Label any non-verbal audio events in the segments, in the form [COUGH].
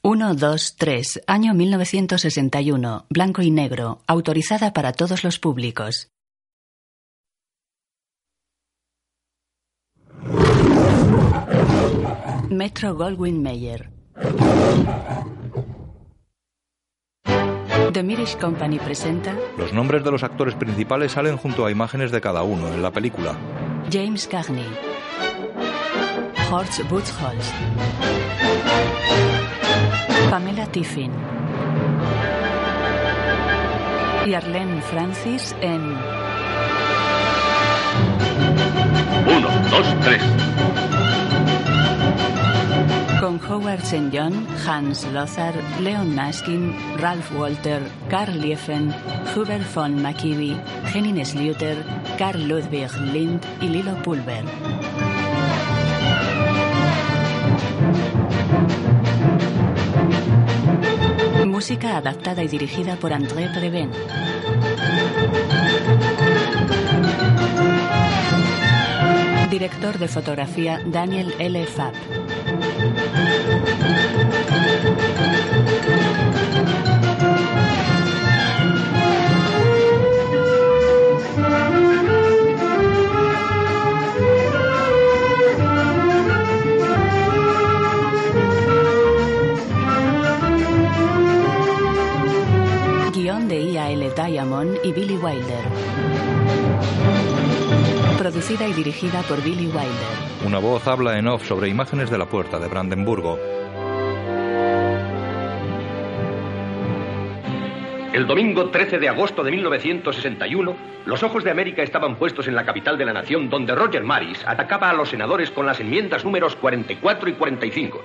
1, 2, 3, año 1961, blanco y negro, autorizada para todos los públicos. Metro Goldwyn Mayer. The Mirish Company presenta Los nombres de los actores principales salen junto a imágenes de cada uno en la película. James Cagney, Horst Butzholz, Pamela Tiffin y Arlene Francis en Uno, dos, tres. Con Howard St. John, Hans Lothar, Leon Naskin, Ralph Walter, Karl Lieffen, Hubert von McKibbe, Henning Sluter, Karl Ludwig Lind y Lilo Pulver. Música adaptada y dirigida por André Prevent. Director de fotografía Daniel L. Fapp. Guión de IAL Diamond y Billy Wilder. Producida y dirigida por Billy Wilder. Una voz habla en off sobre imágenes de la puerta de Brandenburgo. El domingo 13 de agosto de 1961, los ojos de América estaban puestos en la capital de la nación donde Roger Maris atacaba a los senadores con las enmiendas números 44 y 45.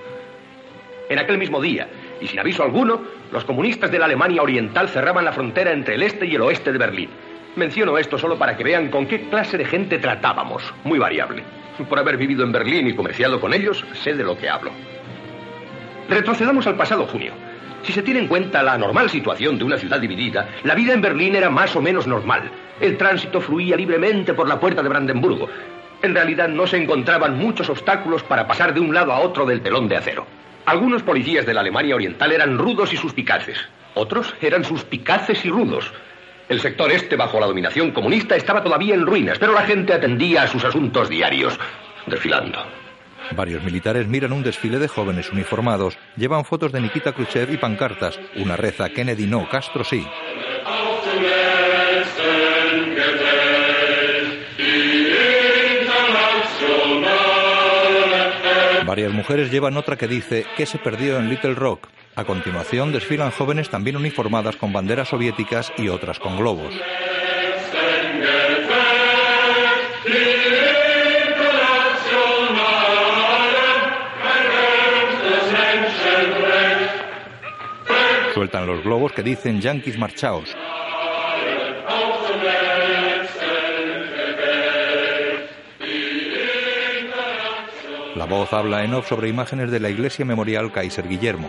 En aquel mismo día, y sin aviso alguno, los comunistas de la Alemania Oriental cerraban la frontera entre el este y el oeste de Berlín. Menciono esto solo para que vean con qué clase de gente tratábamos, muy variable. Por haber vivido en Berlín y comerciado con ellos, sé de lo que hablo. Retrocedamos al pasado junio. Si se tiene en cuenta la normal situación de una ciudad dividida, la vida en Berlín era más o menos normal. El tránsito fluía libremente por la puerta de Brandenburgo. En realidad no se encontraban muchos obstáculos para pasar de un lado a otro del telón de acero. Algunos policías de la Alemania Oriental eran rudos y suspicaces. Otros eran suspicaces y rudos. El sector este, bajo la dominación comunista, estaba todavía en ruinas, pero la gente atendía a sus asuntos diarios, desfilando. Varios militares miran un desfile de jóvenes uniformados, llevan fotos de Nikita Khrushchev y pancartas. Una reza Kennedy no, Castro sí. Varias mujeres llevan otra que dice que se perdió en Little Rock. A continuación desfilan jóvenes también uniformadas con banderas soviéticas y otras con globos. Sueltan los globos que dicen Yankees marchaos. La voz habla en off sobre imágenes de la iglesia memorial Kaiser Guillermo.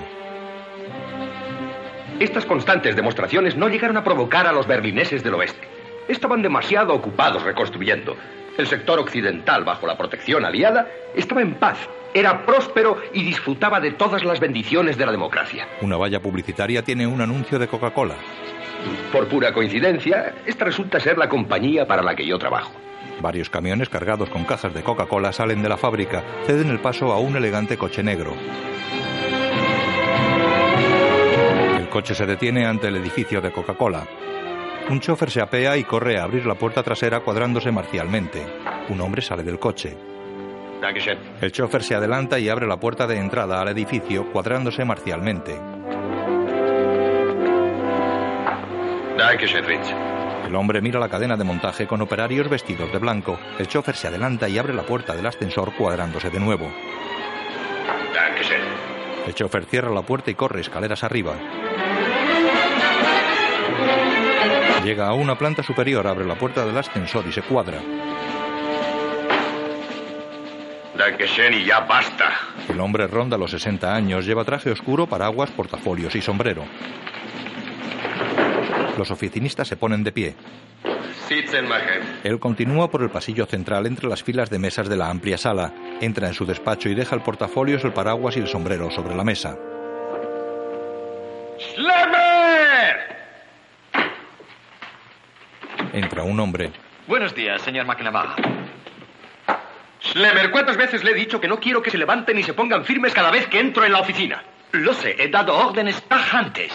Estas constantes demostraciones no llegaron a provocar a los berlineses del oeste. Estaban demasiado ocupados reconstruyendo. El sector occidental, bajo la protección aliada, estaba en paz, era próspero y disfrutaba de todas las bendiciones de la democracia. Una valla publicitaria tiene un anuncio de Coca-Cola. Por pura coincidencia, esta resulta ser la compañía para la que yo trabajo. Varios camiones cargados con cajas de Coca-Cola salen de la fábrica, ceden el paso a un elegante coche negro. El coche se detiene ante el edificio de Coca-Cola. Un chofer se apea y corre a abrir la puerta trasera cuadrándose marcialmente. Un hombre sale del coche. El chofer se adelanta y abre la puerta de entrada al edificio cuadrándose marcialmente. El hombre mira la cadena de montaje con operarios vestidos de blanco. El chofer se adelanta y abre la puerta del ascensor cuadrándose de nuevo. El chofer cierra la puerta y corre escaleras arriba. Llega a una planta superior, abre la puerta del ascensor y se cuadra. Dankeschön y ya basta. El hombre ronda los 60 años, lleva traje oscuro, paraguas, portafolios y sombrero. Los oficinistas se ponen de pie. Él continúa por el pasillo central entre las filas de mesas de la amplia sala. Entra en su despacho y deja el portafolios, el paraguas y el sombrero sobre la mesa. ¡Schlemmer! Entra un hombre. Buenos días, señor McNamara. Schlemmer, ¿cuántas veces le he dicho que no quiero que se levanten y se pongan firmes cada vez que entro en la oficina? Lo sé, he dado órdenes tajantes.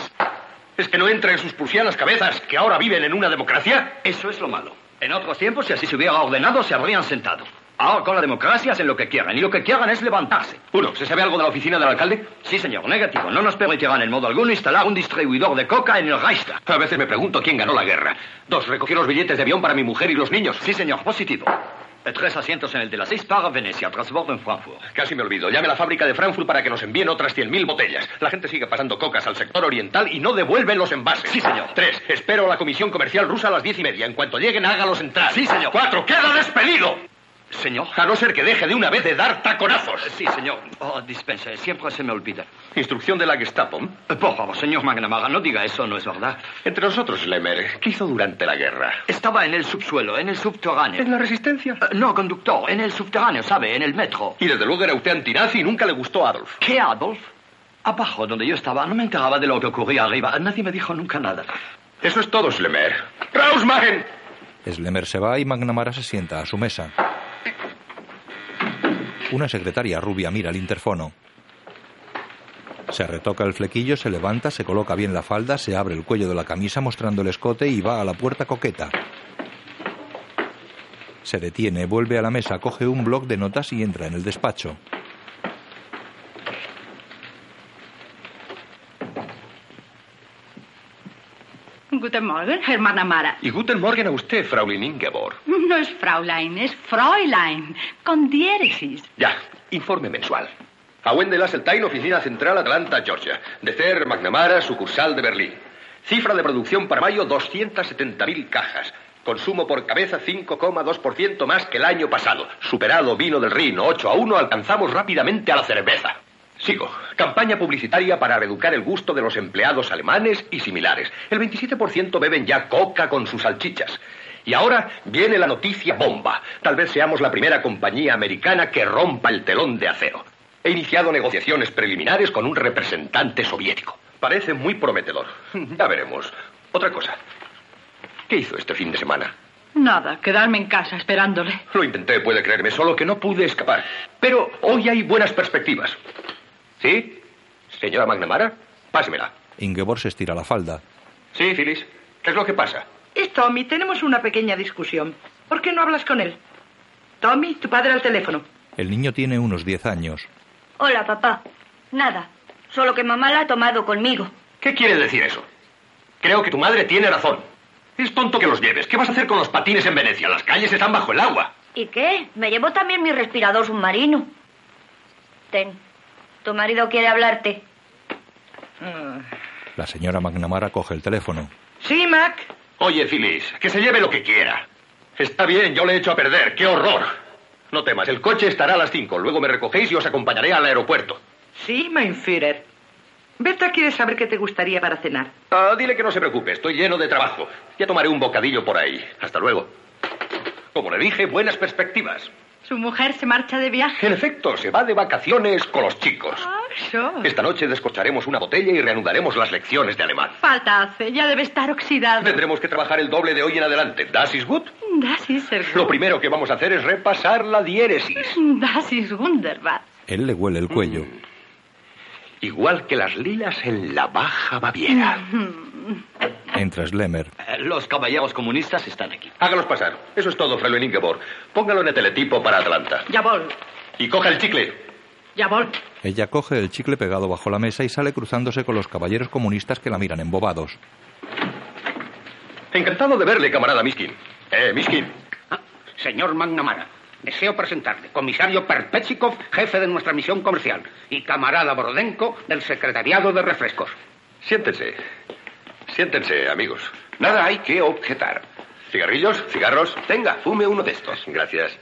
¿Es que no entra en sus prusianas cabezas que ahora viven en una democracia? Eso es lo malo. En otros tiempos, si así se hubiera ordenado, se habrían sentado. Ahora con la democracia hacen lo que quieran, y lo que quieran es levantarse. Uno, ¿se sabe algo de la oficina del alcalde? Sí, señor, negativo. No nos permitirán en modo alguno instalar un distribuidor de coca en el Reichstag. A veces me pregunto quién ganó la guerra. Dos, recogí los billetes de avión para mi mujer y los niños. Sí, señor, positivo. Eh, Tres asientos en el de las seis para Venecia, transbordo en Frankfurt. Casi me olvido. Llame a la fábrica de Frankfurt para que nos envíen otras 100.000 botellas. La gente sigue pasando cocas al sector oriental y no devuelven los envases. Sí, señor. Tres, espero a la comisión comercial rusa a las diez y media. En cuanto lleguen, hágalos entrar. Sí, señor. Cuatro, queda despedido. Señor. A no ser que deje de una vez de dar taconazos. Sí, señor. Oh, dispense, siempre se me olvida. Instrucción de la Gestapo. Por favor, señor McNamara, no diga eso, no es verdad. Entre nosotros, Lemmer, ¿qué hizo durante la guerra? Estaba en el subsuelo, en el subterráneo. ¿En la resistencia? no, conductor, en el subterráneo, ¿sabe? En el metro. Y desde luego era usted antinazi y nunca le gustó Adolf. ¿Qué Adolf? Abajo, donde yo estaba, no me enteraba de lo que ocurría arriba. Nadie me dijo nunca nada. Eso es todo, Schlemmer. ¡Rausmagen! Slemmer se va y McNamara se sienta a su mesa. Una secretaria rubia mira el interfono. Se retoca el flequillo, se levanta, se coloca bien la falda, se abre el cuello de la camisa mostrando el escote y va a la puerta coqueta. Se detiene, vuelve a la mesa, coge un bloc de notas y entra en el despacho. Guten Morgen, Hermann Amara. Y Guten Morgen a usted, Fraulin Ingeborg. No es Fraulein, es Fräulein, con diéresis. Ya, informe mensual. A Wendell Asseltine, Oficina Central Atlanta, Georgia. De CER McNamara, sucursal de Berlín. Cifra de producción para mayo, 270.000 cajas. Consumo por cabeza 5,2% más que el año pasado. Superado vino del Rhin 8 a 1, alcanzamos rápidamente a la cerveza. Sigo. Campaña publicitaria para reeducar el gusto de los empleados alemanes y similares. El 27% beben ya coca con sus salchichas. Y ahora viene la noticia bomba. Tal vez seamos la primera compañía americana que rompa el telón de acero. He iniciado negociaciones preliminares con un representante soviético. Parece muy prometedor. [LAUGHS] Ya veremos. Otra cosa. ¿Qué hizo este fin de semana? Nada, quedarme en casa esperándole. Lo intenté, puede creerme, solo que no pude escapar. Pero hoy hay buenas perspectivas. ¿Sí? Señora McNamara, pásemela. Ingeborg se estira la falda. Sí, Phyllis. ¿Qué es lo que pasa? Es Tommy, tenemos una pequeña discusión. ¿Por qué no hablas con él? Tommy, tu padre al teléfono. El niño tiene unos 10 años. Hola, papá. Nada. Solo que mamá la ha tomado conmigo. ¿Qué quiere decir eso? Creo que tu madre tiene razón. Es tonto que los lleves. ¿Qué vas a hacer con los patines en Venecia? Las calles están bajo el agua. ¿Y qué? Me llevo también mi respirador submarino. Ten. Tu marido quiere hablarte. La señora McNamara coge el teléfono. Sí, Mac. Oye, Phyllis, que se lleve lo que quiera. Está bien, yo le he hecho a perder. ¡Qué horror! No temas, el coche estará a las cinco. Luego me recogéis y os acompañaré al aeropuerto. Sí, mein Führer. Berta quiere saber qué te gustaría para cenar. Ah, dile que no se preocupe, estoy lleno de trabajo. Ya tomaré un bocadillo por ahí. Hasta luego. Como le dije, buenas perspectivas. Su mujer se marcha de viaje. En efecto, se va de vacaciones con los chicos. Ah, eso. Esta noche descorcharemos una botella y reanudaremos las lecciones de alemán. Falta hace, ya debe estar oxidado. Tendremos que trabajar el doble de hoy en adelante. ¿Das is gut? Das ist sehr Lo gut. primero que vamos a hacer es repasar la diéresis. Das ist wunderbar. Él le huele el cuello. Igual que las lilas en la Baja Baviera. Entra Slemmer. Los caballeros comunistas están aquí. Hágalos pasar. Eso es todo, Fräulein Ingeborg. Póngalo en el teletipo para Atlanta. Ya vol, Y coja el chicle. ya vol. Ella coge el chicle pegado bajo la mesa y sale cruzándose con los caballeros comunistas que la miran embobados. Encantado de verle, camarada Miskin. Eh, Miskin. Ah, Señor McNamara, deseo presentarle, comisario Perpechikov, jefe de nuestra misión comercial, y camarada Bordenko, del Secretariado de Refrescos. Siéntense. Siéntense, amigos. Nada hay que objetar. ¿Cigarrillos? ¿Cigarros? Tenga, fume uno de estos. Gracias.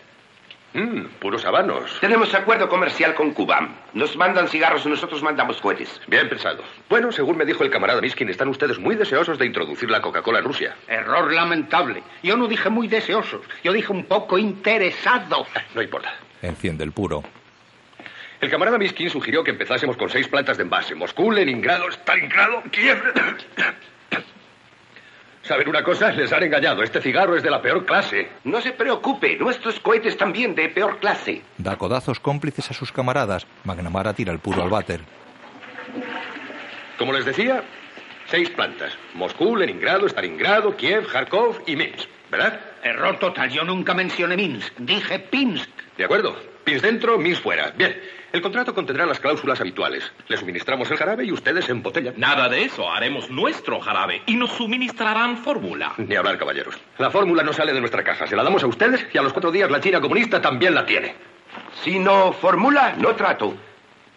Mmm, puros habanos. Tenemos acuerdo comercial con Cuba. Nos mandan cigarros y nosotros mandamos cohetes. Bien pensado. Bueno, según me dijo el camarada Miskin, están ustedes muy deseosos de introducir la Coca-Cola en Rusia. Error lamentable. Yo no dije muy deseosos, yo dije un poco interesados. No importa. Enciende el puro. El camarada Miskin sugirió que empezásemos con seis plantas de envase. Moscú, Leningrado, Stalingrado, Kiev... ¿Saben una cosa? Les han engañado. Este cigarro es de la peor clase. No se preocupe, nuestros cohetes también de peor clase. Da codazos cómplices a sus camaradas. McNamara tira el puro al váter. Como les decía, seis plantas. Moscú, Leningrado, Stalingrado, Kiev, Kharkov y Minsk. ¿Verdad? Error total, yo nunca mencioné Minsk, dije Pinsk. De acuerdo. Minsk dentro, Minsk fuera. Bien. El contrato contendrá las cláusulas habituales. Les suministramos el jarabe y ustedes embotellan. Nada de eso, haremos nuestro jarabe y nos suministrarán fórmula. Ni hablar, caballeros. La fórmula no sale de nuestra caja. Se la damos a ustedes y a los cuatro días la China comunista también la tiene. Si no formula, no trato.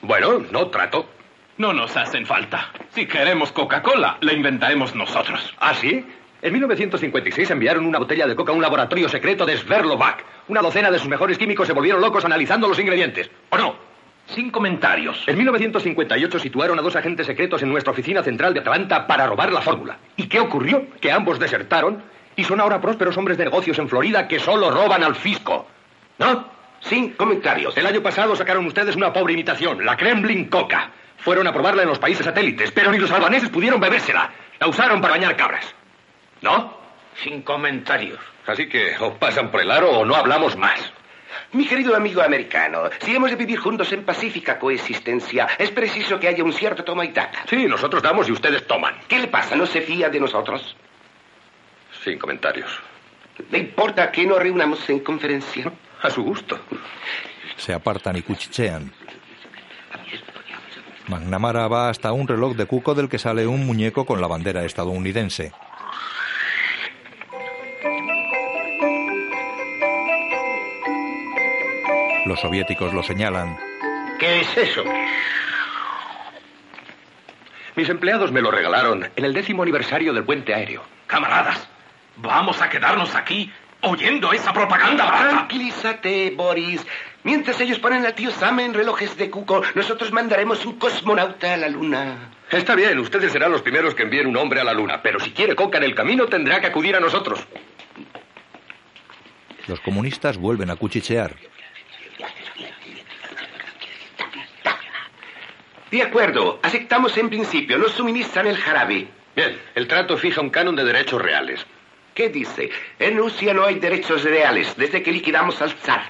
Bueno, no trato. No nos hacen falta. Si queremos Coca-Cola, la inventaremos nosotros. ¿Ah, sí? En 1956 enviaron una botella de coca a un laboratorio secreto de Sverlovac. Una docena de sus mejores químicos se volvieron locos analizando los ingredientes. ¿O no? Sin comentarios. En 1958 situaron a dos agentes secretos en nuestra oficina central de Atlanta para robar la fórmula. ¿Y qué ocurrió? Que ambos desertaron y son ahora prósperos hombres de negocios en Florida que solo roban al fisco. ¿No? Sin comentarios. El año pasado sacaron ustedes una pobre imitación, la Kremlin Coca. Fueron a probarla en los países satélites, pero ni los albaneses pudieron bebérsela. La usaron para bañar cabras. ¿No? Sin comentarios. Así que o pasan por el aro o no hablamos más. Mi querido amigo americano, si hemos de vivir juntos en pacífica coexistencia, es preciso que haya un cierto toma y daca. Sí, nosotros damos y ustedes toman. ¿Qué le pasa? ¿No se fía de nosotros? Sin comentarios. ¿Le importa que nos reunamos en conferencia? A su gusto. Se apartan y cuchichean. McNamara va hasta un reloj de cuco del que sale un muñeco con la bandera estadounidense. Los soviéticos lo señalan. ¿Qué es eso? Mis empleados me lo regalaron en el décimo aniversario del puente aéreo. Camaradas, vamos a quedarnos aquí oyendo esa propaganda Ah, barata. Tranquilízate, Boris. Mientras ellos ponen al tío Sam en relojes de cuco, nosotros mandaremos un cosmonauta a la luna. Está bien, ustedes serán los primeros que envíen un hombre a la luna, pero si quiere coca en el camino tendrá que acudir a nosotros. Los comunistas vuelven a cuchichear. De acuerdo, aceptamos en principio, nos suministran el jarabe. Bien, el trato fija un canon de derechos reales. ¿Qué dice? En Rusia no hay derechos reales desde que liquidamos al zar.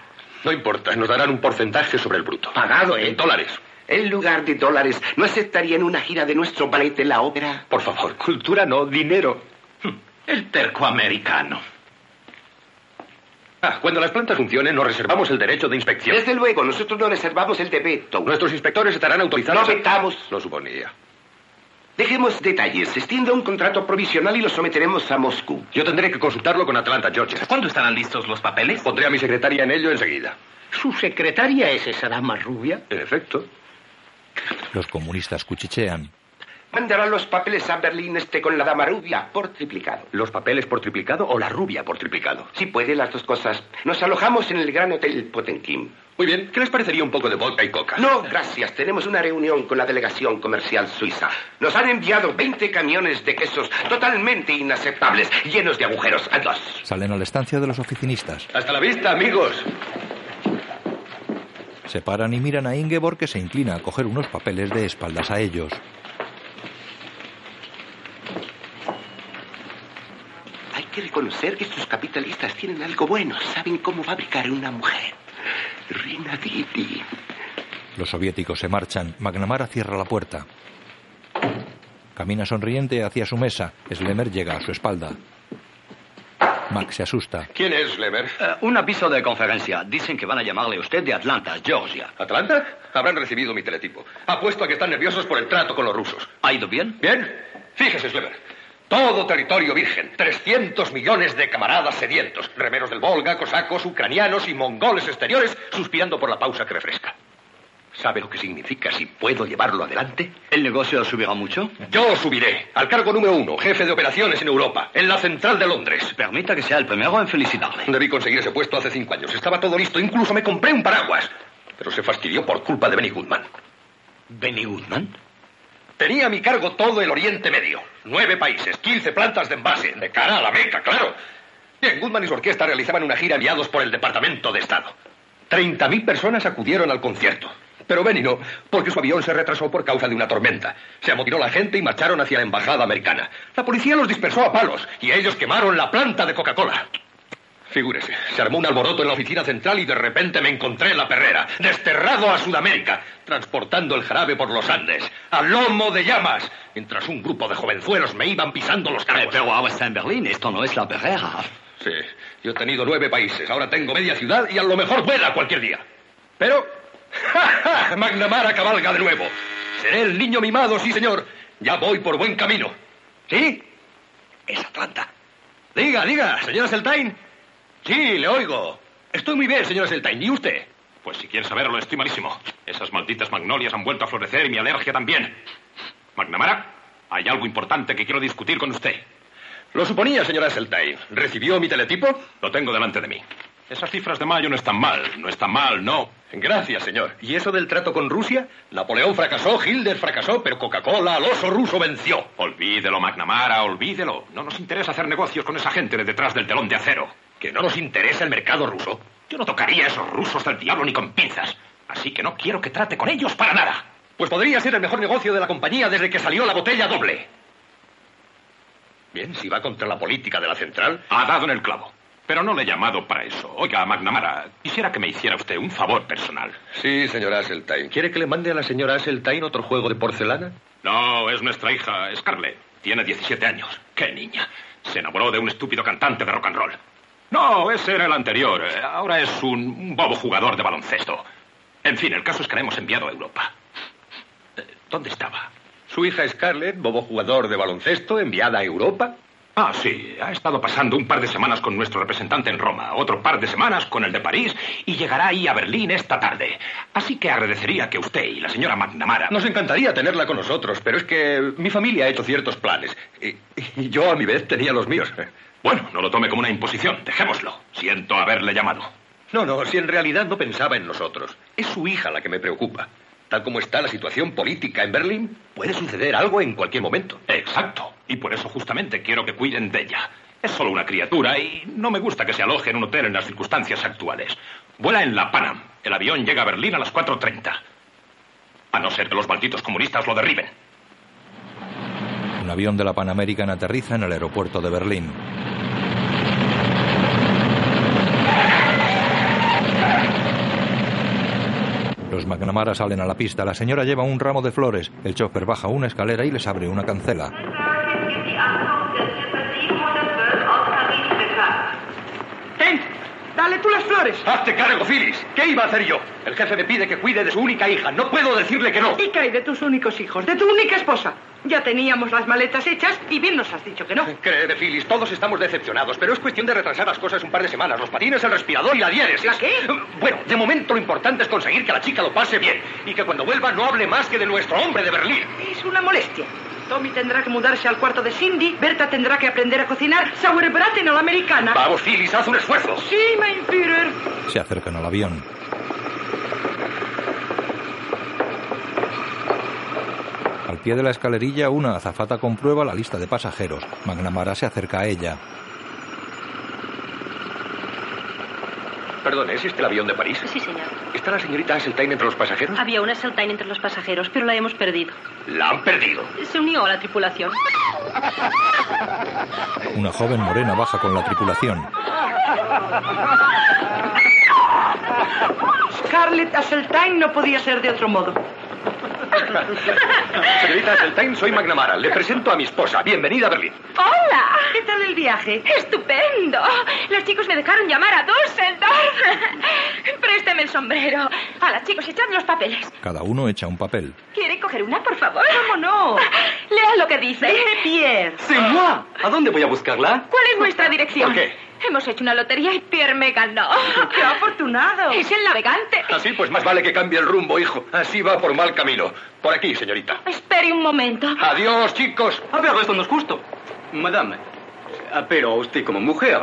No importa, nos darán un porcentaje sobre el bruto. Pagado ¿eh? En dólares. En lugar de dólares, ¿no aceptarían una gira de nuestro ballet de la ópera? Por favor, cultura no, dinero. Hmm, El terco americano. Ah, cuando las plantas funcionen, nos reservamos el derecho de inspección. Desde luego, nosotros no reservamos el de veto. Nuestros inspectores estarán autorizados. No a- vetamos. Lo suponía. Dejemos detalles. Se extiende un contrato provisional y lo someteremos a Moscú. Yo tendré que consultarlo con Atlanta, Georgia. ¿Cuándo estarán listos los papeles? Pondré a mi secretaria en ello enseguida. ¿Su secretaria es esa dama rubia? En efecto. Los comunistas cuchichean. Mandará los papeles a Berlín este con la dama rubia por triplicado. ¿Los papeles por triplicado o la rubia por triplicado? Si puede, las dos cosas. Nos alojamos en el Gran Hotel Potemkin. Muy bien, ¿qué les parecería un poco de vodka y coca? No, gracias. Tenemos una reunión con la delegación comercial suiza. Nos han enviado 20 camiones de quesos totalmente inaceptables, llenos de agujeros. Adiós. Salen a la estancia de los oficinistas. Hasta la vista, amigos. Se paran y miran a Ingeborg que se inclina a coger unos papeles de espaldas a ellos. Hay que reconocer que estos capitalistas tienen algo bueno. Saben cómo fabricar una mujer. Reina Didi. Los soviéticos se marchan. McNamara cierra la puerta. Camina sonriente hacia su mesa. Slemer llega a su espalda. Max se asusta. ¿Quién es Lever? Eh, un aviso de conferencia. Dicen que van a llamarle a usted de Atlanta, Georgia. ¿Atlanta? Habrán recibido mi teletipo. Apuesto a que están nerviosos por el trato con los rusos. ¿Ha ido bien? Bien, fíjese, Slever. Todo territorio virgen, 300 millones de camaradas sedientos, remeros del Volga, cosacos, ucranianos y mongoles exteriores, suspirando por la pausa que refresca. ¿Sabe lo que significa si puedo llevarlo adelante? ¿El negocio subirá mucho? Yo subiré al cargo número uno, jefe de operaciones en Europa, en la central de Londres. Permita que sea el primero en felicitarle. Debí conseguir ese puesto hace cinco años. Estaba todo listo, incluso me compré un paraguas. Pero se fastidió por culpa de Benny Goodman. ¿Benny Goodman? Tenía a mi cargo todo el Oriente Medio. Nueve países, quince plantas de envase, de cara a la meta, claro. Bien, Goodman y su orquesta realizaban una gira enviados por el Departamento de Estado. Treinta mil personas acudieron al concierto. Pero Benny no, porque su avión se retrasó por causa de una tormenta. Se amotinó la gente y marcharon hacia la embajada americana. La policía los dispersó a palos y ellos quemaron la planta de Coca-Cola. Figúrese, se armó un alboroto en la oficina central y de repente me encontré en la perrera, desterrado a Sudamérica, transportando el jarabe por los Andes, a lomo de llamas, mientras un grupo de jovenzuelos me iban pisando los carros. Pero ahora está en Berlín, esto no es la perrera. Sí, yo he tenido nueve países, ahora tengo media ciudad y a lo mejor vuela cualquier día. Pero... [LAUGHS] ¡Ja, ja! McNamara cabalga de nuevo. Seré el niño mimado, sí, señor. Ya voy por buen camino. ¿Sí? Es Atlanta. Diga, diga, señora Seltain. Sí, le oigo. Estoy muy bien, señora Seltain. ¿Y usted? Pues si quieres saberlo, estoy malísimo. Esas malditas magnolias han vuelto a florecer y mi alergia también. McNamara, hay algo importante que quiero discutir con usted. Lo suponía, señora Seltain. ¿Recibió mi teletipo? Lo tengo delante de mí. Esas cifras de mayo no están mal, no están mal, no. Gracias, señor. ¿Y eso del trato con Rusia? Napoleón fracasó, Hilder fracasó, pero Coca-Cola al oso ruso venció. Olvídelo, McNamara, olvídelo. No nos interesa hacer negocios con esa gente de detrás del telón de acero. ¿Que no nos interesa el mercado ruso? Yo no tocaría a esos rusos del diablo ni con pinzas. Así que no quiero que trate con ellos para nada. Pues podría ser el mejor negocio de la compañía desde que salió la botella doble. Bien, si va contra la política de la central. Ha dado en el clavo. Pero no le he llamado para eso. Oiga, McNamara, quisiera que me hiciera usted un favor personal. Sí, señora Asseltine. ¿Quiere que le mande a la señora Asseltine otro juego de porcelana? No, es nuestra hija, Scarlett. Tiene 17 años. ¡Qué niña! Se enamoró de un estúpido cantante de rock and roll. No, ese era el anterior. Ahora es un, un bobo jugador de baloncesto. En fin, el caso es que la hemos enviado a Europa. ¿Dónde estaba? Su hija Scarlett, bobo jugador de baloncesto, enviada a Europa. Ah, sí. Ha estado pasando un par de semanas con nuestro representante en Roma, otro par de semanas con el de París y llegará ahí a Berlín esta tarde. Así que agradecería que usted y la señora McNamara... Nos encantaría tenerla con nosotros, pero es que mi familia ha hecho ciertos planes. Y, y yo a mi vez tenía los míos. Bueno, no lo tome como una imposición. Dejémoslo. Siento haberle llamado. No, no, si en realidad no pensaba en nosotros. Es su hija la que me preocupa. Tal como está la situación política en Berlín, puede suceder algo en cualquier momento. Exacto. Y por eso justamente quiero que cuiden de ella. Es solo una criatura y no me gusta que se aloje en un hotel en las circunstancias actuales. Vuela en la Panam. El avión llega a Berlín a las 4.30. A no ser que los malditos comunistas lo derriben. Un avión de la Pan American aterriza en el aeropuerto de Berlín. Los McNamara salen a la pista. La señora lleva un ramo de flores. El chofer baja una escalera y les abre una cancela. Ten, dale tú las flores. Hazte cargo, Phyllis. ¿Qué iba a hacer yo? El jefe me pide que cuide de su única hija. No puedo decirle que no. Hija y de tus únicos hijos, de tu única esposa. Ya teníamos las maletas hechas y bien nos has dicho que no. Créeme, Phyllis, todos estamos decepcionados, pero es cuestión de retrasar las cosas un par de semanas. Los patines, el respirador y la diéresis. ¿La qué? Bueno, de momento lo importante es conseguir que la chica lo pase bien y que cuando vuelva no hable más que de nuestro hombre de Berlín. Es una molestia. Tommy tendrá que mudarse al cuarto de Cindy, Berta tendrá que aprender a cocinar sauerbraten a la americana. Vamos, Phyllis, haz un esfuerzo. Ah. Sí, mein Führer. Se acercan al avión. Al pie de la escalerilla, una azafata comprueba la lista de pasajeros. McNamara se acerca a ella. Perdón, ¿es este el avión de París? Sí, señor. ¿Está la señorita Asseltine entre los pasajeros? Ah. Había una Seltine entre los pasajeros, pero la hemos perdido. ¿La han perdido? Se unió a la tripulación. Una joven morena baja con la tripulación. Scarlett Asseltine no podía ser de otro modo. Señorita Asseltine, soy McNamara. Le presento a mi esposa. Bienvenida a Berlín. ¡Hola! ¿Qué tal el viaje? ¡Estupendo! Los chicos me dejaron llamar a [LAUGHS] Dusseldorf. Préstame el sombrero. A las chicos, echad los papeles. Cada uno echa un papel. ¿Quiere coger una, por favor? ¿Cómo no? Lea lo que dice. Dije Pierre. ¡C'est moi! Ah. ¿A dónde voy a buscarla? ¿Cuál es nuestra dirección? ¿Por qué? Hemos hecho una lotería y Pierre me ganó. ¡Qué afortunado! Es el navegante. Así pues, más vale que cambie el rumbo, hijo. Así va por mal camino. Por aquí, señorita. Espere un momento. Adiós, chicos. A ver, esto no es justo. Madame, ah, pero usted como mujer...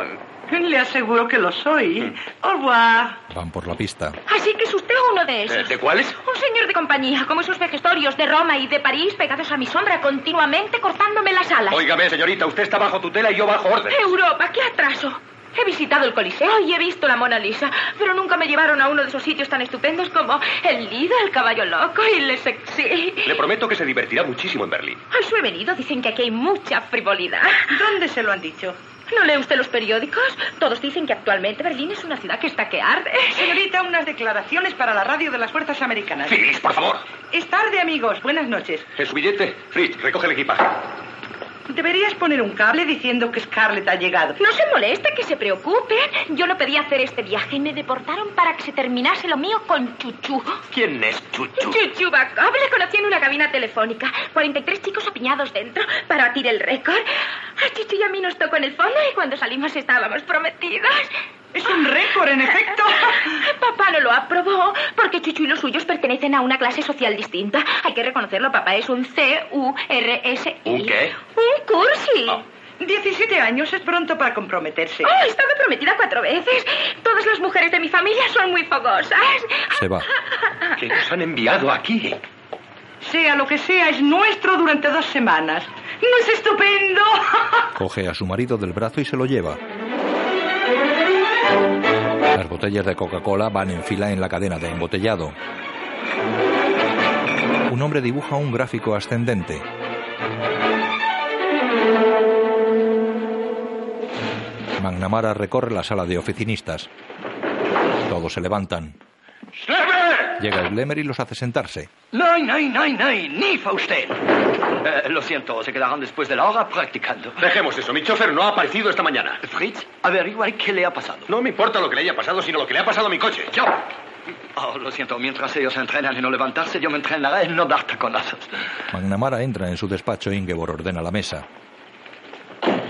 Le aseguro que lo soy. Au revoir. Van por la pista. Así que es usted uno de esos. eh, ¿De cuáles? Un señor de compañía, como esos vejestorios de Roma y de París pegados a mi sombra continuamente cortándome las alas. Óigame, señorita, usted está bajo tutela y yo bajo orden. Europa, qué atraso. He visitado el Coliseo y he visto la Mona Lisa, pero nunca me llevaron a uno de esos sitios tan estupendos como el Lido, el Caballo Loco y el Sexy. Le prometo que se divertirá muchísimo en Berlín. Al su he venido dicen que aquí hay mucha frivolidad. ¿Dónde se lo han dicho? ¿No lee usted los periódicos? Todos dicen que actualmente Berlín es una ciudad que está que arde. Señorita, unas declaraciones para la radio de las fuerzas americanas. Fritz, por favor. Es tarde, amigos. Buenas noches. En su billete, Fritz, recoge el equipaje. Deberías poner un cable diciendo que Scarlett ha llegado. No se moleste, que se preocupen. Yo no pedí hacer este viaje y me deportaron para que se terminase lo mío con Chuchu. ¿Quién es Chuchu? Chuchu Bacab le conocí en una cabina telefónica. 43 chicos apiñados dentro para batir el récord. A Chuchu y a mí nos tocó en el fondo y cuando salimos estábamos prometidos. Es un récord, en efecto. [LAUGHS] Papá no lo aprobó porque Chuchu y los suyos pertenecen a una clase social distinta. Hay que reconocerlo, papá es un C-U-R-S. ¿Un qué? Un cursi. Oh. 17 años es pronto para comprometerse. Oh, he estado prometida cuatro veces. Todas las mujeres de mi familia son muy fogosas. Se va. Que nos han enviado aquí. Sea lo que sea, es nuestro durante dos semanas. ¿No es estupendo? Coge a su marido del brazo y se lo lleva. Las botellas de Coca-Cola van en fila en la cadena de embotellado. Un hombre dibuja un gráfico ascendente. McNamara recorre la sala de oficinistas. Todos se levantan. ¡Schleber! Llega Slemmer y los hace sentarse. No, no, no, no, ni usted. Eh, lo siento, se quedarán después de la hora practicando. Dejemos eso. Mi chofer no ha aparecido esta mañana. Fritz, averigua qué le ha pasado. No me importa lo que le haya pasado, sino lo que le ha pasado a mi coche. Chao. Oh, lo siento, mientras ellos entrenan en no levantarse, yo me entrenaré en no dar taconazos. McNamara entra en su despacho. Ingeborg ordena la mesa.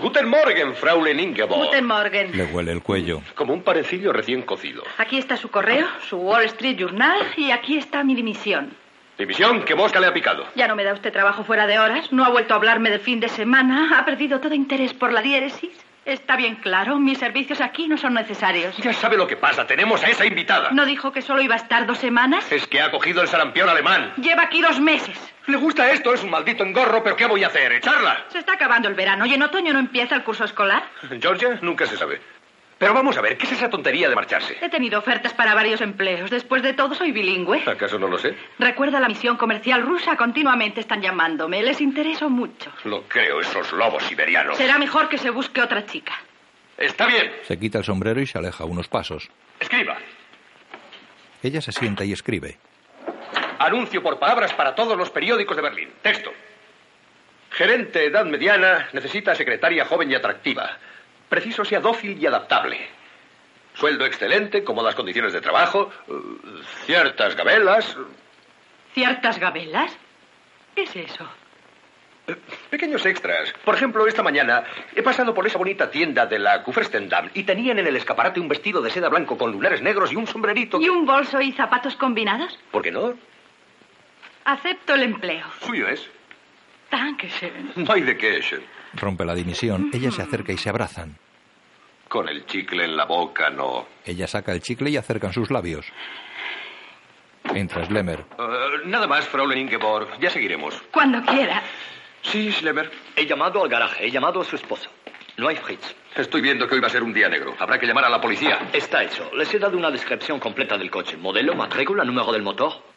Guten Morgen, Fraulein Ingeborg. Guten Morgen. Le huele el cuello. Como un panecillo recién cocido. Aquí está su correo, su Wall Street Journal y aquí está mi dimisión. División, que mosca le ha picado. Ya no me da usted trabajo fuera de horas, no ha vuelto a hablarme del fin de semana, ha perdido todo interés por la diéresis. Está bien claro, mis servicios aquí no son necesarios. Ya sabe lo que pasa, tenemos a esa invitada. ¿No dijo que solo iba a estar dos semanas? Es que ha cogido el sarampión alemán. Lleva aquí dos meses. Le gusta esto, es un maldito engorro, pero ¿qué voy a hacer? ¿Echarla? Se está acabando el verano y en otoño no empieza el curso escolar. Georgia, nunca se sabe. Pero vamos a ver, ¿qué es esa tontería de marcharse? He tenido ofertas para varios empleos. Después de todo, soy bilingüe. ¿Acaso no lo sé? Recuerda la misión comercial rusa. Continuamente están llamándome. Les intereso mucho. Lo creo, esos lobos siberianos. Será mejor que se busque otra chica. Está bien. Se quita el sombrero y se aleja unos pasos. Escriba. Ella se sienta y escribe. Anuncio por palabras para todos los periódicos de Berlín. Texto. Gerente edad mediana necesita secretaria joven y atractiva. Preciso sea dócil y adaptable. Sueldo excelente, cómodas condiciones de trabajo, eh, ciertas gabelas, ¿Ciertas gabelas? ¿Qué es eso? eh, pequeños extras. Por ejemplo, esta mañana he pasado por esa bonita tienda de la Kufferstendamm y tenían en el escaparate un vestido de seda blanco con lunares negros y un sombrerito. ¿Y un bolso y zapatos combinados? ¿Por qué no? Acepto el empleo. Suyo es. Dankeschön. No hay de qué, Eschen. Rompe la dimisión. Ella se acerca y se abrazan. Con el chicle en la boca, no. Ella saca el chicle y acercan sus labios. Entra Slemmer. Eh, nada más, Fraulein Ingeborg. Ya seguiremos. Cuando quiera. Sí, Schlemmer. He llamado al garaje, he llamado a su esposo. No hay Fritz. Estoy viendo que hoy va a ser un día negro. Habrá que llamar a la policía. Está hecho. Les he dado una descripción completa del coche. Modelo, matrícula, número del motor.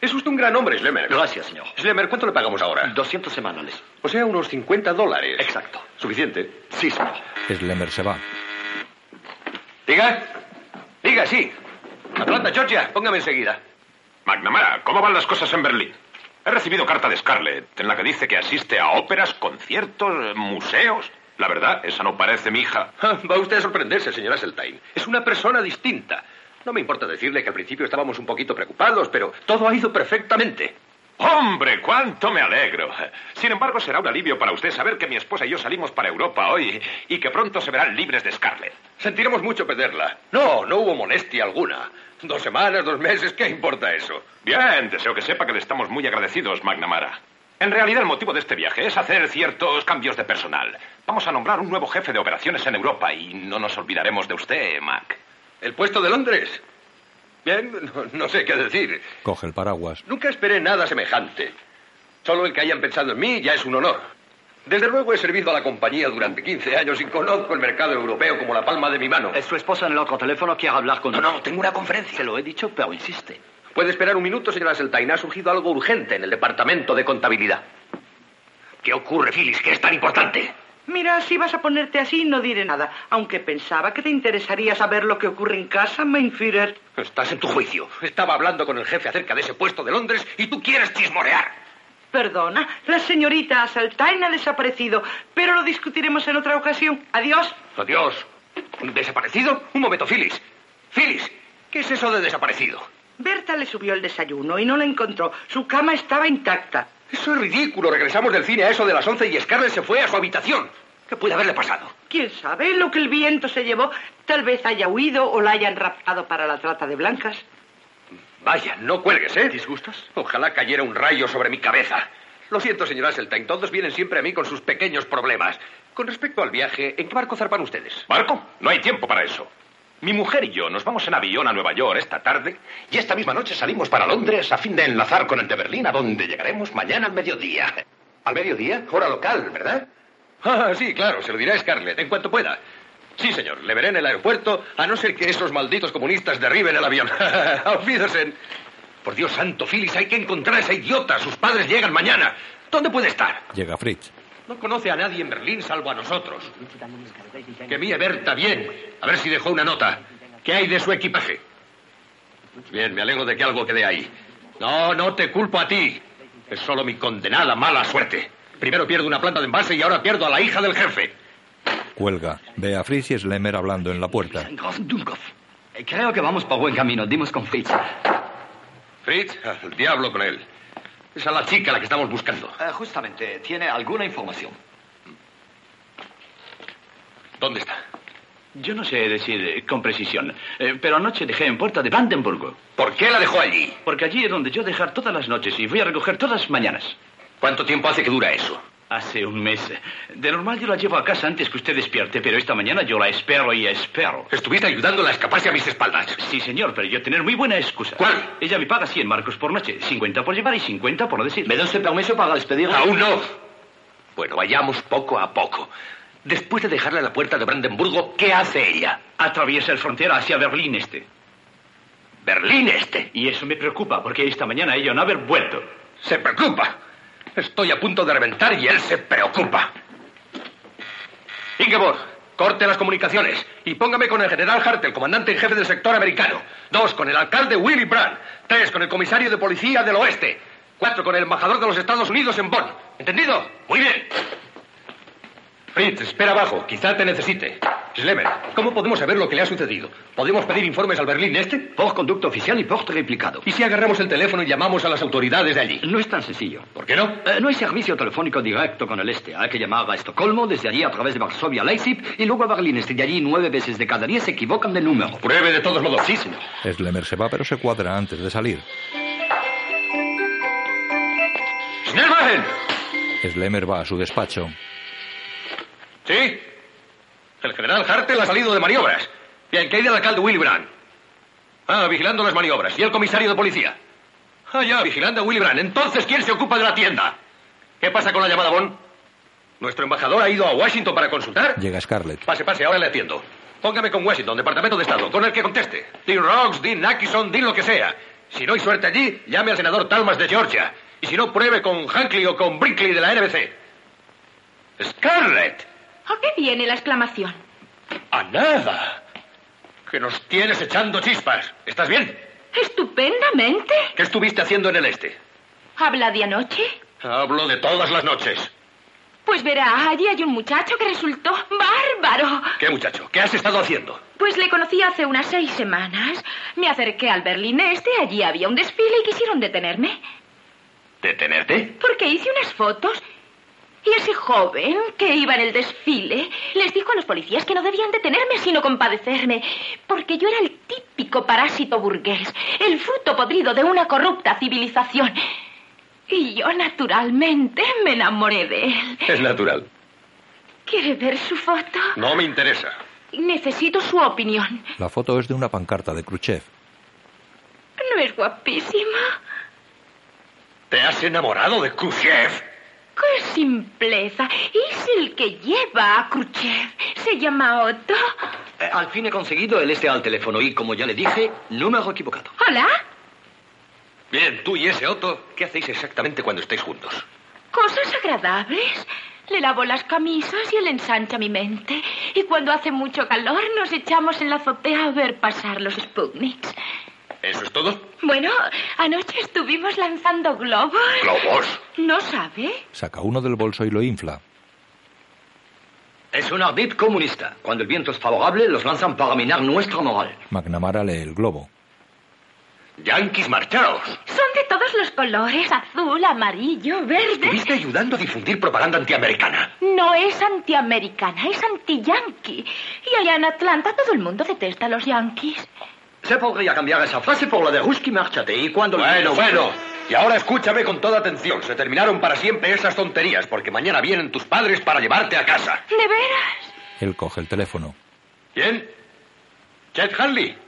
Es usted un gran hombre, Schlemmer. Gracias, señor. Schlemmer, ¿cuánto le pagamos ahora? 200 semanales. O sea, unos 50 dólares. Exacto. ¿Suficiente? Sí, señor. Slemmer se va. Diga. Diga, sí. Atlanta, Georgia, póngame enseguida. McNamara, ¿cómo van las cosas en Berlín? He recibido carta de Scarlett en la que dice que asiste a óperas, conciertos, eh, museos. La verdad, esa no parece mi hija. [LAUGHS] Ah, Va usted a sorprenderse, señora Seltine. Es una persona distinta. No me importa decirle que al principio estábamos un poquito preocupados, pero todo ha ido perfectamente. Hombre, cuánto me alegro. Sin embargo, será un alivio para usted saber que mi esposa y yo salimos para Europa hoy y que pronto se verán libres de Scarlett. Sentiremos mucho perderla. No, no hubo molestia alguna. Dos semanas, dos meses, ¿qué importa eso? Bien, deseo que sepa que le estamos muy agradecidos, McNamara. En realidad, el motivo de este viaje es hacer ciertos cambios de personal. Vamos a nombrar un nuevo jefe de operaciones en Europa y no nos olvidaremos de usted, Mac. ¿El puesto de Londres? Bien, no, no sé qué decir. Coge el paraguas. Nunca esperé nada semejante. Solo el que hayan pensado en mí ya es un honor. Desde luego he servido a la compañía durante 15 años y conozco el mercado europeo como la palma de mi mano. Es su esposa en el otro teléfono quiere hablar con... No, no, tengo una conferencia. Se lo he dicho, pero insiste. Puede esperar un minuto, señora Seltain. Ha surgido algo urgente en el departamento de contabilidad. ¿Qué ocurre, Phyllis, que es tan importante? Mira, si vas a ponerte así, no diré nada. Aunque pensaba que te interesaría saber lo que ocurre en casa, Mainfirer. Estás en tu juicio. Estaba hablando con el jefe acerca de ese puesto de Londres y tú quieres chismorear. Perdona, la señorita Asaltain ha desaparecido, pero lo discutiremos en otra ocasión. Adiós. Adiós. ¿Desaparecido? Un momento, Phyllis. Phyllis, ¿qué es eso de desaparecido? Berta le subió el desayuno y no la encontró. Su cama estaba intacta. Eso es ridículo. Regresamos del cine a eso de las once y Scarlett se fue a su habitación. ¿Qué puede haberle pasado? ¿Quién sabe lo que el viento se llevó? Tal vez haya huido o la hayan raptado para la trata de blancas. Vaya, no cuelgues, ¿eh? ¿Disgustas? Ojalá cayera un rayo sobre mi cabeza. Lo siento, señor Asseltine. Todos vienen siempre a mí con sus pequeños problemas. Con respecto al viaje, ¿en qué barco zarpan ustedes? ¿Barco? No hay tiempo para eso. Mi mujer y yo nos vamos en avión a Nueva York esta tarde y esta misma noche salimos para Londres a fin de enlazar con el de Berlín a donde llegaremos mañana al mediodía. ¿Al mediodía? Hora local, ¿verdad? Ah, sí, claro, se lo dirá Scarlett, en cuanto pueda. Sí, señor, le veré en el aeropuerto, a no ser que esos malditos comunistas derriben el avión. [LAUGHS] Auf Wiedersehen. Por Dios santo, Phyllis, hay que encontrar a ese idiota. Sus padres llegan mañana. ¿Dónde puede estar? Llega Fritz. No conoce a nadie en Berlín salvo a nosotros. Que mire Berta bien. A ver si dejó una nota. ¿Qué hay de su equipaje? Bien, me alegro de que algo quede ahí. No, no te culpo a ti. Es solo mi condenada mala suerte. Primero pierdo una planta de envase y ahora pierdo a la hija del jefe. Cuelga. Ve a Fritz y Slemmer hablando en la puerta. Eh, Creo que vamos por buen camino. Dimos con Fritz. Fritz, al diablo con él. Es a la chica a la que estamos buscando. Eh, justamente, tiene alguna información. ¿Dónde está? Yo no sé decir con precisión, eh, pero anoche dejé en puerta de Brandenburgo. ¿Por qué la dejó allí? Porque allí es donde yo dejar todas las noches y voy a recoger todas las mañanas. ¿Cuánto tiempo hace que dura eso? Hace un mes. De normal yo la llevo a casa antes que usted despierte, pero esta mañana yo la espero y espero. Estuviste ayudándola a escaparse a mis espaldas. Sí, señor, pero yo tener muy buena excusa. ¿Cuál? Ella me paga 100 marcos por noche, 50 por llevar y 50 por no decir. ¿Me da usted permiso para despedirla? Aún no. Bueno, vayamos poco a poco. Después de dejarla en la puerta de Brandenburgo, ¿qué hace ella? Atraviesa el frontera hacia Berlín Este. ¿Berlín Este? Y eso me preocupa, porque esta mañana ella no haber vuelto. ¿Se preocupa? Estoy a punto de reventar y él se preocupa. Ingeborg, corte las comunicaciones y póngame con el general Hart, el comandante en jefe del sector americano. Dos, con el alcalde Willy Brandt. Tres, con el comisario de policía del oeste. Cuatro, con el embajador de los Estados Unidos en Bonn. ¿Entendido? Muy bien. Fritz, espera abajo. Quizá te necesite. Schlemmer, ¿cómo podemos saber lo que le ha sucedido? ¿Podemos pedir informes al Berlín Este? Por conducto oficial y por replicado. ¿Y si agarramos el teléfono y llamamos a las autoridades de allí? No es tan sencillo. ¿Por qué no? Eh, no hay servicio telefónico directo con el Este. Hay que llamar a Estocolmo, desde allí a través de Varsovia a Leipzig y luego a Berlín Este. De allí nueve veces de cada día se equivocan de número. Pruebe de todos modos. Sí, señor. Schlemmer se va, pero se cuadra antes de salir. ¡Schlemmer! Schlemmer va a su despacho. ¿Sí? El general Hartel ha salido de maniobras. Bien, ¿qué hay del alcalde Willy Brandt? Ah, vigilando las maniobras. ¿Y el comisario de policía? Ah, ya, vigilando a Willy Brandt. Entonces, ¿quién se ocupa de la tienda? ¿Qué pasa con la llamada Bon? ¿Nuestro embajador ha ido a Washington para consultar? Llega Scarlett. Pase, pase, ahora le atiendo. Póngame con Washington, Departamento de Estado, con el que conteste. Dean Rocks, Dean Atkinson, Dean lo que sea. Si no hay suerte allí, llame al senador Talmas de Georgia. Y si no, pruebe con Hankley o con Brinkley de la NBC. ¡Scarlett! ¿A qué viene la exclamación? A nada. Que nos tienes echando chispas. ¿Estás bien? Estupendamente. ¿Qué estuviste haciendo en el este? ¿Habla de anoche? Hablo de todas las noches. Pues verá, allí hay un muchacho que resultó bárbaro. ¿Qué muchacho? ¿Qué has estado haciendo? Pues le conocí hace unas seis semanas. Me acerqué al Berlín Este, allí había un desfile y quisieron detenerme. ¿Detenerte? Porque hice unas fotos y ese joven que iba en el desfile les dijo a los policías que no debían detenerme sino compadecerme, porque yo era el típico parásito burgués, el fruto podrido de una corrupta civilización. Y yo naturalmente me enamoré de él. Es natural. ¿Quiere ver su foto? No me interesa. Necesito su opinión. La foto es de una pancarta de Khrushchev. ¿No es guapísima? ¿Te has enamorado de Khrushchev? ¿Qué es simpleza. Es el que lleva a Khrushchev. Se llama Otto. Eh, al fin he conseguido el este al teléfono y, como ya le dije, número equivocado. Hola. Bien, tú y ese Otto, ¿qué hacéis exactamente cuando estáis juntos? Cosas agradables. Le lavo las camisas y él ensancha mi mente. Y cuando hace mucho calor nos echamos en la azotea a ver pasar los Sputniks. ¿Eso es todo? Bueno, anoche estuvimos lanzando globos. ¿Globos? ¿No sabe? Saca uno del bolso y lo infla. Es un ardid comunista. Cuando el viento es favorable, los lanzan para minar nuestra moral. McNamara lee el globo. Yanquis marchaos. Son de todos los colores, azul, amarillo, verde. Estuviste ayudando a difundir propaganda antiamericana. No es antiamericana, es anti-yankee. Y allá en Atlanta todo el mundo detesta a los yankees. Se podría cambiar esa frase por la de Husky, márchate. Y cuando... Bueno, bueno. Y ahora escúchame con toda atención. Se terminaron para siempre esas tonterías, porque mañana vienen tus padres para llevarte a casa. ¿De veras? Él coge el teléfono. ¿Quién? Chet Hanley.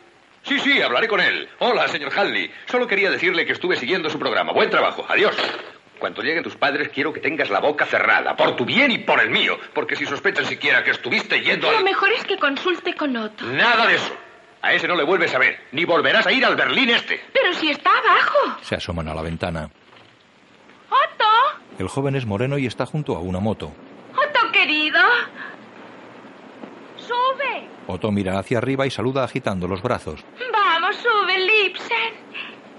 Sí, sí, hablaré con él. Hola, señor Hanley. Solo quería decirle que estuve siguiendo su programa. Buen trabajo. Adiós. Cuando lleguen tus padres, quiero que tengas la boca cerrada, por tu bien y por el mío, porque si sospechan siquiera que estuviste yendo Lo al... mejor es que consulte con Otto. Nada de eso. A ese no le vuelves a ver, ni volverás a ir al Berlín este. Pero si está abajo. Se asoman a la ventana. Otto, El joven es moreno y está junto a una moto. Otto querido. Sube. Otto mira hacia arriba y saluda agitando los brazos. Vamos, sube, Lipsen.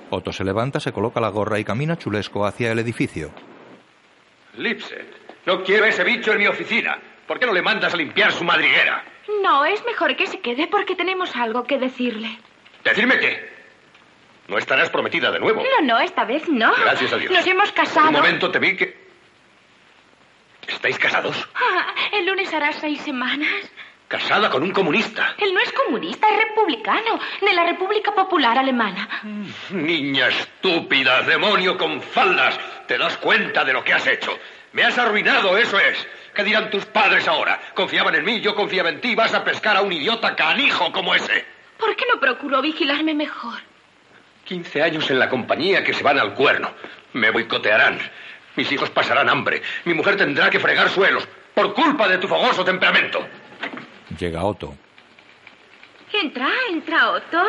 Otto se levanta, se coloca la gorra y camina chulesco hacia el edificio. Lipset, no quiero ese bicho en mi oficina. ¿Por qué no le mandas a limpiar su madriguera? No, es mejor que se quede porque tenemos algo que decirle. Decirme qué. No estarás prometida de nuevo. No, no, esta vez no. Gracias a Dios. Nos hemos casado. Un momento te vi que... ¿Estáis casados? Ah, el lunes hará seis semanas. Casada con un comunista. Él no es comunista, es republicano, de la República Popular Alemana. Niña estúpida, demonio con faldas. ¿Te das cuenta de lo que has hecho? Me has arruinado, eso es. ¿Qué dirán tus padres ahora? Confiaban en mí, yo confiaba en ti. Vas a pescar a un idiota canijo como ese. ¿Por qué no procuró vigilarme mejor? 15 años en la compañía que se van al cuerno. Me boicotearán. Mis hijos pasarán hambre. Mi mujer tendrá que fregar suelos. Por culpa de tu fogoso temperamento. Llega Otto. Entra, entra Otto.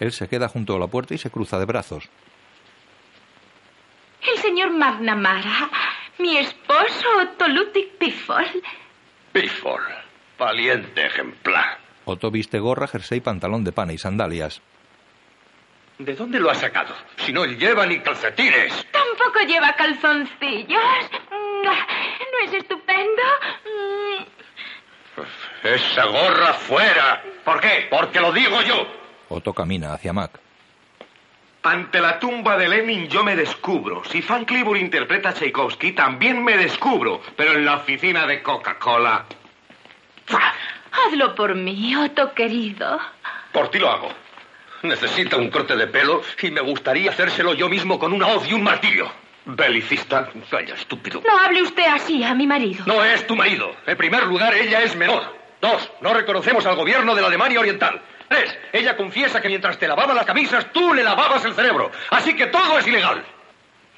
Él se queda junto a la puerta y se cruza de brazos. El señor McNamara, mi esposo Otto Ludwig Piffol. Pifford, valiente ejemplar. Otto viste gorra, jersey, pantalón de pana y sandalias. ¿De dónde lo has sacado? Si no lleva ni calcetines. Tampoco lleva calzoncillos. ¿No es estupendo? Mm, Esa gorra fuera. ¿Por qué? Porque lo digo yo. Otto camina hacia Mac. Ante la tumba de Lenin yo me descubro. Si Fan Clibur interpreta a Tchaikovsky, también me descubro. Pero en la oficina de Coca-Cola. Hazlo por mí, Otto querido. Por ti lo hago. Necesita un corte de pelo y me gustaría hacérselo yo mismo con una hoz y un martillo. Belicista. Vaya, estúpido. No hable usted así a mi marido. No es tu marido. En primer lugar, ella es menor. Dos, no reconocemos al gobierno de la Alemania Oriental. Tres, ella confiesa que mientras te lavaba las camisas, tú le lavabas el cerebro. Así que todo es ilegal.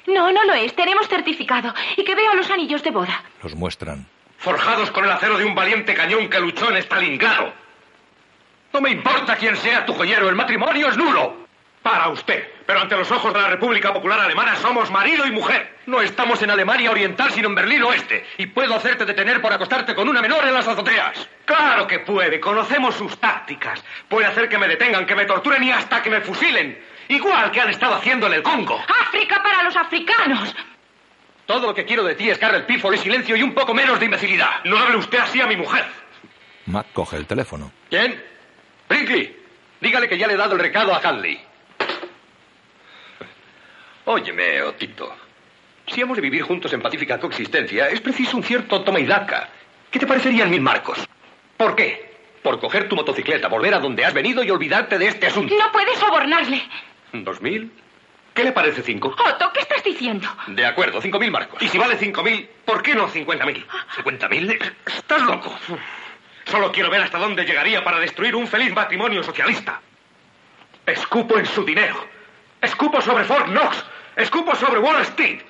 No, no lo es. Tenemos certificado. Y que veo los anillos de boda. Los muestran. Forjados con el acero de un valiente cañón que luchó en Stalingrado. No me importa quién sea tu joyero, el matrimonio es nulo. Para usted. Pero ante los ojos de la República Popular Alemana somos marido y mujer. No estamos en Alemania Oriental, sino en Berlín Oeste. Y puedo hacerte detener por acostarte con una menor en las azoteas. Claro que puede, conocemos sus tácticas. Puede hacer que me detengan, que me torturen y hasta que me fusilen. Igual que han estado haciendo en el Congo. ¡África para los africanos! Todo lo que quiero de ti es Carl Pifol es silencio y un poco menos de imbecilidad. No hable usted así a mi mujer. Mac coge el teléfono. ¿Quién? Brinkley. Dígale que ya le he dado el recado a Hanley. Óyeme, Otito. Si hemos de vivir juntos en pacífica coexistencia, es preciso un cierto toma y daca. ¿Qué te parecerían mil marcos? ¿Por qué? Por coger tu motocicleta, volver a donde has venido y olvidarte de este asunto. No puedes sobornarle. ¿Dos mil? ¿Qué le parece cinco? Otto, ¿qué estás diciendo? De acuerdo, cinco mil marcos. Y si vale 5.000, ¿por qué no 50.000? ¿50.000? Estás loco. Solo quiero ver hasta dónde llegaría para destruir un feliz matrimonio socialista. Escupo en su dinero. Escupo sobre Fort Knox. Escupo sobre Wall Street.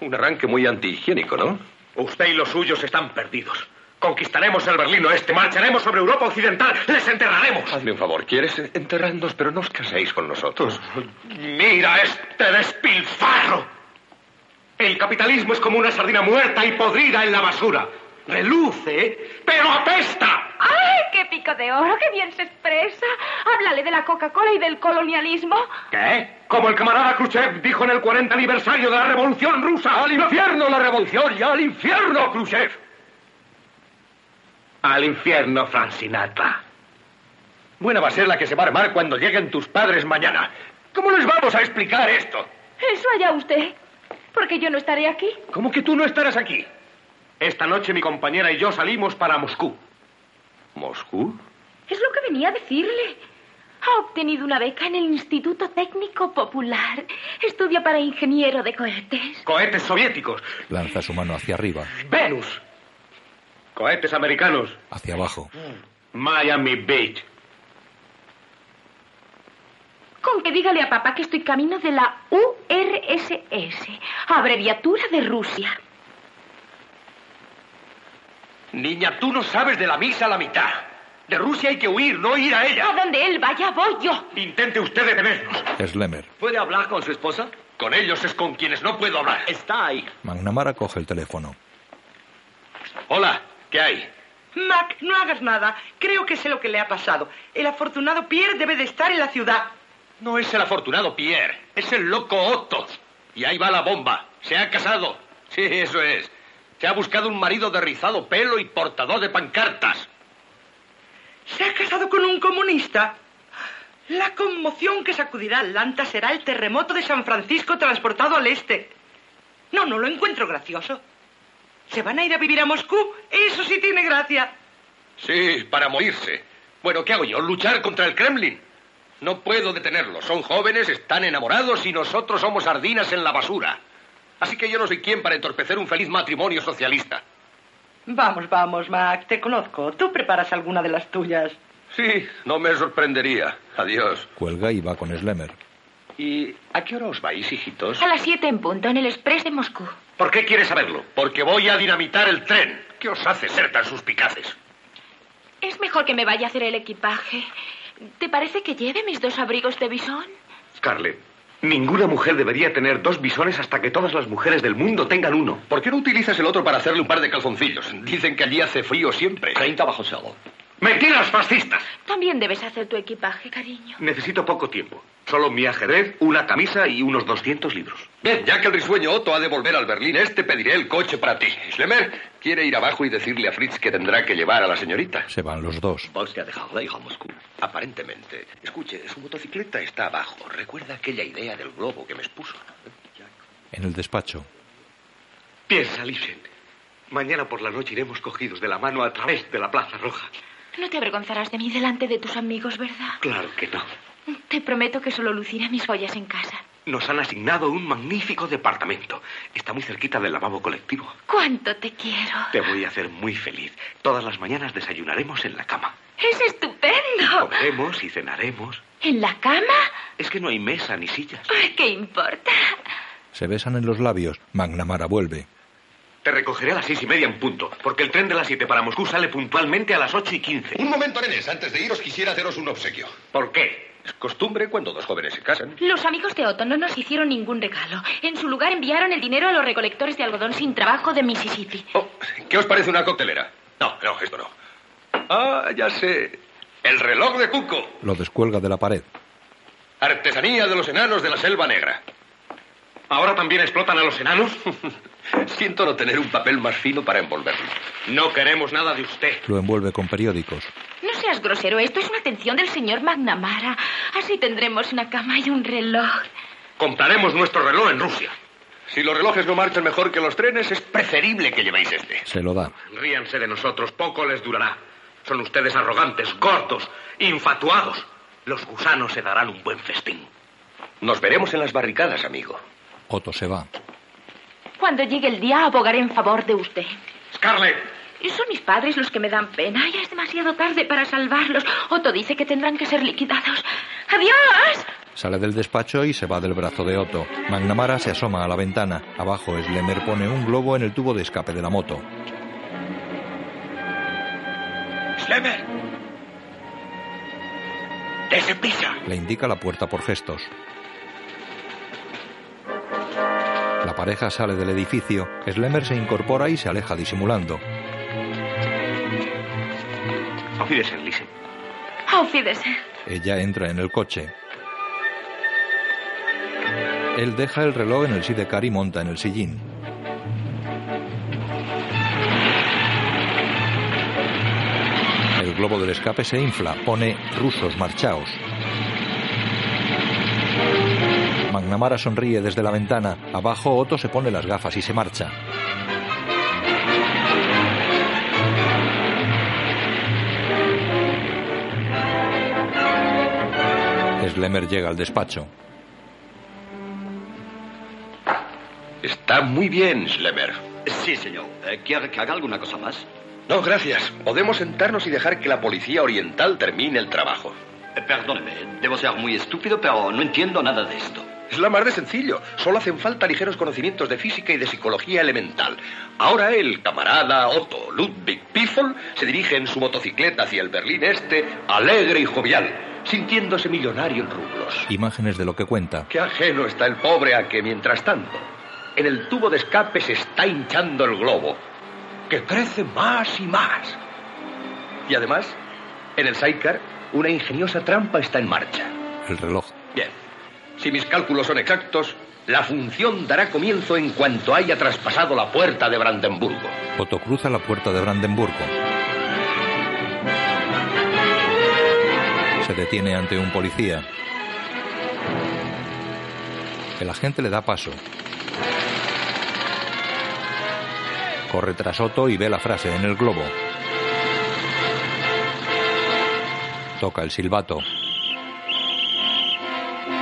Un arranque muy antihigiénico, ¿no? Usted y los suyos están perdidos. Conquistaremos el Berlín Oeste, marcharemos sobre Europa Occidental, les enterraremos. Hazme un favor, ¿quieres enterrarnos, pero no os caséis con nosotros? Mira este despilfarro. El capitalismo es como una sardina muerta y podrida en la basura. Reluce, pero apesta. ¡Ay, qué pico de oro! ¡Qué bien se expresa! Háblale de la Coca-Cola y del colonialismo. ¿Qué? Como el camarada Khrushchev dijo en el 40 aniversario de la Revolución Rusa. ¡Al infierno la revolución y al infierno Khrushchev! Al infierno, Francinata. Buena va a ser la que se va a armar cuando lleguen tus padres mañana. ¿Cómo les vamos a explicar esto? Eso allá usted. Porque yo no estaré aquí. ¿Cómo que tú no estarás aquí? Esta noche mi compañera y yo salimos para Moscú. ¿Moscú? Es lo que venía a decirle. Ha obtenido una beca en el Instituto Técnico Popular. Estudia para ingeniero de cohetes. Cohetes soviéticos, Lanza su mano hacia arriba, Venus, cohetes americanos, hacia abajo. Miami Beach. Con que dígale a papá que estoy camino de la URSS, abreviatura de Rusia. Niña, tú no sabes de la misa a la mitad. De Rusia hay que huir, no ir a ella. A donde él vaya, voy yo. Intente usted detenernos. Slemer. ¿Puede hablar con su esposa? Con ellos es con quienes no puedo hablar. Está ahí. McNamara coge el teléfono. Hola, ¿qué hay? Mac, no hagas nada. Creo que sé lo que le ha pasado. El afortunado Pierre debe de estar en la ciudad. No es el afortunado Pierre, es el loco Otto. Y ahí va la bomba. Se ha casado. Sí, eso es. Se ha buscado un marido de rizado pelo y portador de pancartas. Se ha casado con un comunista. La conmoción que sacudirá Atlanta será el terremoto de San Francisco transportado al este. No, no lo encuentro gracioso. ¿Se van a ir a vivir a Moscú? Eso sí tiene gracia. Sí, para morirse. Bueno, ¿qué hago yo? ¿Luchar contra el Kremlin? No puedo detenerlos. Son jóvenes, están enamorados y nosotros somos sardinas en la basura. Así que yo no soy quien para entorpecer un feliz matrimonio socialista. Vamos, vamos, Mac, te conozco. Tú preparas alguna de las tuyas. Sí, no me sorprendería. Adiós. Cuelga y va con Slemer. ¿Y a qué hora os vais, hijitos? A las siete en punto, en el Express de Moscú. ¿Por qué quieres saberlo? Porque voy a dinamitar el tren. ¿Qué os hace ser tan suspicaces? Es mejor que me vaya a hacer el equipaje. ¿Te parece que lleve mis dos abrigos de bisón? Scarlett, ninguna mujer debería tener dos bisones hasta que todas las mujeres del mundo tengan uno. ¿Por qué no utilizas el otro para hacerle un par de calzoncillos? Dicen que allí hace frío siempre. 30 bajo cero. ¡Mentiras fascistas! También debes hacer tu equipaje, cariño. Necesito poco tiempo. Solo mi ajedrez, una camisa y unos 200 libros. Bien, ya que el risueño Otto ha de volver al Berlín este, pediré el coche para ti. Schlemmer quiere ir abajo y decirle a Fritz que tendrá que llevar a la señorita. Se van los dos. Vos te ha dejado de ir a Moscú. Aparentemente. Escuche, su motocicleta está abajo. Recuerda aquella idea del globo que me expuso. En el despacho, Piensa, Lisen. Mañana por la noche iremos cogidos de la mano a través de la Plaza Roja. No te avergonzarás de mí delante de tus amigos, ¿verdad? Claro que no. Te prometo que solo luciré mis joyas en casa. Nos han asignado un magnífico departamento. Está muy cerquita del lavabo colectivo. ¿Cuánto te quiero? Te voy a hacer muy feliz. Todas las mañanas desayunaremos en la cama. ¡Es estupendo! Comeremos y cenaremos. ¿En la cama? Es que no hay mesa ni sillas. Ay, ¿Qué importa? se besan en los labios. McNamara vuelve. Te recogeré a las seis y media en punto, porque el tren de las siete para Moscú sale puntualmente a las ocho y quince. Un momento, nenes. Antes de iros quisiera haceros un obsequio. ¿Por qué? Es costumbre cuando dos jóvenes se casan. Los amigos de Otto no nos hicieron ningún regalo. En su lugar enviaron el dinero a los recolectores de algodón sin trabajo de Mississippi. Oh, ¿Qué os parece una coctelera? No, no, esto no. Ah, ya sé. El reloj de Cuco. Lo descuelga de la pared. Artesanía de los enanos de la Selva Negra. ¿Ahora también explotan a los enanos? [LAUGHS] Siento no tener un papel más fino para envolverlo. No queremos nada de usted. Lo envuelve con periódicos. No seas grosero, esto es una atención del señor McNamara. Así tendremos una cama y un reloj. Compraremos nuestro reloj en Rusia. Si los relojes no marchan mejor que los trenes, es preferible que llevéis este. Se lo da. Ríanse de nosotros, poco les durará. Son ustedes arrogantes, gordos, infatuados. Los gusanos se darán un buen festín. Nos veremos en las barricadas, amigo. Otto se va. Cuando llegue el día abogaré en favor de usted. Scarlett, Y Son mis padres los que me dan pena. Ya es demasiado tarde para salvarlos. Otto dice que tendrán que ser liquidados. ¡Adiós! Sale del despacho y se va del brazo de Otto. McNamara se asoma a la ventana. Abajo, Slemer pone un globo en el tubo de escape de la moto. ¡Slemer! ¡Dese prisa! Le indica la puerta por gestos. La pareja sale del edificio. Slemer se incorpora y se aleja disimulando. Auf Wiedersehen, Lise. Auf Wiedersehen. Ella entra en el coche. Él deja el reloj en el sidecar y monta en el sillín. El globo del escape se infla, pone rusos marchaos. McNamara sonríe desde la ventana. Abajo Otto se pone las gafas y se marcha. Slemer llega al despacho. Está muy bien, Schlemmer. Sí, señor. Eh, ¿Quiere que haga alguna cosa más? No, gracias. Podemos sentarnos y dejar que la policía oriental termine el trabajo. Eh, perdóneme, debo ser muy estúpido, pero no entiendo nada de esto. Es la mar de sencillo. Solo hacen falta ligeros conocimientos de física y de psicología elemental. Ahora el camarada Otto Ludwig Piffel se dirige en su motocicleta hacia el Berlín Este, alegre y jovial, sintiéndose millonario en rublos. Imágenes de lo que cuenta. Qué ajeno está el pobre a que, mientras tanto, en el tubo de escape se está hinchando el globo, que crece más y más. Y además, en el sidecar, una ingeniosa trampa está en marcha. El reloj. Bien. Si mis cálculos son exactos, la función dará comienzo en cuanto haya traspasado la puerta de Brandenburgo. Otto cruza la puerta de Brandenburgo. Se detiene ante un policía. El agente le da paso. Corre tras Otto y ve la frase en el globo. Toca el silbato.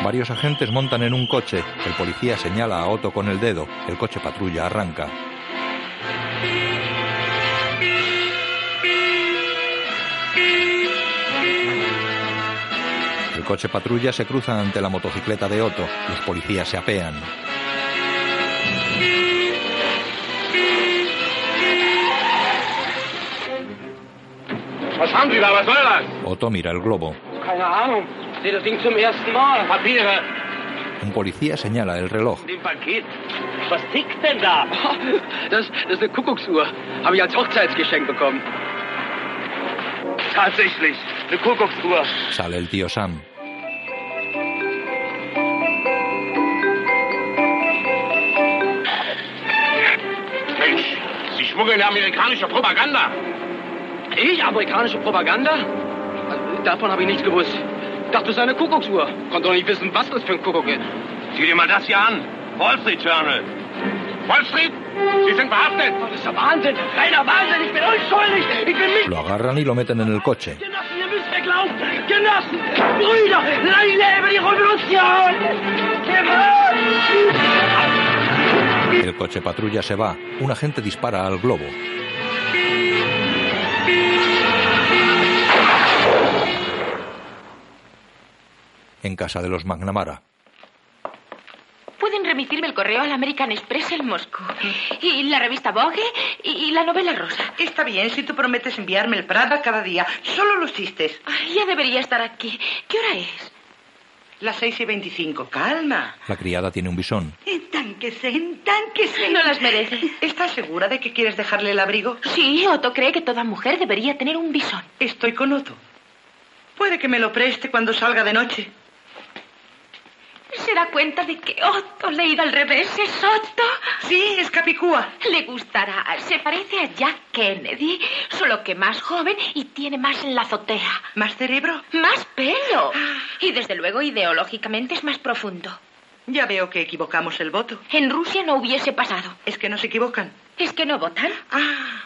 Varios agentes montan en un coche. El policía señala a Otto con el dedo. El coche patrulla arranca. El coche patrulla se cruza ante la motocicleta de Otto. Los policías se apean. Was haben Sie da? Was soll das? Otto mira el globo. Keine Ahnung. Sehe das Ding zum ersten Mal. Papiere. Un policía señala el reloj. Dem Paket. Was tickt denn da? [LAUGHS] Das, das ist eine Kuckucksuhr. Habe ich als Hochzeitsgeschenk bekommen. Tatsächlich. Eine Kuckucksuhr. Sale el tío Sam. Mensch, Sie schmuggeln amerikanische Propaganda. Ich? Amerikanische Propaganda? Also, Davon habe ich nichts gewusst. Dachte, es sei eine Kuckucksuhr. Konnte doch nicht wissen, was das für ein Kuckuck ist. Sieh dir mal das hier an. Wall Street Journal. Wall Street, Sie sind verhaftet. Oh, Das ist doch Wahnsinn. Reiner Wahnsinn. Ich bin unschuldig. Ich bin nicht... Lo agarran y lo meten en el coche. Genossen, ihr müsst weglaufen. Genossen, Brüder, nein, lebe die Revolution. El coche patrulla se va. Un agente dispara al globo. En casa de los McNamara. Pueden remitirme el correo al American Express en Moscú. Y la revista Vogue y, y la novela Rosa. Está bien si tú prometes enviarme el Prada cada día. Solo los chistes. Ay, ya debería estar aquí. ¿Qué hora es? Las seis y veinticinco. Calma. La criada tiene un bisón. Entanquesen, tanquesen. No las merece. ¿Estás segura de que quieres dejarle el abrigo? Sí, Otto cree que toda mujer debería tener un bisón. Estoy con Otto. Puede que me lo preste cuando salga de noche. ¿Se da cuenta de que Otto leído al revés es Otto? Sí, es Capicúa. Le gustará. Se parece a Jack Kennedy, solo que más joven y tiene más en la azotea. ¿Más cerebro? Más pelo. Y desde luego ideológicamente es más profundo. Ya veo que equivocamos el voto. En Rusia no hubiese pasado. Es que no se equivocan. ¿Es que no votan? Ah,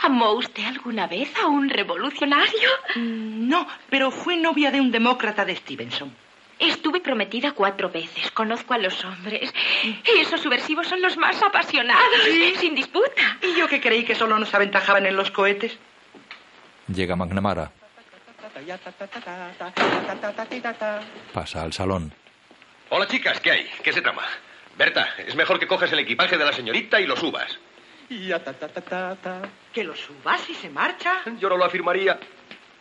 ¿Amó usted alguna vez a un revolucionario? Mm, no, pero fue novia de un demócrata de Stevenson. Estuve prometida cuatro veces. Conozco a los hombres. Y esos subversivos son los más apasionados. Sin disputa. ¿Y yo que creí que solo nos aventajaban en los cohetes? Llega McNamara. Pasa al salón. Hola, chicas, ¿qué hay? ¿Qué se trama? Berta, es mejor que cojas el equipaje de la señorita y lo subas. Que lo subas y se marcha. Yo no lo afirmaría.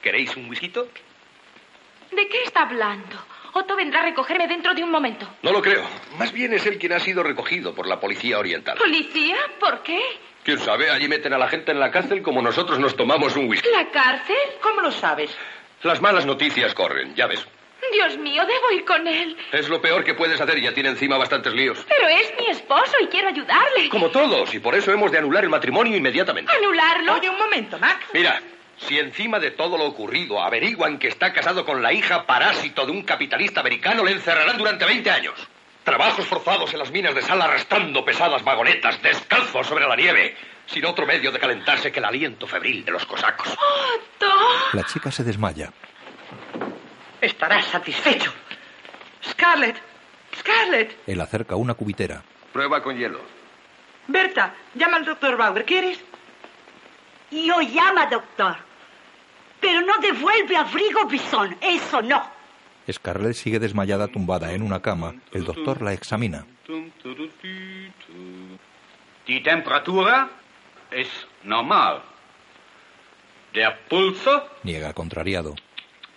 ¿Queréis un whisky? ¿De qué está hablando? Otto vendrá a recogerme dentro de un momento. No lo creo. Más bien es él quien ha sido recogido por la policía oriental. ¿Policía? ¿Por qué? ¿Quién sabe? Allí meten a la gente en la cárcel como nosotros nos tomamos un whisky. ¿La cárcel? ¿Cómo lo sabes? Las malas noticias corren, ya ves. Dios mío, debo ir con él. Es lo peor que puedes hacer, ya tiene encima bastantes líos. Pero es mi esposo y quiero ayudarle. Como todos, y por eso hemos de anular el matrimonio inmediatamente. ¿Anularlo? Oye, un momento, Mac. Mira, si encima de todo lo ocurrido averiguan que está casado con la hija parásito de un capitalista americano, le encerrarán durante 20 años. Trabajos forzados en las minas de sal arrastrando pesadas vagonetas descalzos sobre la nieve, sin otro medio de calentarse que el aliento febril de los cosacos. La chica se desmaya. Estarás satisfecho. Scarlett, Scarlett, Él acerca una cubitera. Prueba con hielo. Berta, llama al doctor Bauer, ¿quieres? Yo llama, doctor. Pero no devuelve a Frigo Bison, eso no. Scarlett sigue desmayada tumbada en una cama. El doctor la examina. Die Temperatur ist normal. Der Pulso. Niega contrariado.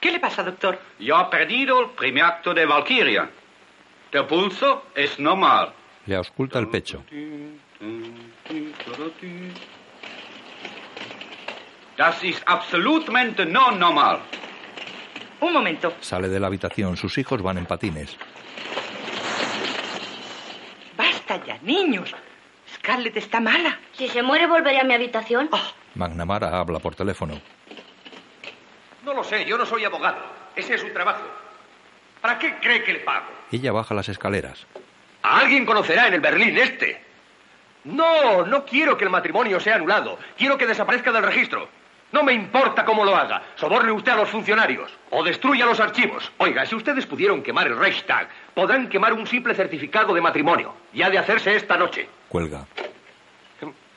¿Qué le pasa, doctor? Yo he perdido el primer acto de Valkyria. Der Pulso es normal. Le ausculta el pecho. Das ist absolutamente no normal. Un momento. Sale de la habitación. Sus hijos van en patines. Basta ya, niños. Scarlett está mala. Si se muere, volveré a mi habitación. Oh. McNamara habla por teléfono. No lo sé, yo no soy abogado. Ese es su trabajo. ¿Para qué cree que le pago? Ella baja las escaleras. A alguien conocerá en el Berlín este. No, no quiero que el matrimonio sea anulado. Quiero que desaparezca del registro. No me importa cómo lo haga. Soborne usted a los funcionarios o destruya los archivos. Oiga, si ustedes pudieron quemar el Reichstag, podrán quemar un simple certificado de matrimonio. Y ha de hacerse esta noche. Cuelga.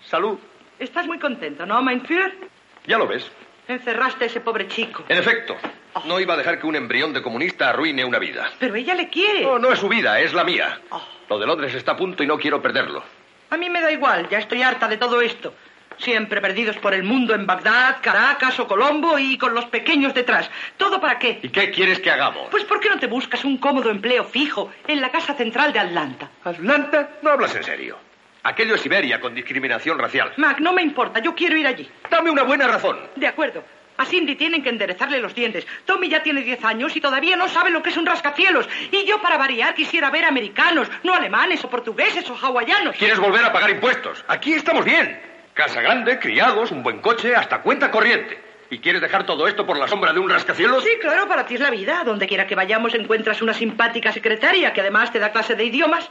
Salud. Estás muy contento, ¿no, mein Führer? Ya lo ves. Encerraste a ese pobre chico. En efecto, no iba a dejar que un embrión de comunista arruine una vida. Pero ella le quiere. No, no es su vida, es la mía. Lo de Londres está a punto y no quiero perderlo. A mí me da igual, ya estoy harta de todo esto. Siempre perdidos por el mundo en Bagdad, Caracas o Colombo y con los pequeños detrás. ¿Todo para qué? ¿Y qué quieres que hagamos? Pues ¿por qué no te buscas un cómodo empleo fijo en la casa central de Atlanta? ¿Atlanta? No hablas en serio. Aquello es Siberia con discriminación racial. Mac, no me importa, yo quiero ir allí. Dame una buena razón. De acuerdo. A Cindy tienen que enderezarle los dientes. Tommy ya tiene 10 años y todavía no sabe lo que es un rascacielos. Y yo, para variar, quisiera ver americanos, no alemanes o portugueses o hawaianos. ¿Quieres volver a pagar impuestos? Aquí estamos bien. Casa grande, criados, un buen coche, hasta cuenta corriente. ¿Y quieres dejar todo esto por la sombra de un rascacielos? Sí, claro, para ti es la vida. Donde quiera que vayamos encuentras una simpática secretaria que además te da clase de idiomas.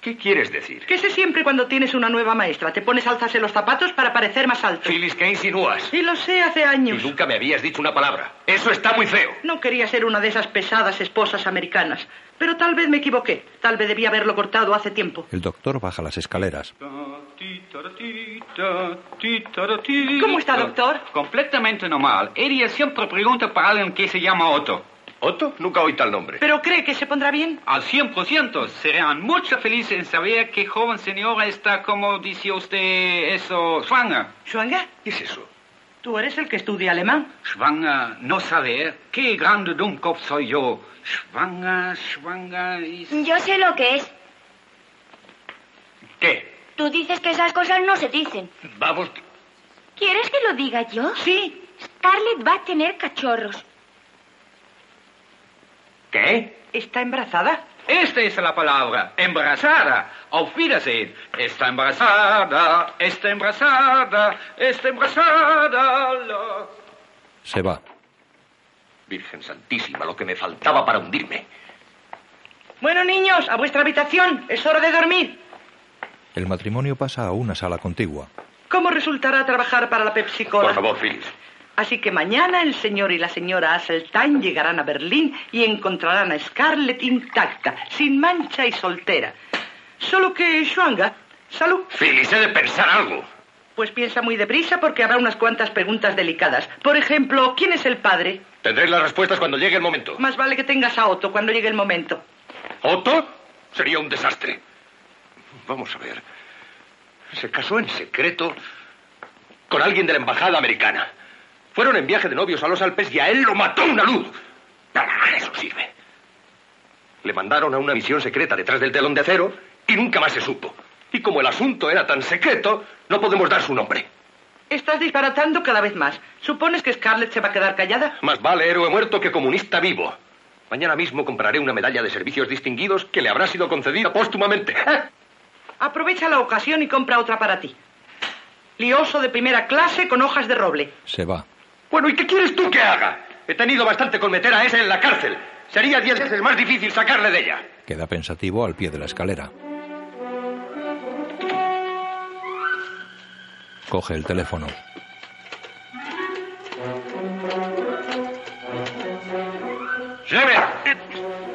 ¿Qué quieres decir? Que sé siempre cuando tienes una nueva maestra. Te pones alzas en los zapatos para parecer más alto. Phyllis, ¿qué insinúas? Y lo sé hace años. Y nunca me habías dicho una palabra. Eso está muy feo. No quería ser una de esas pesadas esposas americanas. Pero tal vez me equivoqué. Tal vez debía haberlo cortado hace tiempo. El doctor baja las escaleras. ¿Cómo está, doctor? Completamente normal. Ella siempre pregunta para alguien que se llama Otto. ¿Otto? Nunca oí tal nombre. ¿Pero cree que se pondrá bien? Al 100%. Serán mucho felices en saber que joven señora está, como dice usted, eso, schwanger. ¿Schwanger? ¿Qué es eso? Tú eres el que estudia alemán. Schwanger, no saber. Qué grande dummkopf soy yo. Schwanger, schwanger y... Yo sé lo que es. ¿Qué? Tú dices que esas cosas no se dicen. Vamos. ¿Quieres que lo diga yo? Sí. Scarlett va a tener cachorros. ¿Qué? ¿Está embarazada? Esta es la palabra, embarazada. Auf Wiedersehen. Está embarazada, está embarazada, está embarazada. la- Se va. Virgen Santísima, lo que me faltaba para hundirme. Bueno, niños, a vuestra habitación. Es hora de dormir. El matrimonio pasa a una sala contigua. ¿Cómo resultará trabajar para la Pepsi Cola? Por favor, Phyllis. Así que mañana el señor y la señora Asseltine llegarán a Berlín y encontrarán a Scarlett intacta, sin mancha y soltera. Solo que, Schwanga, salud. Phyllis, he de pensar algo. Pues piensa muy deprisa porque habrá unas cuantas preguntas delicadas. Por ejemplo, ¿quién es el padre? Tendréis las respuestas cuando llegue el momento. Más vale que tengas a Otto cuando llegue el momento. ¿Otto? Sería un desastre. Vamos a ver. Se casó en secreto con alguien de la embajada americana. Fueron en viaje de novios a los Alpes y a él lo mató una luz. Para eso sirve. Le mandaron a una misión secreta detrás del telón de acero y nunca más se supo. Y como el asunto era tan secreto, no podemos dar su nombre. Estás disparatando cada vez más. ¿Supones que Scarlett se va a quedar callada? Más vale héroe muerto que comunista vivo. Mañana mismo compraré una medalla de servicios distinguidos que le habrá sido concedida póstumamente. [LAUGHS] Aprovecha la ocasión y compra otra para ti. Lioso de primera clase con hojas de roble. Se va. Bueno, ¿y qué quieres tú que haga? He tenido bastante con meter a ese en la cárcel. Sería diez veces más difícil sacarle de ella. Queda pensativo al pie de la escalera. Coge el teléfono. ¡Schlemmer!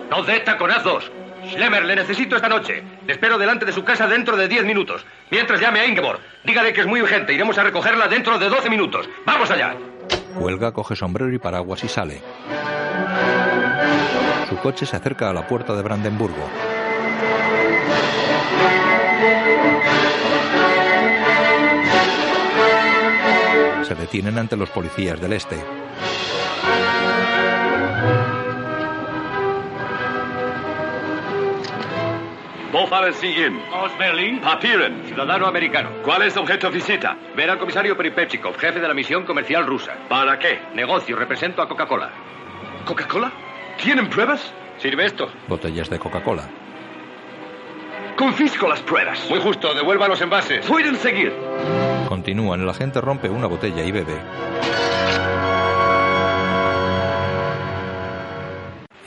¡No dé taconazos! Schlemmer, le necesito esta noche. Le espero delante de su casa dentro de diez minutos. Mientras llame a Ingeborg, dígale que es muy urgente. Iremos a recogerla dentro de doce minutos. ¡Vamos allá! Huelga coge sombrero y paraguas y sale. Su coche se acerca a la puerta de Brandenburgo. Se detienen ante los policías del este. Wo fahren Sie hin? Aus Berlín. Papieren. Ciudadano americano. ¿Cuál es su objeto de visita? Ver al comisario Peripechikov, jefe de la misión comercial rusa. ¿Para qué? Negocio, represento a Coca-Cola. ¿Coca-Cola? ¿Tienen pruebas? Sirve esto. Botellas de Coca-Cola. Confisco las pruebas. Muy justo, devuelva los envases. Pueden seguir. Continúan. La gente rompe una botella y bebe.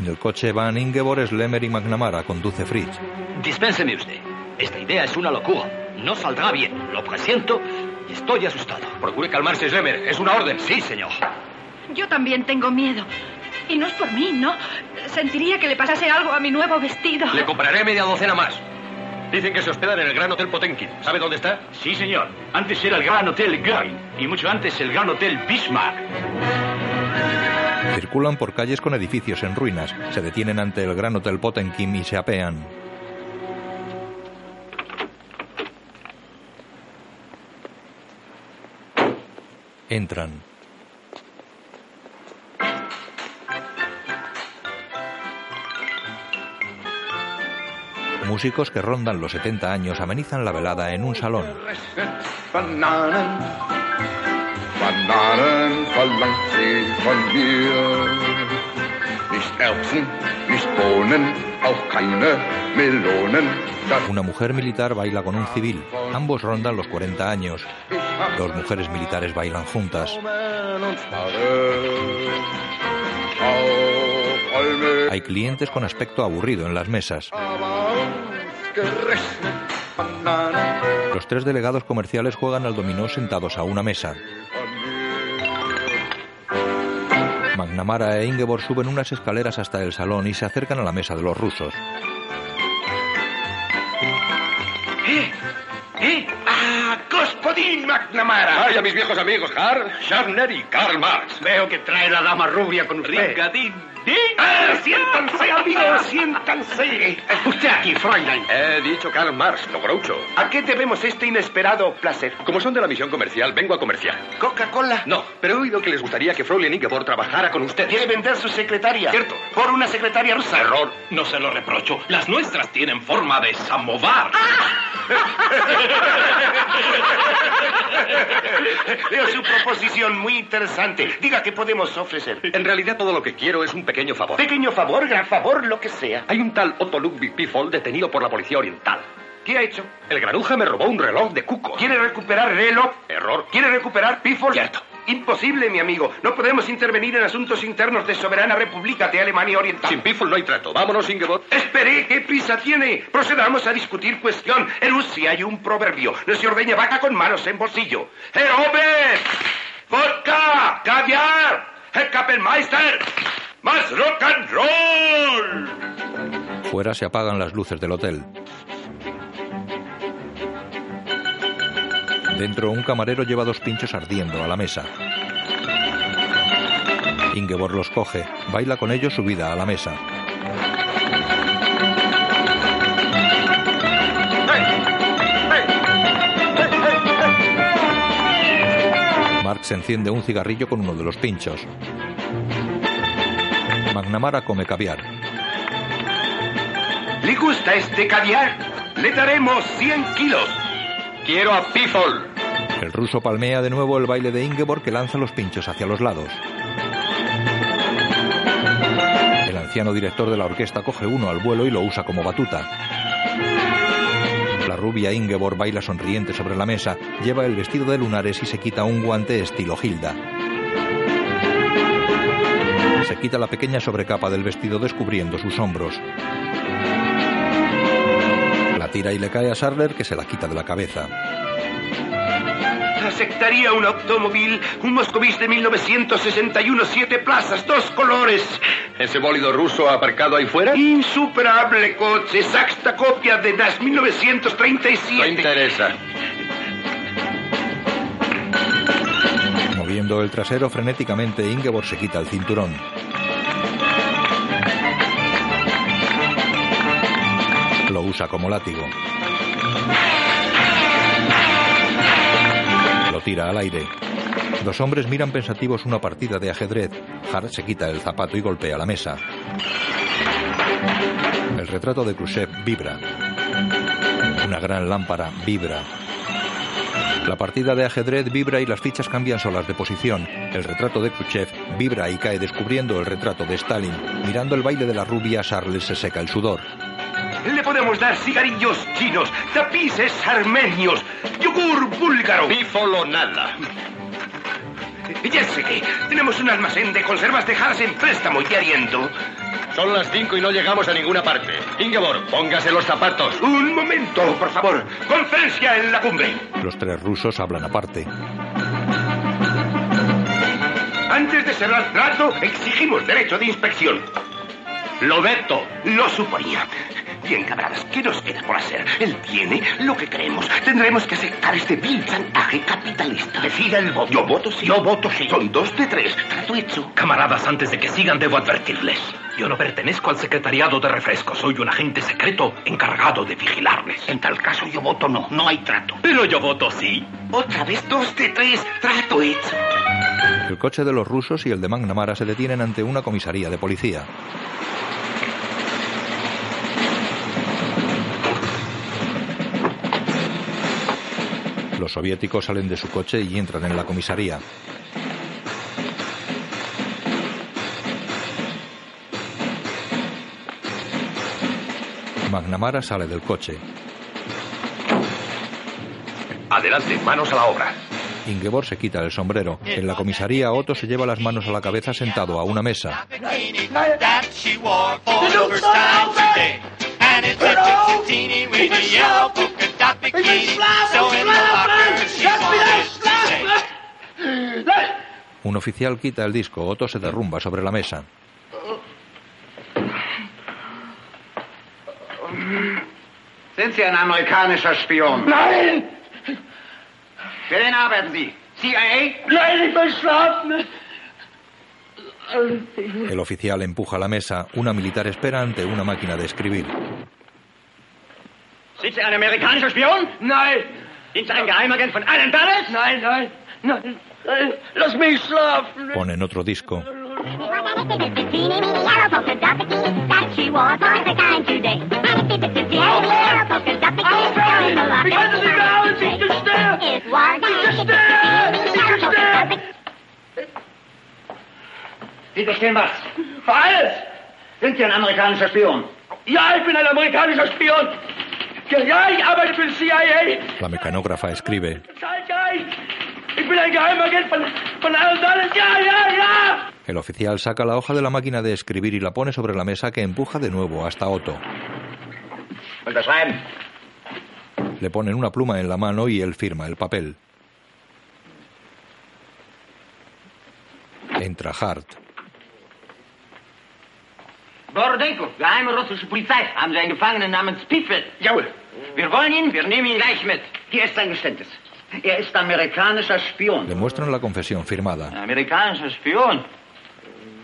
En el coche van Ingeborg, Schlemmer y McNamara. Conduce Fritz. Dispénseme usted. Esta idea es una locura. No saldrá bien. Lo presiento y estoy asustado. Procure calmarse, Schlemmer. Es una orden. Sí, señor. Yo también tengo miedo. Y no es por mí, ¿no? Sentiría que le pasase algo a mi nuevo vestido. Le compraré media docena más. Dicen que se hospedan en el Gran Hotel Potenkin. ¿Sabe dónde está? Sí, señor. Antes era el Gran Hotel Green y mucho antes el Gran Hotel Bismarck. Circulan por calles con edificios en ruinas. Se detienen ante el Gran Hotel Potemkin y se apean. Entran. Músicos que rondan los 70 años amenizan la velada en un salón. Bananen, Bananen verlangt sie von mir. Nicht Erbsen, nicht Bohnen, auch keine Melonen. Una mujer militar baila con un civil. Ambos rondan los 40 años. Dos mujeres militares bailan juntas. Hay clientes con aspecto aburrido en las mesas. Gerechnet, Bananen Los tres delegados comerciales juegan al dominó sentados a una mesa. McNamara e Ingeborg suben unas escaleras hasta el salón y se acercan a la mesa de los rusos. ¿Eh? ¿Eh? ¡Ah! ¡Gospodín McNamara! Vaya, mis viejos amigos, Karl Scharner y Karl Marx. Veo que trae la dama rubia con usted. ¡Ah! ¡Siéntanse, amigos! ¡Siéntanse! Eh, Usted aquí, Fräulein. He dicho Karl Marx, no Groucho. ¿A qué debemos este inesperado placer? Como son de la misión comercial, vengo a comerciar. ¿Coca-Cola? No, pero he oído que les gustaría que Fräulein Ingeborg trabajara con ustedes. Quiere vender su secretaria. Cierto. Por una secretaria rusa. Error, no se lo reprocho. Las nuestras tienen forma de samovar. Veo su proposición muy interesante. Diga qué podemos ofrecer. En realidad, todo lo que quiero es un pequeño favor. Pequeño favor, gran favor, lo que sea. Hay un tal Otto Ludwig Pifol detenido por la policía oriental. ¿Qué ha hecho? El granuja me robó un reloj de cuco. ¿Quiere recuperar reloj? Error. ¿Quiere recuperar Pifor? Cierto. Imposible, mi amigo. No podemos intervenir en asuntos internos de Soberana República de Alemania Oriental. Sin Pifol no hay trato. Vámonos, Ingeborg. Espere, ¿qué prisa tiene? Procedamos a discutir cuestión. En Rusia hay un proverbio. No se ordeña vaca con manos en bolsillo. ¡Eh, hombre! ¡Vodka! ¡Caviar! ¡El Kapellmeister! ¡Más rock and roll! Fuera se apagan las luces del hotel. Dentro un camarero lleva dos pinchos ardiendo a la mesa. Ingeborg los coge, baila con ellos subida a la mesa. Marx enciende un cigarrillo con uno de los pinchos. McNamara come caviar. ¿Le gusta este caviar? Le daremos 100 kilos. Quiero a Pifol. El ruso palmea de nuevo el baile de Ingeborg que lanza los pinchos hacia los lados. El anciano director de la orquesta coge uno al vuelo y lo usa como batuta. La rubia Ingeborg baila sonriente sobre la mesa, lleva el vestido de lunares y se quita un guante estilo Hilda. Se quita la pequeña sobrecapa del vestido descubriendo sus hombros. La tira y le cae a Sarler que se la quita de la cabeza. Aceptaría un automóvil, un Moscovich de 1961, siete plazas, dos colores. ¿Ese bólido ruso aparcado ahí fuera? Insuperable coche, sexta copia de las 1937. No interesa. Moviendo el trasero frenéticamente, Ingeborg se quita el cinturón. Lo usa como látigo. Lo tira al aire. Los hombres miran pensativos una partida de ajedrez. Hart se quita el zapato y golpea la mesa. El retrato de Khrushchev vibra. Una gran lámpara vibra. La partida de ajedrez vibra y las fichas cambian solas de posición. El retrato de Khrushchev vibra y cae descubriendo el retrato de Stalin. Mirando el baile de la rubia, Charles se seca el sudor. Le podemos dar cigarrillos chinos, tapices armenios, yogur búlgaro. Bífolo nada. Ya sé que tenemos un almacén de conservas dejadas en préstamo y ariendo. Son las cinco y no llegamos a ninguna parte. Ingeborg, póngase los zapatos. Un momento, por favor. Conferencia en la cumbre. Los tres rusos hablan aparte. Antes de cerrar trato, exigimos derecho de inspección. Lo veto. Lo suponía. Bien, camaradas, ¿qué nos queda por hacer? Él tiene lo que queremos. Tendremos que aceptar este vil chantaje capitalista. Decida el voto. Yo voto sí. Yo voto sí. Son dos de tres. Trato hecho. Camaradas, antes de que sigan, debo advertirles. Yo no pertenezco al secretariado de refrescos. Soy un agente secreto encargado de vigilarles. En tal caso, yo voto no. No hay trato. Pero yo voto sí. Otra vez dos de tres. Trato hecho. El coche de los rusos y el de McNamara se detienen ante una comisaría de policía. Los soviéticos salen de su coche y entran en la comisaría. McNamara sale del coche. Adelante, manos a la obra. Ingeborg se quita el sombrero. En la comisaría, Otto se lleva las manos a la cabeza sentado a una mesa. Un oficial quita el disco. Otto se derrumba sobre la mesa. Sind Sie ein amerikanischer Spion? Nein! Wen arbeiten Sie? CIA? Nein, ich bin schlafen. El oficial empuja la mesa. Una militar espera ante una máquina de escribir. Sind Sie ein amerikanischer Spion? Nein, Sind Sie ein Geheimagent von Allen Dulles? nein, nein, nein. nein. Lass mich schlafen. Ponen otro disco. Sie verstehen was? Alles. Sind Sie ein amerikanischer Spion? Ja, ich bin ein amerikanischer Spion. Ja, ich arbeite für die CIA. La mecanógrafa escribe. Zeitgeist. Ich bin ein Geheimagent von, von Allen Dulles. Ja, ja, ja. El oficial saca la hoja de la máquina de escribir y la pone sobre la mesa que empuja de nuevo hasta Otto. Unterschreiben. Le ponen una pluma en la mano y él firma el papel. Entra Hart. Borodenko, geheime russische Polizei, haben Sie einen Gefangenen namens Piffel. Jawohl. Wir wollen ihn, wir nehmen ihn gleich mit. Hier ist sein Geständnis. Er ist amerikanischer Spion. Le muestran la confesión firmada. Amerikanischer Spion?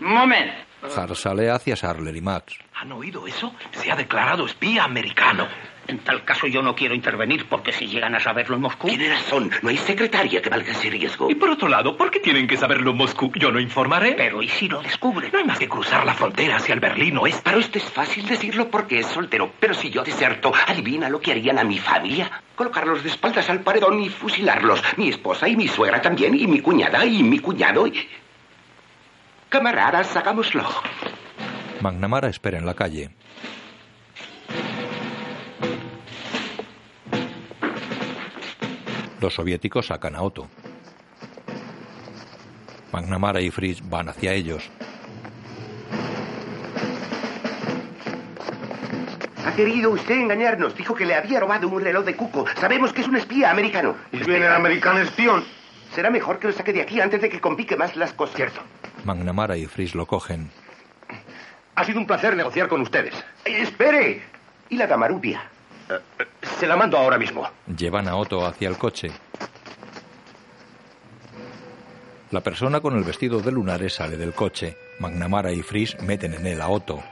Moment. Har sale hacia Sarler y Max. ¿Han oído eso? Se ha declarado espía americano. En tal caso yo no quiero intervenir porque si llegan a saberlo en Moscú... Tiene razón, no hay secretaria que valga ese riesgo. Y por otro lado, ¿por qué tienen que saberlo en Moscú? Yo no informaré. Pero ¿y si lo descubren? No hay más que cruzar la frontera hacia el Berlín Oeste. Para usted es fácil decirlo porque es soltero, pero si yo deserto, adivina lo que harían a mi familia. Colocarlos de espaldas al paredón y fusilarlos. Mi esposa y mi suegra también, y mi cuñada y mi cuñado. Y... Camaradas, hagámoslo. McNamara espera en la calle. Los soviéticos sacan a Otto. McNamara y Fritz van hacia ellos. Ha querido usted engañarnos. Dijo que le había robado un reloj de cuco. Sabemos que es un espía americano. Ich bin ein American Spion. Será mejor que lo saque de aquí antes de que complique más las cosas. Cierto. McNamara y Fritz lo cogen. Ha sido un placer negociar con ustedes. Eh, ¡Espere! ¿Y la dama rubia? Eh, eh, se la mando ahora mismo. Llevan a Otto hacia el coche. La persona con el vestido de lunares sale del coche. McNamara y Fris meten en él a Otto.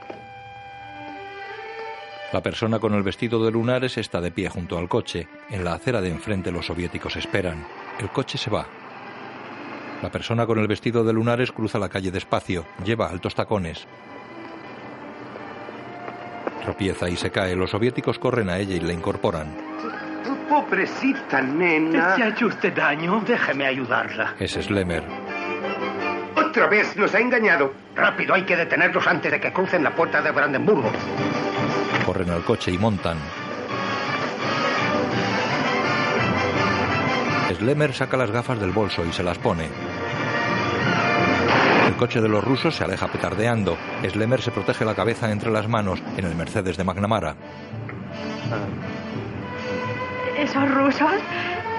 La persona con el vestido de lunares está de pie junto al coche. En la acera de enfrente los soviéticos esperan. El coche se va. La persona con el vestido de lunares cruza la calle despacio. Lleva altos tacones. Tropieza y se cae. Los soviéticos corren a ella y la incorporan. Pobrecita nena. ¿Se ha hecho usted daño? Déjeme ayudarla. Es Slemmer. Otra vez nos ha engañado. Rápido, hay que detenerlos antes de que crucen la puerta de Brandenburgo. Corren al coche y montan. Slemmer saca las gafas del bolso y se las pone. El coche de los rusos se aleja petardeando. Slemmer se protege la cabeza entre las manos en el Mercedes de McNamara. ¿Esos rusos?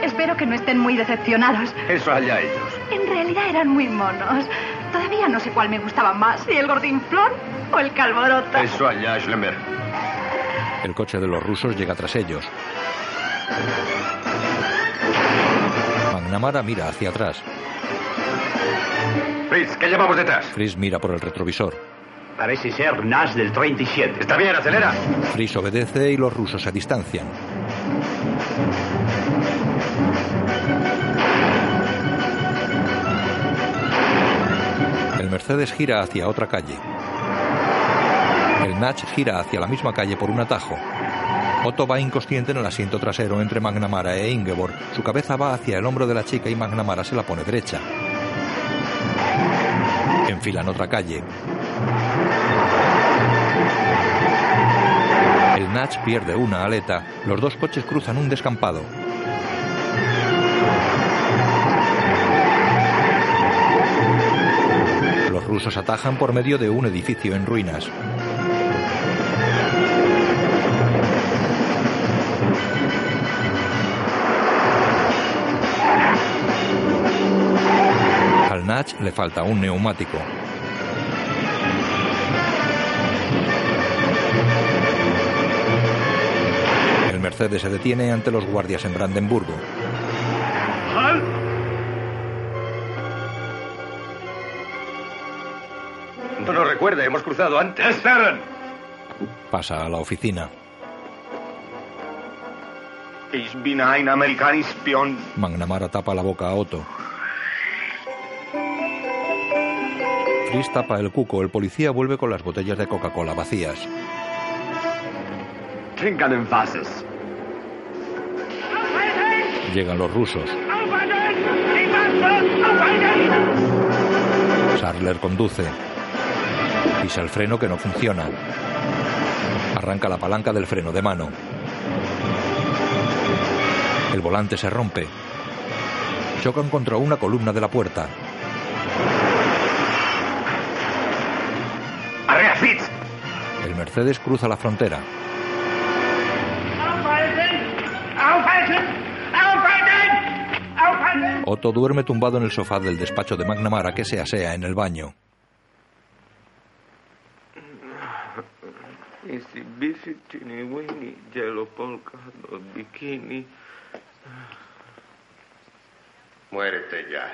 Espero que no estén muy decepcionados. Eso allá ellos. En realidad eran muy monos. Todavía no sé cuál me gustaba más, si el gordinflón o el calvorota. Pues Eso allá, Schlemmer. El coche de los rusos llega tras ellos. McNamara mira hacia atrás. Fritz, ¿qué llevamos detrás? Fritz mira por el retrovisor. Parece ser Nash del 37. Está bien, acelera. Fritz obedece y los rusos se distancian. El Mercedes gira hacia otra calle. El Natch gira hacia la misma calle por un atajo. Otto va inconsciente en el asiento trasero entre Magnamara e Ingeborg. Su cabeza va hacia el hombro de la chica y Magnamara se la pone derecha. Enfilan otra calle. El Natch pierde una aleta. Los dos coches cruzan un descampado. Los rusos atajan por medio de un edificio en ruinas. Al Natch le falta un neumático. El Mercedes se detiene ante los guardias en Brandenburgo. No nos recuerde, hemos cruzado antes. ¡Esperen! Pasa a la oficina. Ich bin ein American Spion. Magnamara tapa la boca a Otto. Chris tapa el cuco. El policía vuelve con las botellas de Coca-Cola vacías. Trinken en vases. Llegan los rusos. Sarler conduce. Pisa el freno que no funciona. Arranca la palanca del freno de mano. El volante se rompe. Chocan contra una columna de la puerta. ¡Arrea, Fritz! El Mercedes cruza la frontera. Otto duerme tumbado en el sofá del despacho de McNamara que se asea en el baño. Isi bisi tini wini jelo polka dot bikini. Muérete ya.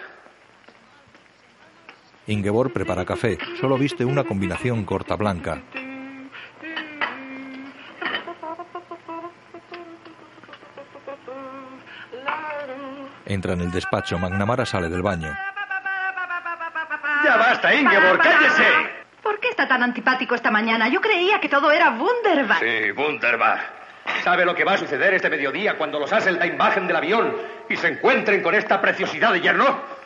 Ingeborg prepara café. Solo viste una combinación corta blanca. Entra en el despacho. McNamara sale del baño. Ya basta, ¿eh? Ingeborg, cállese. ¿Por qué está tan antipático esta mañana? Yo creía que todo era Wunderbar. Sí, Wunderbar. ¿Sabe lo que va a suceder este mediodía cuando los hacen la imagen del avión y se encuentren con esta preciosidad de yerno?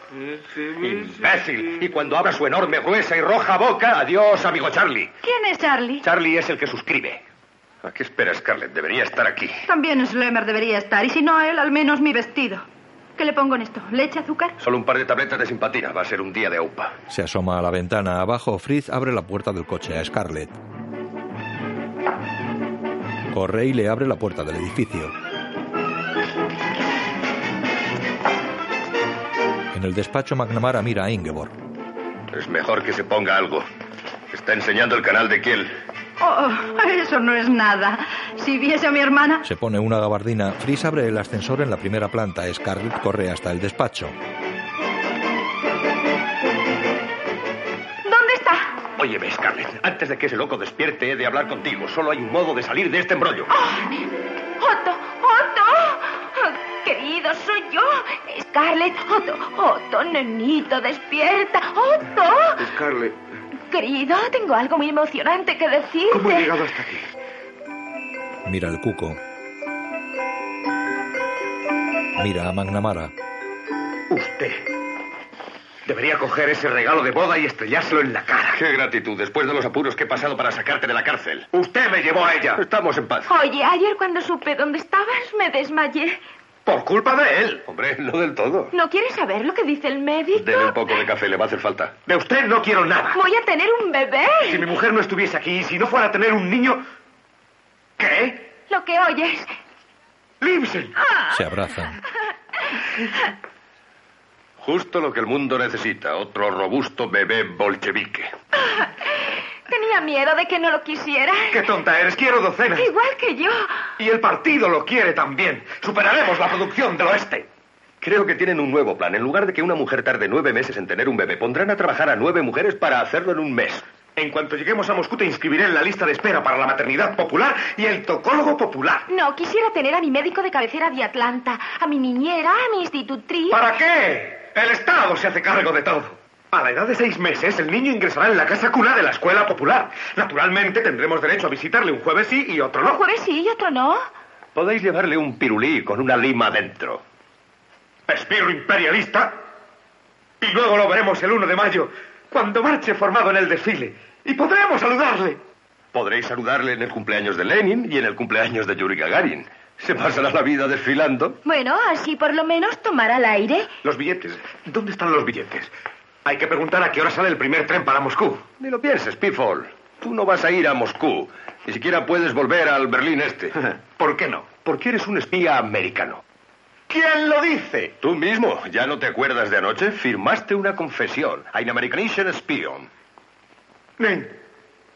Imbécil. Y cuando abra su enorme, gruesa y roja boca, adiós, amigo Charlie. ¿Quién es Charlie? Charlie es el que suscribe. ¿A qué espera Scarlett? Debería estar aquí. También Schlemmer debería estar, y si no él, al menos mi vestido. ¿Qué le pongo en esto? ¿Leche, azúcar? Solo un par de tabletas de simpatina. Va a ser un día de aupa. Se asoma a la ventana. Abajo, Fritz abre la puerta del coche a Scarlett. Corre y le abre la puerta del edificio. En el despacho, McNamara mira a Ingeborg. Es mejor que se ponga algo. Está enseñando el canal de Kiel. Oh, eso no es nada. Si viese a mi hermana, Se pone una gabardina. Fritz abre el ascensor en la primera planta. Scarlett corre hasta el despacho. ¿dónde está? Óyeme, Scarlett. Antes de que ese loco despierte, he de hablar contigo. Solo hay un modo de salir de este embrollo. Otto, Otto. Oh, Querido, soy yo. Scarlett, Otto, Otto, nenito, despierta. Otto. Scarlett, Querido, tengo algo muy emocionante que decirte. ¿cómo he llegado hasta aquí? Mira el cuco. Mira a McNamara. Usted. Debería coger ese regalo de boda y estrellárselo en la cara. Qué gratitud, después de los apuros que he pasado para sacarte de la cárcel. Usted me llevó a ella. Estamos en paz. Oye, ayer cuando supe dónde estabas, me desmayé. Por culpa de él. Hombre, no del todo. ¿No quieres saber lo que dice el médico? Deme un poco de café, le va a hacer falta. De usted no quiero nada. Voy a tener un bebé. Si mi mujer no estuviese aquí y si no fuera a tener un niño... ¿Qué? Lo que oyes. Libsen. Se abrazan. Justo lo que el mundo necesita, otro robusto bebé bolchevique. Ah, Tenía miedo de que no lo quisieras. Qué tonta eres, quiero docenas. Igual que yo. Y el partido lo quiere también. Superaremos la producción del oeste. Creo que tienen un nuevo plan. En lugar de que una mujer tarde nueve meses en tener un bebé, pondrán a trabajar a nueve mujeres para hacerlo en un mes. En cuanto lleguemos a Moscú te inscribiré en la lista de espera para la maternidad popular y el tocólogo popular. No, quisiera tener a mi médico de cabecera de Atlanta, a mi niñera, a mi institutriz. ¿Para qué? El Estado se hace cargo de todo. A la edad de seis meses, el niño ingresará en la casa cuna de la escuela popular. Naturalmente, tendremos derecho a visitarle un jueves sí y otro Un no. jueves sí y otro no. Podéis llevarle un pirulí con una lima dentro. Espirro imperialista. Y luego lo veremos el 1 de mayo, cuando marche formado en el desfile. Y podremos saludarle. Podréis saludarle en el cumpleaños de Lenin y en el cumpleaños de Yuri Gagarin. Se pasará la vida desfilando. Bueno, así por lo menos tomará el aire. Los billetes. ¿Dónde están los billetes? Hay que preguntar a qué hora sale el primer tren para Moscú. Ni lo pienses, Pifol. Tú no vas a ir a Moscú. Ni siquiera puedes volver al Berlín este. [LAUGHS] ¿Por qué no? Porque eres un espía americano. ¿Quién lo dice? Tú mismo, ¿ya no te acuerdas de anoche? Firmaste una confesión. Ein Americanischen Spion. Nein.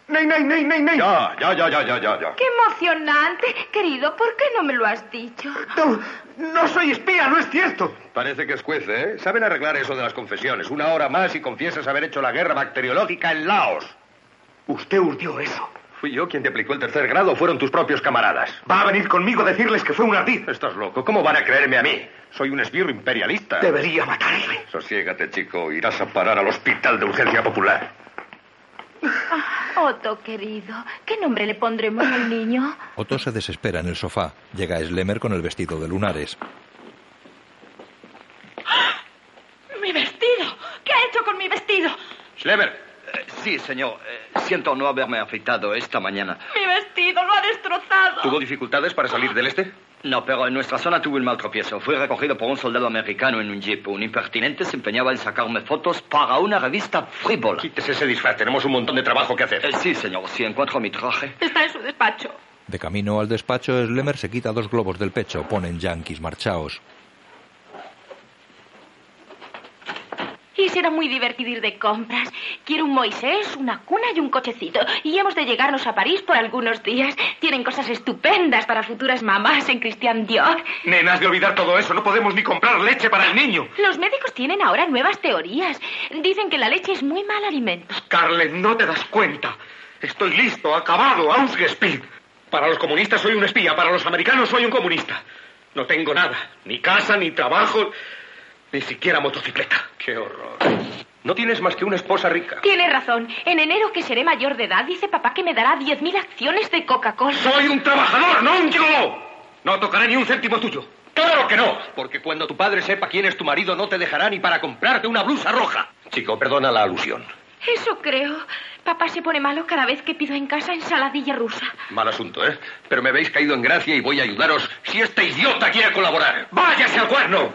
Nein, nein, nein, nein, nein. Ya, ya, ya, ya, ya, ya, ya. ¡Qué emocionante! Querido, ¿por qué no me lo has dicho? No, no soy espía, no es cierto. Parece que escuece, ¿eh? Saben arreglar eso de las confesiones. Una hora más y confiesas haber hecho la guerra bacteriológica en Laos. Usted urdió eso. ¿Fui yo quien te aplicó el tercer grado o fueron tus propios camaradas? Va a venir conmigo a decirles que fue un ardid. Estás loco. ¿Cómo van a creerme a mí? Soy un esbirro imperialista. Debería matarle. Sosiégate, chico. Irás a parar al hospital de urgencia popular. Otto, querido, ¿qué nombre le pondremos al [GASPS] niño? Otto se desespera en el sofá. Llega Slemer con el vestido de lunares. Mi vestido. ¿Qué ha hecho con mi vestido? Schleber. sí, señor. Eh, siento no haberme afeitado esta mañana. Mi vestido lo ha destrozado. ¿Tuvo dificultades para salir del este? No, pero en nuestra zona tuve un mal tropiezo. Fui recogido por un soldado americano en un jeep. Un impertinente se empeñaba en sacarme fotos para una revista frívola. Quítese ese disfraz. Tenemos un montón de trabajo que hacer. Eh, sí, señor. Si encuentro mi traje. Está en su despacho. De camino al despacho, Slemer se quita dos globos del pecho. Ponen yanquis marchaos. Y será muy divertido ir de compras. Quiero un Moisés, una cuna y un cochecito. Y hemos de llegarnos a París por algunos días. Tienen cosas estupendas para futuras mamás en Christian Dior. Nena, has de olvidar todo eso. No podemos ni comprar leche para el niño. Los médicos tienen ahora nuevas teorías. Dicen que la leche es muy mal alimento. Scarlett, no te das cuenta. Estoy listo, acabado, ausgespielt. Para los comunistas soy un espía, para los americanos soy un comunista. No tengo nada, ni casa, ni trabajo, ni siquiera motocicleta. Qué horror. No tienes más que una esposa rica. Tiene razón. En enero que seré mayor de edad, dice papá que me dará 10.000 acciones de Coca-Cola. Soy un trabajador, no un gigoló. No tocaré ni un céntimo tuyo. ¡Claro que no! Porque cuando tu padre sepa quién es tu marido, no te dejará ni para comprarte una blusa roja. Chico, perdona la alusión. Eso creo. Papá se pone malo cada vez que pido en casa ensaladilla rusa. Mal asunto, ¿eh? Pero me habéis caído en gracia y voy a ayudaros si este idiota quiere colaborar. ¡Váyase al cuerno!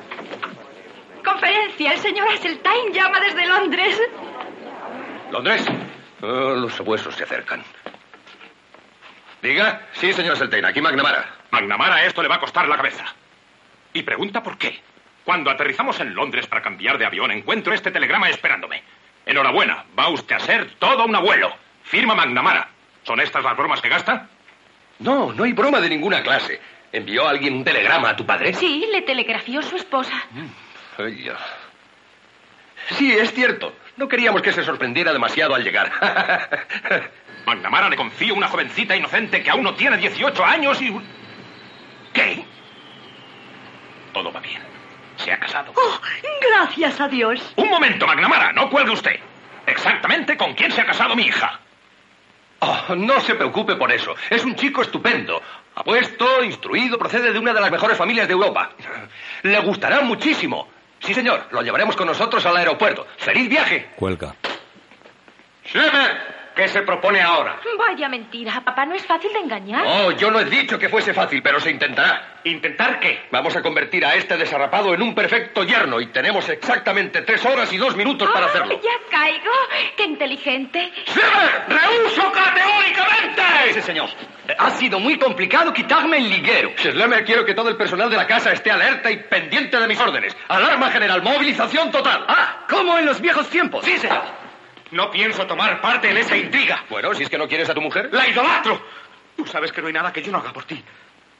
Conferencia, el señor Asseltine llama desde Londres. ¿Londres? Oh, los huesos se acercan. Diga. Sí, señor Seltena, aquí McNamara. McNamara, esto le va a costar la cabeza. Y pregunta por qué. Cuando aterrizamos en Londres para cambiar de avión, encuentro este telegrama esperándome. Enhorabuena, va usted a ser todo un abuelo. Firma McNamara. ¿Son estas las bromas que gasta? No, no hay broma de ninguna clase. ¿Envió alguien un telegrama a tu padre? Sí, le telegrafió su esposa. Ay, ya. Sí, es cierto. No queríamos que se sorprendiera demasiado al llegar. [LAUGHS] McNamara le confío una jovencita inocente que aún no tiene 18 años y... un- ¿Qué? Todo va bien. Se ha casado. Gracias a Dios. Un momento, McNamara, no cuelgue usted. Exactamente con quién se ha casado mi hija. Oh, no se preocupe por eso. Es un chico estupendo. Apuesto, instruido, procede de una de las mejores familias de Europa. Le gustará muchísimo. Sí, señor, lo llevaremos con nosotros al aeropuerto. ¡Feliz viaje! Cuelga. Schlemmer, ¿qué se propone ahora? Vaya mentira, papá no es fácil de engañar. Oh, yo no he dicho que fuese fácil, pero se intentará. ¿Intentar qué? Vamos a convertir a este desarrapado en un perfecto yerno y tenemos exactamente tres horas y dos minutos para hacerlo. Ah, Ya caigo. Qué inteligente. ¡Rehuso categóricamente! Sí, señor. Eh, Ha sido muy complicado quitarme el liguero. Schlemmer, quiero que todo el personal de la casa esté alerta y pendiente de mis órdenes. Alarma general, movilización total. Ah, como en los viejos tiempos. Sí, señor. No pienso tomar parte en esa intriga. Bueno, si es que no quieres a tu mujer. ¡La idolatro! Tú sabes que no hay nada que yo no haga por ti.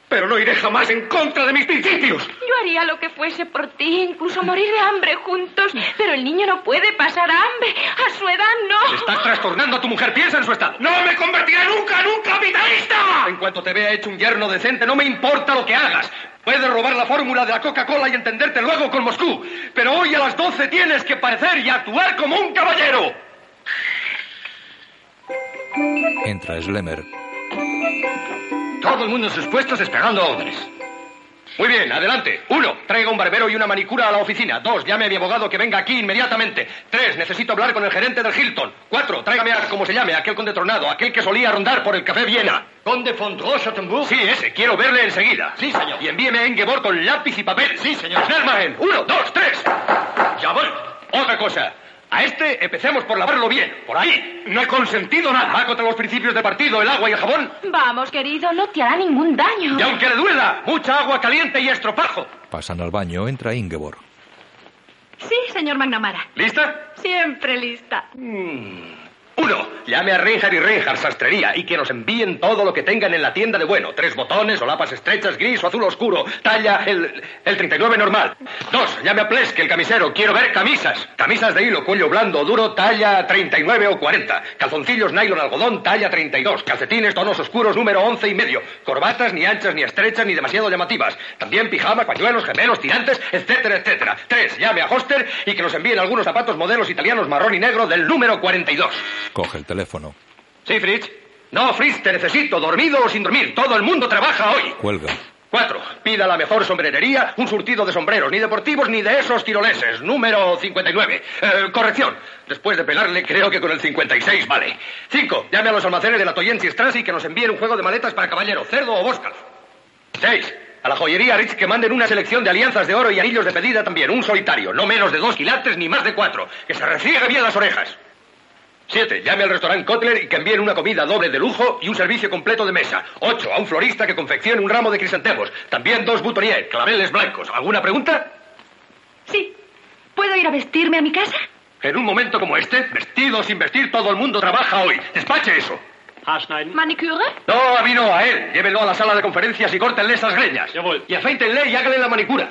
Pero no iré jamás en contra de mis principios. Yo haría lo que fuese por ti, incluso morir de hambre juntos. Pero el niño no puede pasar hambre. A su edad no. Estás trastornando a tu mujer, piensa en su estado. ¡No me convertiré nunca en un capitalista! En cuanto te vea hecho un yerno decente, no me importa lo que hagas. Puedes robar la fórmula de la Coca-Cola y entenderte luego con Moscú. Pero hoy a las 12 tienes que parecer y actuar como un caballero. Entra Slemmer. Todo el mundo en sus puestos esperando a órdenes. Muy bien, adelante. Uno, traiga un barbero y una manicura a la oficina. Dos, llame a mi abogado que venga aquí inmediatamente. Tres, necesito hablar con el gerente del Hilton. Cuatro, tráigame a, como se llame, aquel conde tronado, aquel que solía rondar por el café Viena. ¿Conde von Drosseltenburg? Sí, ese. Quiero verle enseguida. Sí, señor. Y envíeme a Engeborg con lápiz y papel. Sí, señor. Nermagen. Uno, dos, tres. Ya voy. Otra cosa. A este empecemos por lavarlo bien. Por ahí. No he consentido nada. Va contra los principios del partido, el agua y el jabón. Vamos, querido, no te hará ningún daño. Y aunque le duela, mucha agua caliente y estropajo. Pasan al baño, entra Ingeborg. Sí, señor McNamara. ¿Lista? Siempre lista. Uno, llame a Reinhardt y Reinhardt Sastrería y que nos envíen todo lo que tengan en la tienda de bueno. Tres botones, solapas estrechas, gris o azul oscuro. Talla el, el 39 normal. Dos, llame a Plesk, el camisero. Quiero ver camisas. Camisas de hilo, cuello blando o duro, talla 39 o 40. Calzoncillos nylon algodón, talla 32. Calcetines tonos oscuros, número 11 y medio. Corbatas ni anchas, ni estrechas, ni demasiado llamativas. También pijamas, pañuelos, gemelos, tirantes, etcétera, etcétera. Tres, llame a Hoster y que nos envíen algunos zapatos modelos italianos marrón y negro del número 42. Coge el teléfono. Sí, Fritz. No, Fritz, te necesito, dormido o sin dormir. Todo el mundo trabaja hoy. Cuelga. Cuatro. Pida la mejor sombrerería, un surtido de sombreros, ni deportivos ni de esos tiroleses. Número 59. Eh, corrección. Después de pelarle, creo que con el 56 vale. Cinco. Llame a los almacenes de la Toyensi Strasse y que nos envíen un juego de maletas para caballero, cerdo o bóscalo. Seis. A la joyería Rich que manden una selección de alianzas de oro y anillos de pedida también. Un solitario, no menos de dos quilates ni más de cuatro. Que se refriegue bien las orejas. Siete, llame al restaurante Kotler y que envíen una comida doble de lujo y un servicio completo de mesa. Ocho, a un florista que confeccione un ramo de crisantemos. También dos boutonnières, claveles blancos. ¿Alguna pregunta? Sí. ¿Puedo ir a vestirme a mi casa? En un momento como este, vestido o sin vestir, todo el mundo trabaja hoy. Despache eso. ¿Manicure? No, a mí no, a él. Llévenlo a la sala de conferencias y córtenle esas greñas. Y afeítenle y háganle la manicura.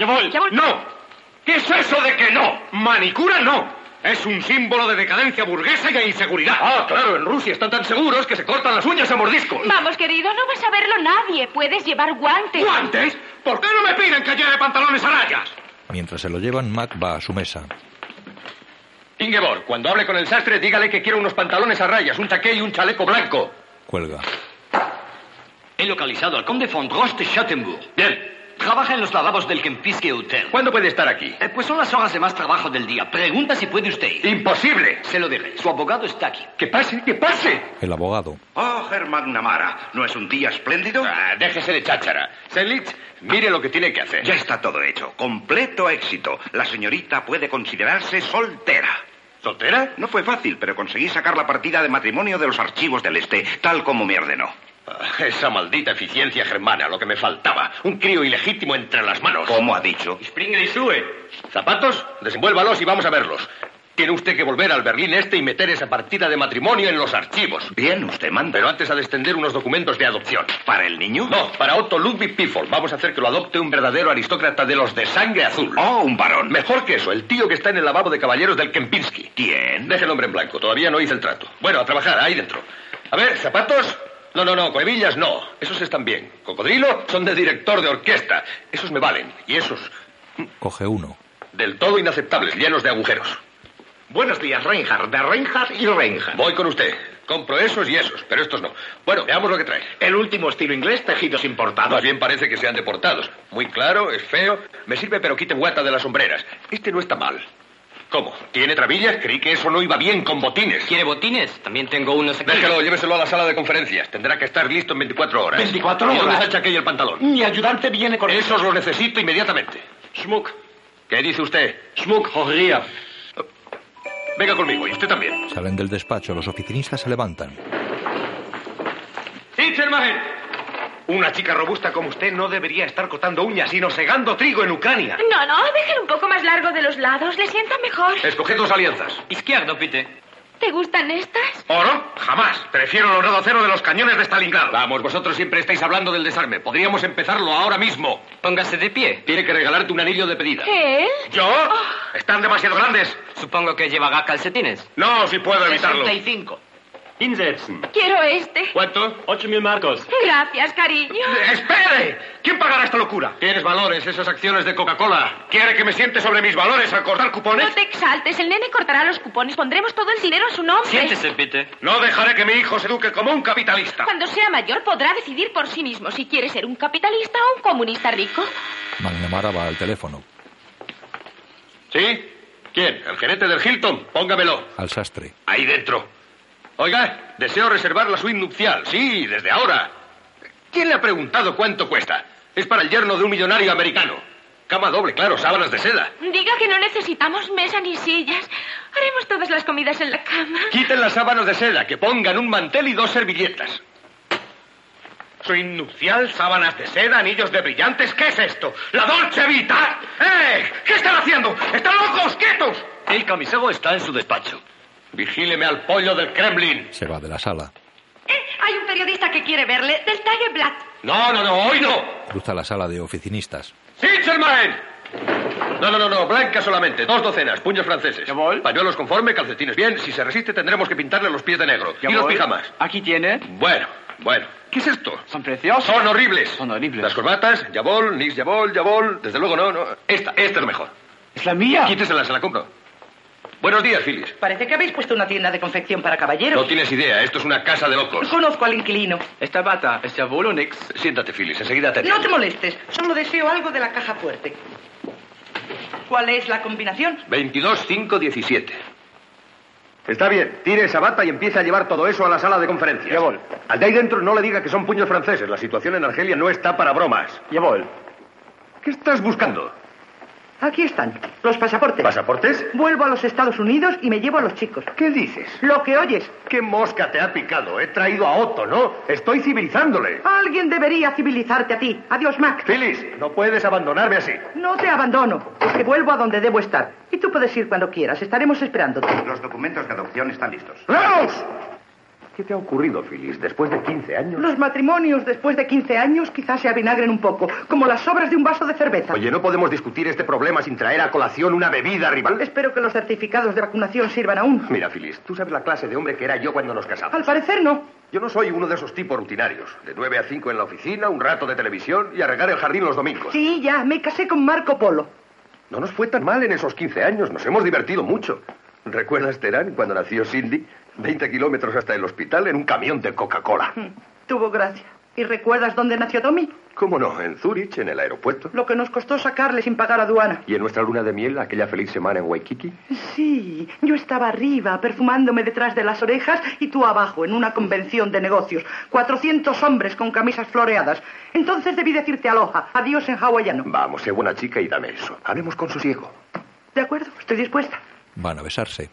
¡No! ¿Qué es eso de que no? ¡Manicura no! Es un símbolo de decadencia burguesa y de inseguridad. Ah, claro, en Rusia están tan seguros que se cortan las uñas a mordisco. Vamos, querido, no vas a verlo nadie. Puedes llevar guantes. ¿Guantes? ¿Por qué no me piden que lleve pantalones a rayas? Mientras se lo llevan, Mac va a su mesa. Ingeborg, cuando hable con el sastre, dígale que quiero unos pantalones a rayas, un taqué y un chaleco blanco. Cuelga. He localizado al conde von Roche de Schattenburg. Bien. Trabaja en los lavabos del Kempiske Hotel. ¿Cuándo puede estar aquí? pues son las horas de más trabajo del día. Pregunta si puede usted ir. ¡Imposible! Se lo diré. Su abogado está aquí. ¡Que pase, que pase! El abogado. Oh, Germán Namara, ¿no es un día espléndido? Ah. Ah, déjese de cháchara. Selitz, mire lo que tiene que hacer. Ya está todo hecho. Completo éxito. La señorita puede considerarse soltera. ¿Soltera? No fue fácil, pero conseguí sacar la partida de matrimonio de los archivos del Este, tal como me ordenó. Ah, Esa maldita eficiencia germana, lo que me faltaba. Un crío ilegítimo entre las manos. ¿Cómo ha dicho? Springley sube. ¿Zapatos? Desenvuélvalos y vamos a verlos. Tiene usted que volver al Berlín Este y meter esa partida de matrimonio en los archivos. Bien, usted manda. Pero antes ha de extender unos documentos de adopción. ¿Para el niño? No, para Otto Ludwig Pifol. Vamos a hacer que lo adopte un verdadero aristócrata de los de sangre azul. Oh, un varón. Mejor que eso, el tío que está en el lavabo de caballeros del Kempinski. ¿Quién? Deje el hombre en blanco, todavía no hice el trato. Bueno, a trabajar, ahí dentro. A ver, zapatos. No, no, no, cohebillas no. Esos están bien. Cocodrilo son de director de orquesta. Esos me valen. Y esos, Coge uno. del todo inaceptables, llenos de agujeros. Buenos días, Reinhardt, de Reinhardt y Reinhardt. Voy con usted. Compro esos y esos, pero estos no. Bueno, veamos lo que trae. El último estilo inglés, tejidos importados. Más bien parece que sean deportados. Muy claro, es feo. Me sirve, pero quite guata de las sombreras. Este no está mal. ¿Cómo? ¿Tiene trabillas? Creí que eso no iba bien con botines. ¿Quiere botines? También tengo unos aquí. Déjelo, lléveselo a la sala de conferencias. Tendrá que estar listo en 24 horas. ¿24 horas? Y el hachaque y el pantalón. Mi ayudante viene con Esos los necesito inmediatamente. Schmuck. ¿Qué dice usted? Schmuck, joyería. Venga conmigo, y usted también. Salen del despacho. Los oficinistas se levantan. Una chica robusta como usted no debería estar cortando uñas, sino segando trigo en Ucrania. No, no, déjelo un poco más largo de los lados. Le sienta mejor. Escoged dos alianzas. Izquierdo, pite. ¿Te gustan estas? ¿Oro? Jamás. Prefiero el hornado cero de los cañones de Stalingrado. Vamos, vosotros siempre estáis hablando del desarme. Podríamos empezarlo ahora mismo. Póngase de pie. Tiene que regalarte un anillo de pedida. ¿Él? ¿Yo? Ah. Están demasiado grandes. Supongo que llevará calcetines. No, si puedo evitarlo. 65. Hinsetzen. Quiero este. ¿Cuánto? 8.000 Marcos. Gracias, cariño. ¡Espere! ¿Quién pagará esta locura? Tienes valores, esas acciones de Coca-Cola. ¿Quiere que me siente sobre mis valores al cortar cupones? No te exaltes. El nene cortará los cupones. Pondremos todo el dinero a su nombre. Siéntese, pite. No dejaré que mi hijo se eduque como un capitalista. Cuando sea mayor podrá decidir por sí mismo si quiere ser un capitalista o un comunista rico. McNamara va al teléfono. ¿Sí? ¿Quién? ¿El gerente del Hilton? Póngamelo. Al sastre. Ahí dentro. Oiga, deseo reservar la suite nupcial. Sí, desde ahora. ¿Quién le ha preguntado cuánto cuesta? Es para el yerno de un millonario americano. Cama doble, claro, sábanas de seda. Diga que no necesitamos mesa ni sillas. Haremos todas las comidas en la cama. Quiten las sábanas de seda, que pongan un mantel y dos servilletas. Soy nupcial, sábanas de seda, anillos de brillantes. ¿Qué es esto? ¡La Dolce Vita! ¡Eh! ¿Qué están haciendo? ¡Están locos, quietos! El camisero está en su despacho. Vigíleme al pollo del Kremlin. Se va de la sala. Eh, hay un periodista que quiere verle, del Tageblatt. No, no, no, hoy no. Cruza la sala de oficinistas. ¡Sinchermain! No, no, no, no, blanca solamente, dos docenas, puños franceses. Pañuelos conforme, calcetines. Bien, si se resiste tendremos que pintarle los pies de negro. Y los pijamas. Aquí tiene. Bueno, bueno. ¿Qué es esto? Son preciosos. Son horribles. Son horribles. Las corbatas, Yabol, Nix Yabol, Yabol. Desde luego no, no. Esta, esta es mejor. Es la mía. Quítesela, se la compro. Buenos días, Phyllis. Parece que habéis puesto una tienda de confección para No caballeros. tienes idea, esto es una casa de locos. Conozco al inquilino. Esta bata es Jabol o Nix. Siéntate, Phyllis, enseguida te... No te molestes, solo deseo algo de la caja fuerte. ¿Cuál es la combinación? 22, 5, 17. Está bien, tire esa bata y empiece a llevar todo eso a la sala de conferencias. Yabol. Al de ahí dentro no le diga que son puños franceses. La situación en Argelia no está para bromas. Jabol. ¿Qué estás buscando? Aquí están, los pasaportes. ¿Pasaportes? Vuelvo a los Estados Unidos y me llevo a los chicos. ¿Qué dices? Lo que oyes. ¿Qué mosca te ha picado? He traído a Otto, ¿no? Estoy civilizándole. Alguien debería civilizarte a ti. Adiós, Mac. Phyllis, no puedes abandonarme así. No te abandono. Es que vuelvo a donde debo estar. Y tú puedes ir cuando quieras. Estaremos esperándote. Los documentos de adopción están listos. ¡Vamos! ¿Qué te ha ocurrido, Phyllis, después de 15 años? Los matrimonios después de 15 años quizás se avinagren un poco, como las sobras de un vaso de cerveza. Oye, no podemos discutir este problema sin traer a colación una bebida rival. Espero que los certificados de vacunación sirvan aún. Mira, Phyllis, tú sabes la clase de hombre que era yo cuando nos casamos. Al parecer no. Yo no soy uno de esos tipos rutinarios. De 9 a 5 en la oficina, un rato de televisión y a regar el jardín los domingos. Sí, ya, me casé con Marco Polo. No nos fue tan mal en esos 15 años, nos hemos divertido mucho. ¿Recuerdas, Terán, cuando nació Cindy? 20 kilómetros hasta el hospital en un camión de Coca-Cola. Tuvo gracia. ¿Y recuerdas dónde nació Tommy? ¿Cómo no? En Zurich, en el aeropuerto. Lo que nos costó sacarle sin pagar aduana. ¿Y en nuestra luna de miel, aquella feliz semana en Waikiki? Sí, yo estaba arriba, perfumándome detrás de las orejas y tú abajo, en una convención de negocios. 400 hombres con camisas floreadas. Entonces debí decirte aloha, adiós en hawaiano. Vamos, sé buena chica y dame eso. Hablemos con sosiego. De acuerdo, estoy dispuesta. Van a besarse.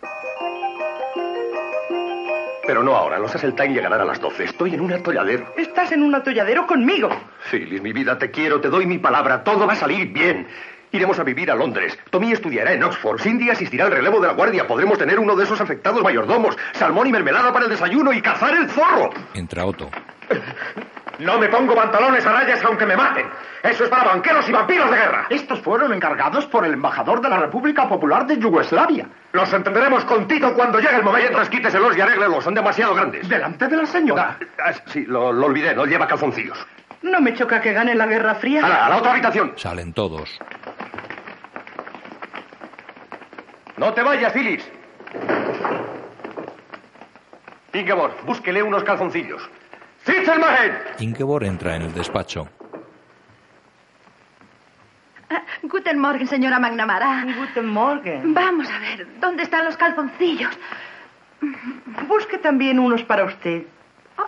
Pero no ahora, los el time llegarán a las 12. Estoy en un atolladero. Estás en un atolladero conmigo. Phyllis, mi vida, te quiero, te doy mi palabra. Todo va a salir bien. Iremos a vivir a Londres. Tommy estudiará en Oxford. Cindy asistirá al relevo de la guardia. Podremos tener uno de esos afectados mayordomos. Salmón y mermelada para el desayuno y cazar el zorro. Entra Otto. No me pongo pantalones a rayas aunque me maten. Eso es para banqueros y vampiros de guerra. Estos fueron encargados por el embajador de la República Popular de Yugoslavia. Los entenderemos con Tito cuando llegue el momento. Mientras quíteselos y arréglelos, son demasiado grandes. Delante de la señora. Ah, sí, lo, lo olvidé, no lleva calzoncillos. No me choca que gane la Guerra Fría. ¡Hala, a la otra habitación! Salen todos. No te vayas, Phyllis. Ingeborg, búsquele unos calzoncillos. ¡Zitzelmagen! Ingeborg entra en el despacho. Ah, Guten Morgen, señora McNamara. Guten Morgen. Vamos a ver, ¿dónde están los calzoncillos? Busque también unos para usted. Oh,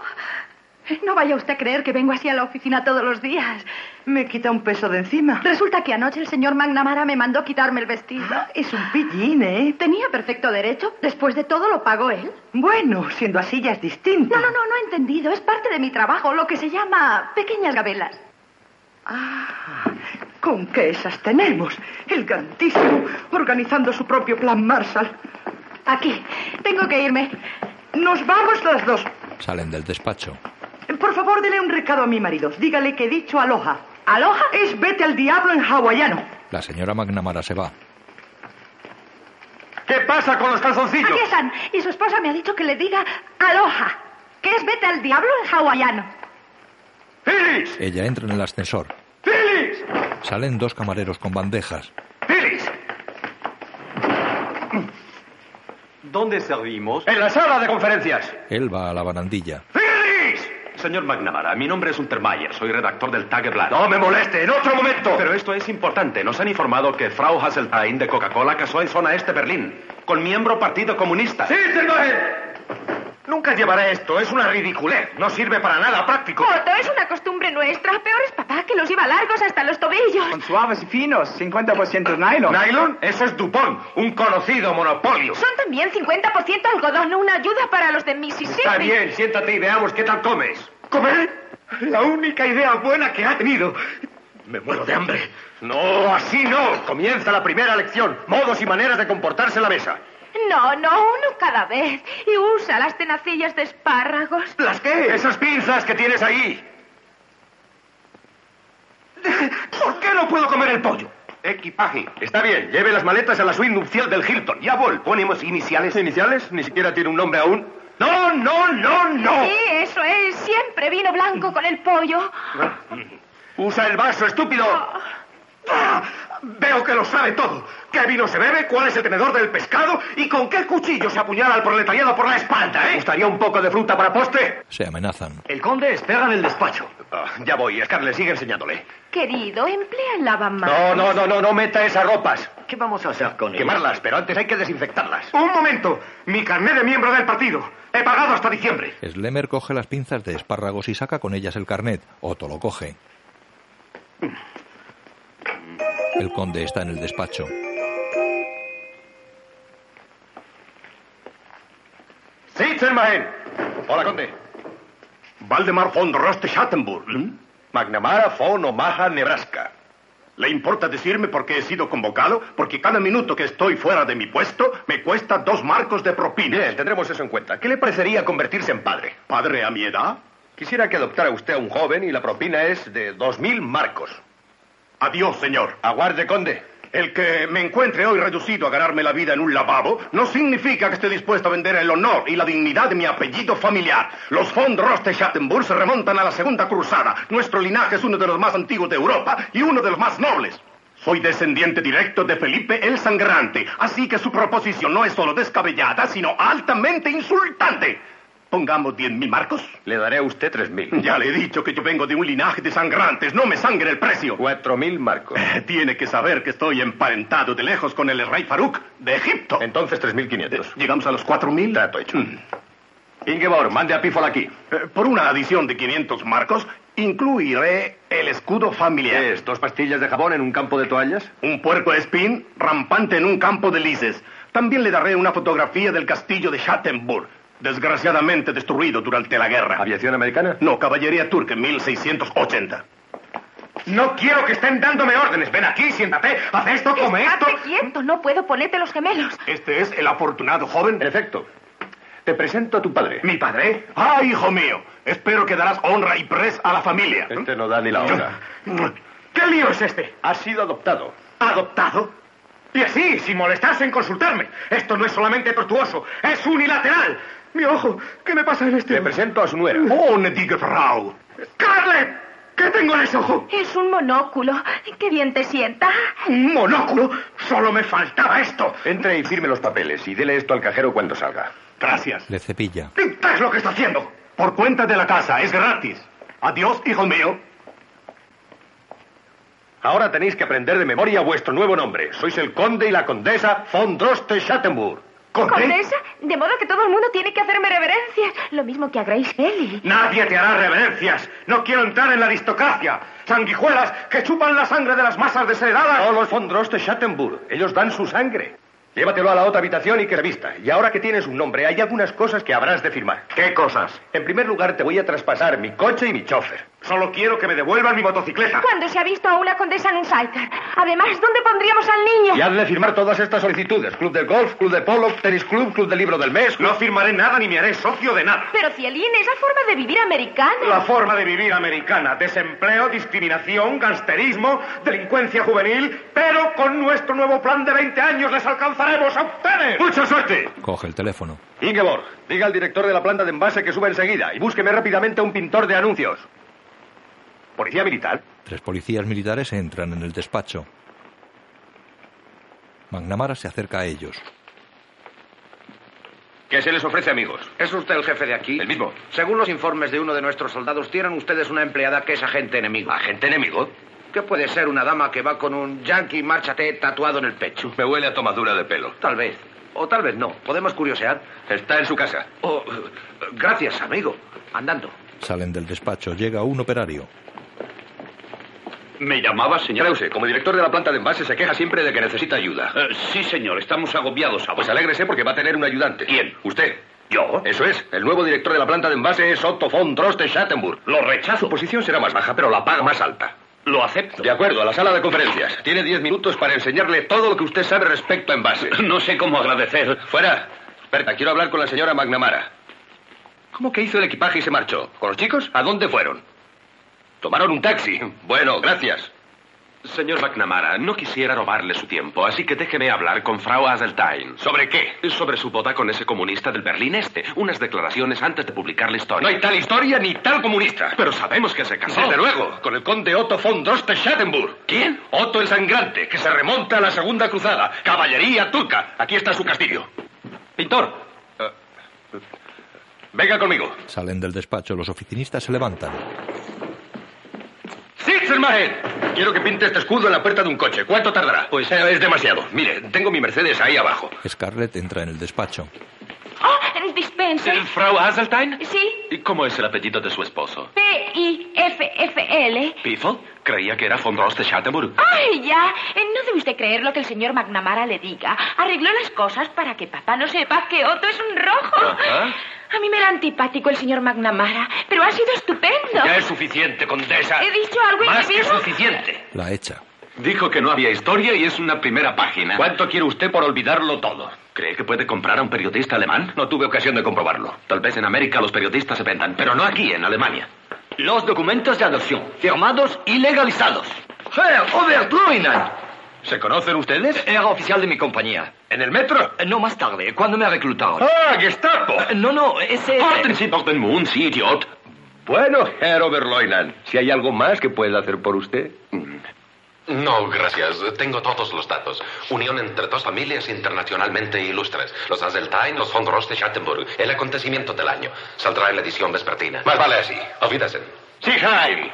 No vaya usted a creer que vengo así a la oficina todos los días. Me quita un peso de encima. Resulta que anoche el señor McNamara me mandó quitarme el vestido. Ah, Es un pillín, ¿eh? Tenía perfecto derecho. Después de todo lo pagó él. Bueno, siendo así ya es distinto. No, no, no, no he entendido. Es parte de mi trabajo, lo que se llama pequeñas gabelas. Ah, ¿con qué esas tenemos? El grandísimo, organizando su propio plan Marshall. Aquí, tengo que irme. Nos vamos las dos. Salen del despacho. Por favor, dele un recado a mi marido. Dígale que he dicho aloha. ¿Aloha? Es vete al diablo en hawaiano. La señora McNamara se va. ¿Qué pasa con los calzoncillos? Aquí están. Y su esposa me ha dicho que le diga aloha, que es vete al diablo en hawaiano. ¡Phyllis! Ella entra en el ascensor. ¡Phyllis! Salen dos camareros con bandejas. ¡Phyllis! ¿Dónde servimos? En la sala de conferencias. Él va a la barandilla. ¡Phyllis! Señor McNamara, mi nombre es Untermayer, soy redactor del Tageblatt. No me moleste, en otro momento. Pero esto es importante. Nos han informado que Frau Hasseltine de Coca-Cola casó en zona este Berlín con miembro Partido Comunista. ¡Sí, señor! Nunca llevaré esto, es una ridiculez. No sirve para nada práctico. Otto, es una costumbre nuestra. Peor es papá que los lleva largos hasta los tobillos. Con suaves y finos, 50% nylon. ¿Nylon? Eso es Dupont, un conocido monopolio. Son también 50% algodón, una ayuda para los de Mississippi. Está bien, siéntate y veamos qué tal comes. ¿Comer? La única idea buena que ha tenido. Me muero de hambre. No, así no. Comienza la primera lección. Modos y maneras de comportarse en la mesa. No, no, uno cada vez. Y usa las tenacillas de espárragos. ¿Las qué? Esas pinzas que tienes ahí. ¿Por qué no puedo comer el pollo? Equipaje. Está bien, lleve las maletas a la suite nupcial del Hilton. Ya vol. Ponemos iniciales. ¿Iniciales? Ni siquiera tiene un nombre aún. ¡No, no, no, no! Sí, eso es. Siempre vino blanco con el pollo. Ah. Usa el vaso, estúpido. ¡Ah! Veo que lo sabe todo. ¿Qué vino se bebe? ¿Cuál es el tenedor del pescado? ¿Y con qué cuchillo se apuñala al proletariado por la espalda, eh? ¿Gustaría un poco de fruta para postre? Se amenazan. El conde espera en el despacho. Ah, ya voy, Scarlett, sigue enseñándole. Querido, emplea el lavamanos. No, no, no, no, no meta esas ropas. ¿Qué vamos a hacer con él? Quemarlas, pero antes hay que desinfectarlas. Un momento. Mi carné de miembro del partido. He pagado hasta diciembre. Slemer coge las pinzas de espárragos y saca con ellas el carnet. Otto lo coge. El conde está en el despacho. Sitzenmain. Hola, conde. Valdemar von Rost-Schattenburg. ¿Mm? McNamara von Omaha, Nebraska. ¿Le importa decirme por qué he sido convocado? Porque cada minuto que estoy fuera de mi puesto me cuesta dos marcos de propina. Bien, tendremos eso en cuenta. ¿Qué le parecería convertirse en padre? ¿Padre a mi edad? Quisiera que adoptara usted a un joven y la propina es de dos mil marcos. Adiós, señor. Aguarde, conde. El que me encuentre hoy reducido a ganarme la vida en un lavabo no significa que esté dispuesto a vender el honor y la dignidad de mi apellido familiar. Los von Roste-Schattenburg se remontan a la Segunda Cruzada. Nuestro linaje es uno de los más antiguos de Europa y uno de los más nobles. Soy descendiente directo de Felipe el Sangrante, así que su proposición no es solo descabellada, sino altamente insultante. Pongamos diez mil marcos. Le daré a usted tres mil. Ya le he dicho que yo vengo de un linaje de sangrantes. No me sangre el precio. Cuatro mil marcos. [LAUGHS] Tiene que saber que estoy emparentado de lejos con el rey Farouk de Egipto. Entonces tres mil quinientos. ¿Llegamos a los cuatro mil? Mm. Trato hecho. Ingeborg, mande a Pífol aquí. Eh, por una adición de 500 marcos, incluiré el escudo familiar. ¿Qué es? ¿Dos pastillas de jabón en un campo de toallas? Un puerco espín rampante en un campo de lices. También le daré una fotografía del castillo de Schattenburg desgraciadamente destruido durante la guerra. ¿Aviación americana? No, caballería turca en 1680. No quiero que estén dándome órdenes. Ven aquí, siéntate, haz esto, come esto. Estate quieto, no puedo ponerte los gemelos. Este es el afortunado joven. En efecto. Te presento a tu padre. ¿Mi padre? ¡Ah, hijo mío! Espero que darás honra y pres a la familia. Este no da ni la hora. ¿Qué lío es este? Ha sido adoptado. ¿Adoptado? Y así, sin molestarse en consultarme. Esto no es solamente tortuoso, es unilateral. Mi ojo, ¿qué me pasa en este? Te presento a su nuera. ¡Oh, ne diga Frau! ¡Carlet! ¿Qué tengo en ese ojo? Es un monóculo. Qué bien te sienta. ¿Un monóculo? Solo me faltaba esto. Entre y firme los papeles y dele esto al cajero cuando salga. Gracias. Le cepilla. ¿Qué es lo que está haciendo? Por cuenta de la casa, es gratis. Adiós, hijo mío. Ahora tenéis que aprender de memoria vuestro nuevo nombre. Sois el conde y la condesa von Droste-Schattenburg. Condesa, de modo que todo el mundo tiene que hacerme reverencias, lo mismo que a Grace Kelly. Nadie te hará reverencias. No quiero entrar en la aristocracia. Sanguijuelas que chupan la sangre de las masas desheredadas. No los von Droste-Schattenburg. Ellos dan su sangre. Llévatelo a la otra habitación y que revista. Y ahora que tienes un nombre, hay algunas cosas que habrás de firmar. ¿Qué cosas? En primer lugar, te voy a traspasar mi coche y mi chofer. Solo quiero que me devuelvan mi motocicleta. ¿Cuándo se ha visto a una condesa en un sidecar? Además, ¿dónde pondríamos al niño? Y has de firmar todas estas solicitudes. Club del golf, club de polo, tenis club, club del libro del mes. No firmaré nada ni me haré socio de nada. Pero, Cielín, es la forma de vivir americana. La forma de vivir americana. Desempleo, discriminación, gangsterismo, delincuencia juvenil. Pero con nuestro nuevo plan de 20 años les alcanzaremos a ustedes. ¡Mucha suerte! Coge el teléfono. Ingeborg, diga al director de la planta de envase que suba enseguida y búsqueme rápidamente un pintor de anuncios. ¿Policía militar? Tres policías militares entran en el despacho. McNamara se acerca a ellos. ¿Qué se les ofrece, amigos? ¿Es usted el jefe de aquí? El mismo. Según los informes de uno de nuestros soldados, tienen ustedes una empleada que es agente enemigo. ¿Agente enemigo? ¿Qué puede ser una dama que va con un yankee márchate tatuado en el pecho? Me huele a tomadura de pelo. Tal vez. O tal vez no. Podemos curiosear. Está en su casa. Oh, gracias, amigo. Andando. Salen del despacho. Llega un operario. ¿Me llamaba, señor? Creuse, como director de la planta de envase se queja siempre de que necesita ayuda. Eh, sí, señor, estamos agobiados ahora. Pues alégrese porque va a tener un ayudante. ¿Quién? Usted. ¿Yo? Eso es. El nuevo director de la planta de envase es Otto von Droste Schattenburg. Lo rechazo. Su posición será más baja, pero la paga más alta. Lo acepto. De acuerdo, a la sala de conferencias. Tiene diez minutos para enseñarle todo lo que usted sabe respecto a envase. [LAUGHS] no sé cómo agradecer. Fuera. Berta, quiero hablar con la señora McNamara. ¿Cómo que hizo el equipaje y se marchó? ¿Con los chicos? ¿A dónde fueron? Tomaron un taxi. Bueno, gracias. Señor McNamara, no quisiera robarle su tiempo, así que déjeme hablar con Frau Aseltine. ¿Sobre qué? Sobre su boda con ese comunista del Berlín Este. Unas declaraciones antes de publicar la historia. No hay tal historia ni tal comunista. Pero sabemos que se casó. Desde luego, con el conde Otto von Droste-Schattenburg. ¿Quién? Otto el Sangrante, que se remonta a la Segunda Cruzada. Caballería turca. Aquí está su castillo. Pintor. Uh, Eh. venga conmigo. Salen del despacho. Los oficinistas se levantan. Sitzelmagen. Quiero que pinte este escudo en la puerta de un coche. ¿Cuánto tardará? Pues- Eh, es demasiado. Mire, tengo mi Mercedes ahí abajo. Scarlett entra en el despacho. ¡Oh, dispense! en... Eh, ¿Frau Hazeltine? Sí, ¿Y cómo es el apellido de su esposo? P-I-F-F-L. ¿Piffle? Creía que era von Ross de Schattenburg. ¡Ay, ya! Eh, No debe usted creer lo que el señor McNamara le diga. Arregló las cosas para que papá no sepa que Otto es un rojo. Ajá. A mí me era antipático el señor McNamara, pero ha sido estupendo. Ya es suficiente, condesa. He dicho algo Más que indebido. suficiente. La echa. Dijo que no había historia y es una primera página. ¿Cuánto quiere usted por olvidarlo todo? ¿Cree que puede comprar a un periodista alemán? No tuve ocasión de comprobarlo. Tal vez en América los periodistas se vendan, pero no aquí, en Alemania. Los documentos de adopción, firmados y legalizados. Herr Obertruinan. ¿Se conocen ustedes? Era oficial de mi compañía. ¿En el metro? No, más tarde, cuando me reclutaron. ¡Ah, Gestapo! No, no, ese... Porten Sie doch den Mund, Sie Idiot. Bueno, Herr Oberleutnant, si hay algo más que pueda hacer por usted. Mm. No, gracias. Tengo todos los datos. Unión entre dos familias internacionalmente ilustres. Los Hazeltine, los von Ross de Schattenburg. El acontecimiento del año. Saldrá en la edición vespertina. Más vale así. Auf Wiedersehen. Sí, Jaime.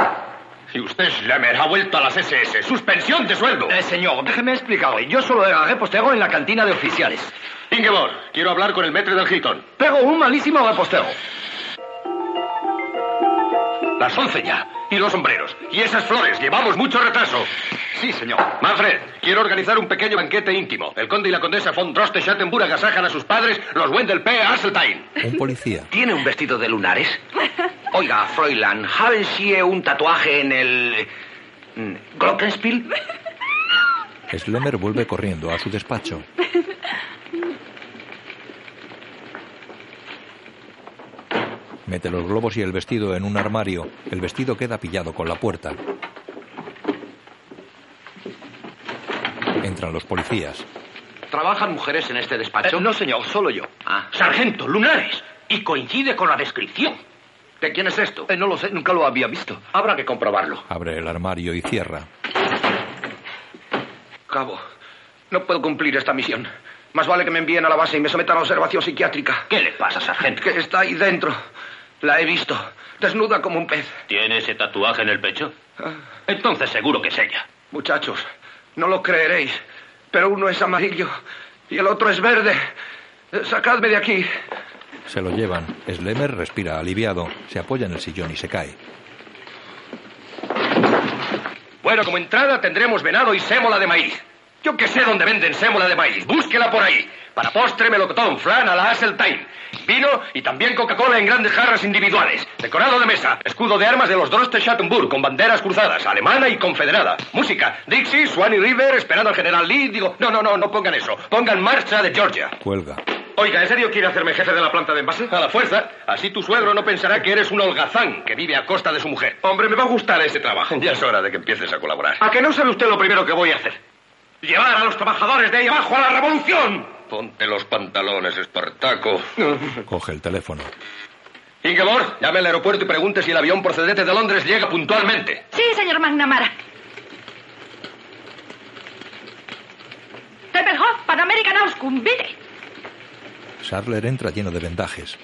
Y usted, Schlemmer, ha vuelto a las SS. Suspensión de sueldo. Eh, señor, déjeme explicarle. Yo solo era repostero en la cantina de oficiales. Ingeborg, quiero hablar con el metro del Hilton. Pero un malísimo repostero. Las once ya. Y los sombreros. Y esas flores. Llevamos mucho retraso. Sí, señor. Manfred, quiero organizar un pequeño banquete íntimo. El conde y la condesa von Drost de Schattenburg agasajan a sus padres, los Wendell P. Hasseltine. Un policía. ¿Tiene un vestido de [LAUGHS] lunares? Oiga, Fräulein, ¿haben Sie un tatuaje en el... mm, Glockenspiel? Schlemmer vuelve corriendo a su despacho. Mete los globos y el vestido en un armario. El vestido queda pillado con la puerta. Entran los policías. ¿Trabajan mujeres en este despacho? Eh, no, señor, solo yo. Ah, sargento, lunares. Y coincide con la descripción. ¿De quién es esto? Eh, no lo sé, nunca lo había visto. Habrá que comprobarlo. Abre el armario y cierra. Cabo, no puedo cumplir esta misión. Más vale que me envíen a la base y me sometan a observación psiquiátrica. ¿Qué le pasa, sargento? Que está ahí dentro. La he visto. Desnuda como un pez. ¿Tiene ese tatuaje en el pecho? Entonces seguro que es ella. Muchachos, no lo creeréis, pero uno es amarillo y el otro es verde. Eh, Sacadme de aquí. Se lo llevan. Schlemmer respira aliviado. Se apoya en el sillón y se cae. Bueno, como entrada tendremos venado y sémola de maíz. Yo que sé dónde venden sémola de maíz. Búsquela por ahí. Para postre, melocotón, flan a la Hasseltine. Vino y también Coca-Cola en grandes jarras individuales. Decorado de mesa. Escudo de armas de los Droste Schattenburg con banderas cruzadas, alemana y confederada. Música. Dixie, Swanee River, esperando al general Lee. Digo, no, no, no, no pongan eso. Pongan marcha de Georgia. Cuelga. Oiga, ¿en serio quiere hacerme jefe de la planta de envase? A la fuerza. Así tu suegro no pensará que eres un holgazán que vive a costa de su mujer. Hombre, me va a gustar ese trabajo. Ya es hora de que empieces a colaborar. ¿A que no sabe usted lo primero que voy a hacer? Llevar a los trabajadores de ahí abajo a la revolución. Ponte los pantalones, Espartaco. Coge el teléfono. Ingeborg, llame al aeropuerto y pregunte si el avión procedente de Londres llega puntualmente. Sí, señor McNamara. Tempelhof, Pan American Auskunft, bitte. Sadler entra lleno de vendajes.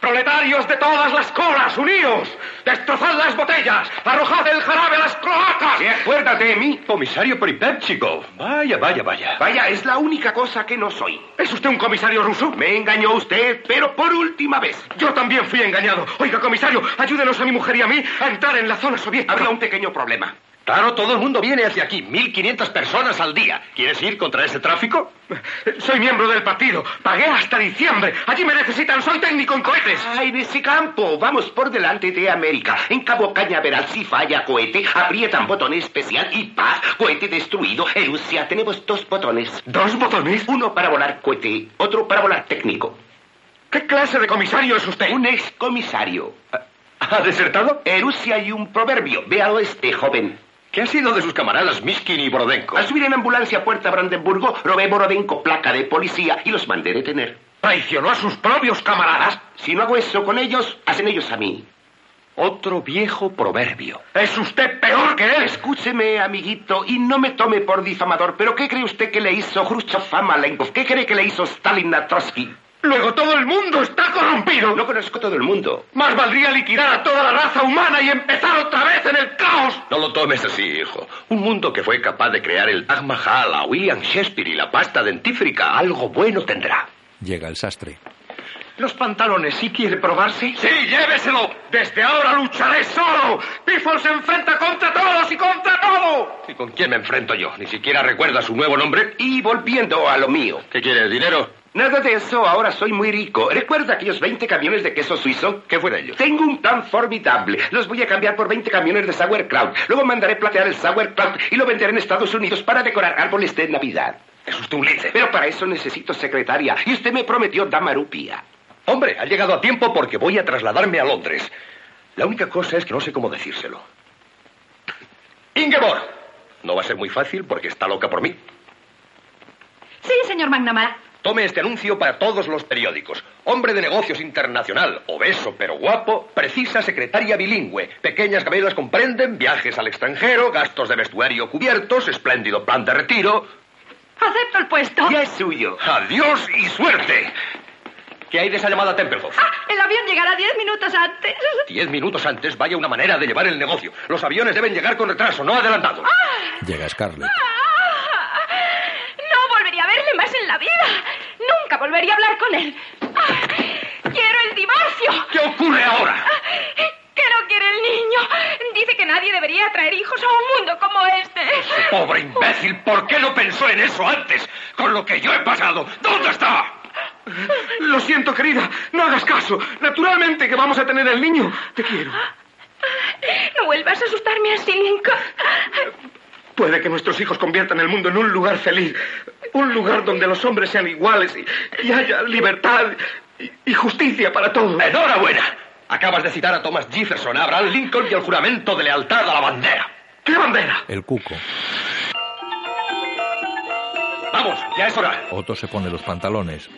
Proletarios de todas las colas, unidos. Destrozad las botellas. Arrojad el jarabe a las cloacas. ¿Te acuerdas de mí? Comisario peripéptico. Vaya, vaya, vaya. Vaya, es la única cosa que no soy. ¿Es usted un comisario ruso? Me engañó usted, pero por última vez. Yo también fui engañado. Oiga, comisario, ayúdenos a mi mujer y a mí a entrar en la zona soviética. Había un pequeño problema. Claro, todo el mundo viene hacia aquí. 1.500 personas al día. ¿Quieres ir contra ese tráfico? Soy miembro del partido. Pagué hasta diciembre. Allí me necesitan. Soy técnico en cohetes. Ay, de ese campo. Vamos por delante de América. En Cabo Cañaveral, si falla cohete, aprietan botón especial y paz. Cohete destruido. En Rusia tenemos dos botones. ¿Dos botones? Uno para volar cohete, otro para volar técnico. ¿Qué clase de comisario es usted? Un excomisario. ¿Ha desertado? En Rusia hay un proverbio. Ve al oeste, joven. ¿Qué ha sido de sus camaradas Miskin y Brodenko? Al subir en ambulancia a Puerta Brandenburgo, robé Borodenko placa de policía y los mandé detener. ¿Traicionó a sus propios camaradas? Si no hago eso con ellos, hacen ellos a mí. Otro viejo proverbio. Es usted peor que él. Escúcheme, amiguito, y no me tome por difamador, pero ¿qué cree usted que le hizo Khrushchev a Malenkov? ¿Qué cree que le hizo Stalin a Trotsky? Luego todo el mundo está corrompido. No conozco todo el mundo. Más valdría liquidar a toda la raza humana y empezar otra vez en el caos. No lo tomes así, hijo. Un mundo que fue capaz de crear el Taj Mahal, a William Shakespeare y la pasta dentífrica, algo bueno tendrá. Llega el sastre. Los pantalones, ¿sí quiere probarse? Sí, lléveselo. Desde ahora lucharé solo. Piffle se enfrenta contra todos y contra todo. ¿Y con quién me enfrento yo? Ni siquiera recuerda su nuevo nombre. Y volviendo a lo mío. ¿Qué quieres, dinero? Nada de eso, ahora soy muy rico. ¿Recuerda aquellos 20 camiones de queso suizo? ¿Qué fue de ellos? Tengo un plan formidable. Los voy a cambiar por 20 camiones de sauerkraut. Luego mandaré platear el sauerkraut y lo venderé en Estados Unidos para decorar árboles de Navidad. Es usted un lince. Pero para eso necesito secretaria. Y usted me prometió Damarupia. Hombre, ha llegado a tiempo porque voy a trasladarme a Londres. La única cosa es que no sé cómo decírselo. Ingeborg. No va a ser muy fácil porque está loca por mí. Sí, señor McNamara. Tome este anuncio para todos los periódicos. Hombre de negocios internacional, obeso pero guapo, precisa secretaria bilingüe. Pequeñas gabelas comprenden viajes al extranjero, gastos de vestuario cubiertos, espléndido plan de retiro. Acepto el puesto. Ya es suyo. Adiós y suerte. ¿Qué hay de esa llamada a Templehof? El avión llegará diez minutos antes. Diez minutos antes, vaya una manera de llevar el negocio. Los aviones deben llegar con retraso, no adelantado. Ah. Llega Scarlett. No volvería a verle más en la vida. Nunca volvería a hablar con él. Ah, ¡Quiero el divorcio! ¿Qué ocurre ahora? ¡Que no quiere el niño! Dice que nadie debería traer hijos a un mundo como este. Pobre imbécil, ¿por qué no pensó en eso antes? Con lo que yo he pasado, ¿dónde está? Lo siento, querida. No hagas caso. Naturalmente que vamos a tener el niño. Te quiero. No vuelvas a asustarme así, Lincoln. Puede que nuestros hijos conviertan el mundo en un lugar feliz. Un lugar donde los hombres sean iguales y, y haya libertad y, y justicia para todos. ¡Enhorabuena! Acabas de citar a Thomas Jefferson, a Abraham Lincoln y el juramento de lealtad a la bandera. ¿Qué bandera? El cuco. ¡Vamos! ¡Ya es hora! Otto se pone los pantalones.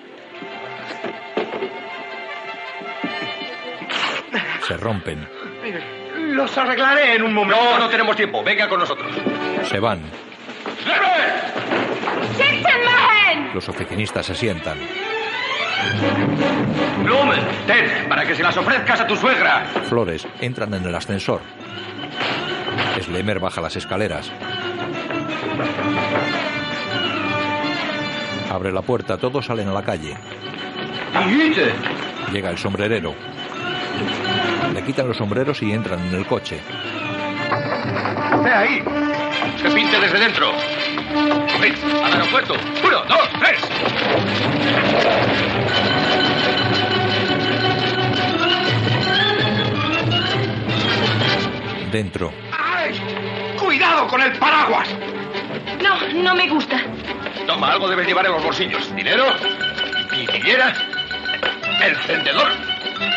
Se rompen. Los arreglaré en un momento. No, no tenemos tiempo. Venga con nosotros. Se van. ¡Sitzenmachen! Los oficinistas se sientan. Blumen, ten, para que se las ofrezcas a tu suegra. Flores entran en el ascensor. Slemer baja las escaleras. Abre la puerta, todos salen a la calle. Llega el sombrerero. Le quitan los sombreros y entran en el coche. ¡Ve ahí! ¡Se pinte desde dentro! ¡Ven, al aeropuerto! ¡Uno, dos, tres! Dentro, ¡Ay! ¡Cuidado con el paraguas! No, no me gusta. Toma, algo debes llevar en los bolsillos. ¿Dinero? ¿Vidriera? ¿Encendedor?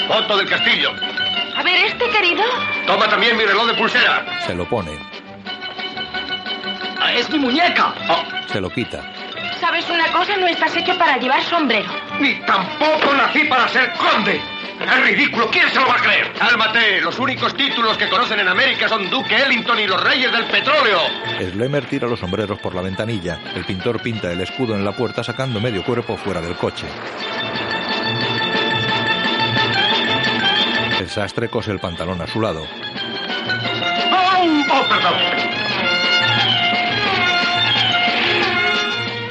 Foto del castillo. A ver, este querido. Toma también mi reloj de pulsera. se lo pone, Ah, ¡Es mi muñeca! Oh, se lo quita. ¿Sabes una cosa? No estás hecho para llevar sombrero. Ni tampoco nací para ser conde. Es ridículo. ¿Quién se lo va a creer? Cálmate, los únicos títulos que conocen en América son Duque Ellington y los Reyes del Petróleo. Slemer tira los sombreros por la ventanilla. El pintor pinta el escudo en la puerta sacando medio cuerpo fuera del coche. El sastre cose el pantalón a su lado. ¡Oh! ¡Oh, perdón!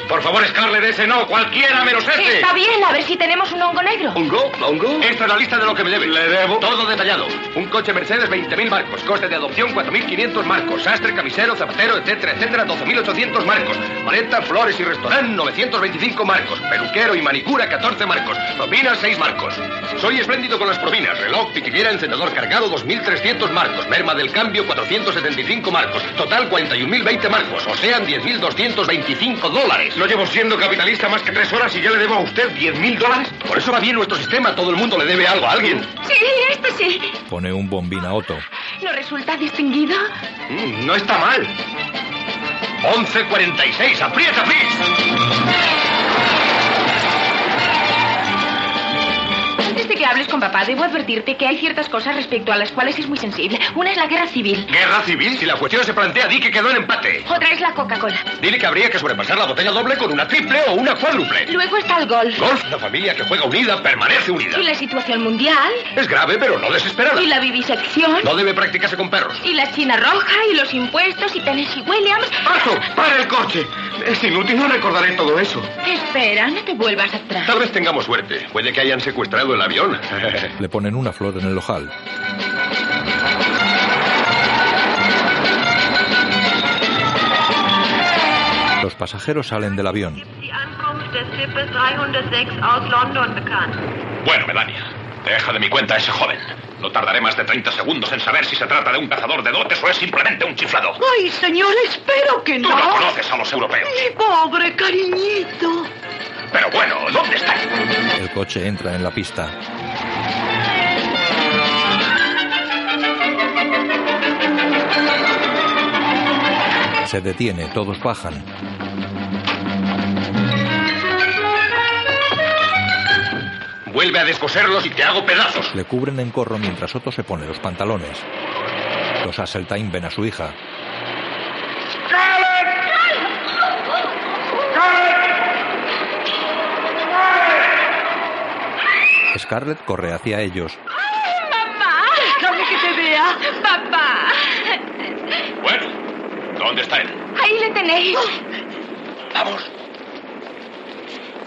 Por favor, Scarlett, ese no, cualquiera menos este. Está bien, a ver si tenemos un hongo negro. ¿Un go? ¿Un go? Esta es la lista de lo que me debe. Le debo. Todo detallado. Un coche Mercedes, 20.000 marcos. Coste de adopción, 4.500 marcos. Sastre, camisero, zapatero, etcétera, etcétera, 12.800 marcos. Maleta, flores y restaurante, 925 marcos. Peluquero y manicura, 14 marcos. Propinas, 6 marcos. Soy espléndido con las propinas. Reloj, pitillera, encendedor cargado, 2.300 marcos. Merma del cambio, 475 marcos. Total, 41.020 marcos. O sean, 10.225 dólares. No llevo siendo capitalista más que tres horas y ya le debo a usted 10 mil dólares. Por eso va bien nuestro sistema. Todo el mundo le debe algo a alguien. Sí, este sí. Pone un bombín a Otto. ¿No resulta distinguido? Mm, no está mal. 11.46. ¡Aprieta, Fritz! Desde que hables con Perdón, papá, debo advertirte que hay ciertas cosas respecto a las cuales es muy sensible. Una es la guerra civil, ¿Guerra civil? Si la cuestión se plantea, di que quedó en empate. otra es la Coca-Cola. Dile que habría que sobrepasar la botella doble con una triple o una cuádruple. Luego está el golf. Golf, la familia que juega unida permanece unida. Y la situación mundial. Es grave, pero no desesperada. Y la vivisección. No debe practicarse con perros. Y la China roja, y los impuestos, y Tennessee Williams. ¡Paso! ¡Para el coche! Es inútil, no recordaré todo eso. Espera, no te vuelvas atrás. Tal vez tengamos suerte. Puede que hayan secuestrado el avión. [LAUGHS] Le ponen una flor en el ojal. Los pasajeros salen del avión. Die Ankunft des Schiffes 306 aus London bekannt. Bueno, Melania, deja de mi cuenta a ese joven. No tardaré más de 30 segundos en saber si se trata de un cazador de dotes o es simplemente un chiflado. Ay, señor, espero que Tú no conoces a los europeos. Mi pobre cariñito. Pero bueno, ¿dónde está? El coche entra en la pista. Se detiene, todos bajan. Vuelve a descoserlos y te hago pedazos. Le cubren en corro mientras Otto se pone los pantalones. Los Asseltine ven a su hija. Scarlett corre hacia ellos. ¡Mamá! ¡Dame que te vea! ¡Papá! ¿Dónde está él? Ahí le Oh. tenéis. Vamos.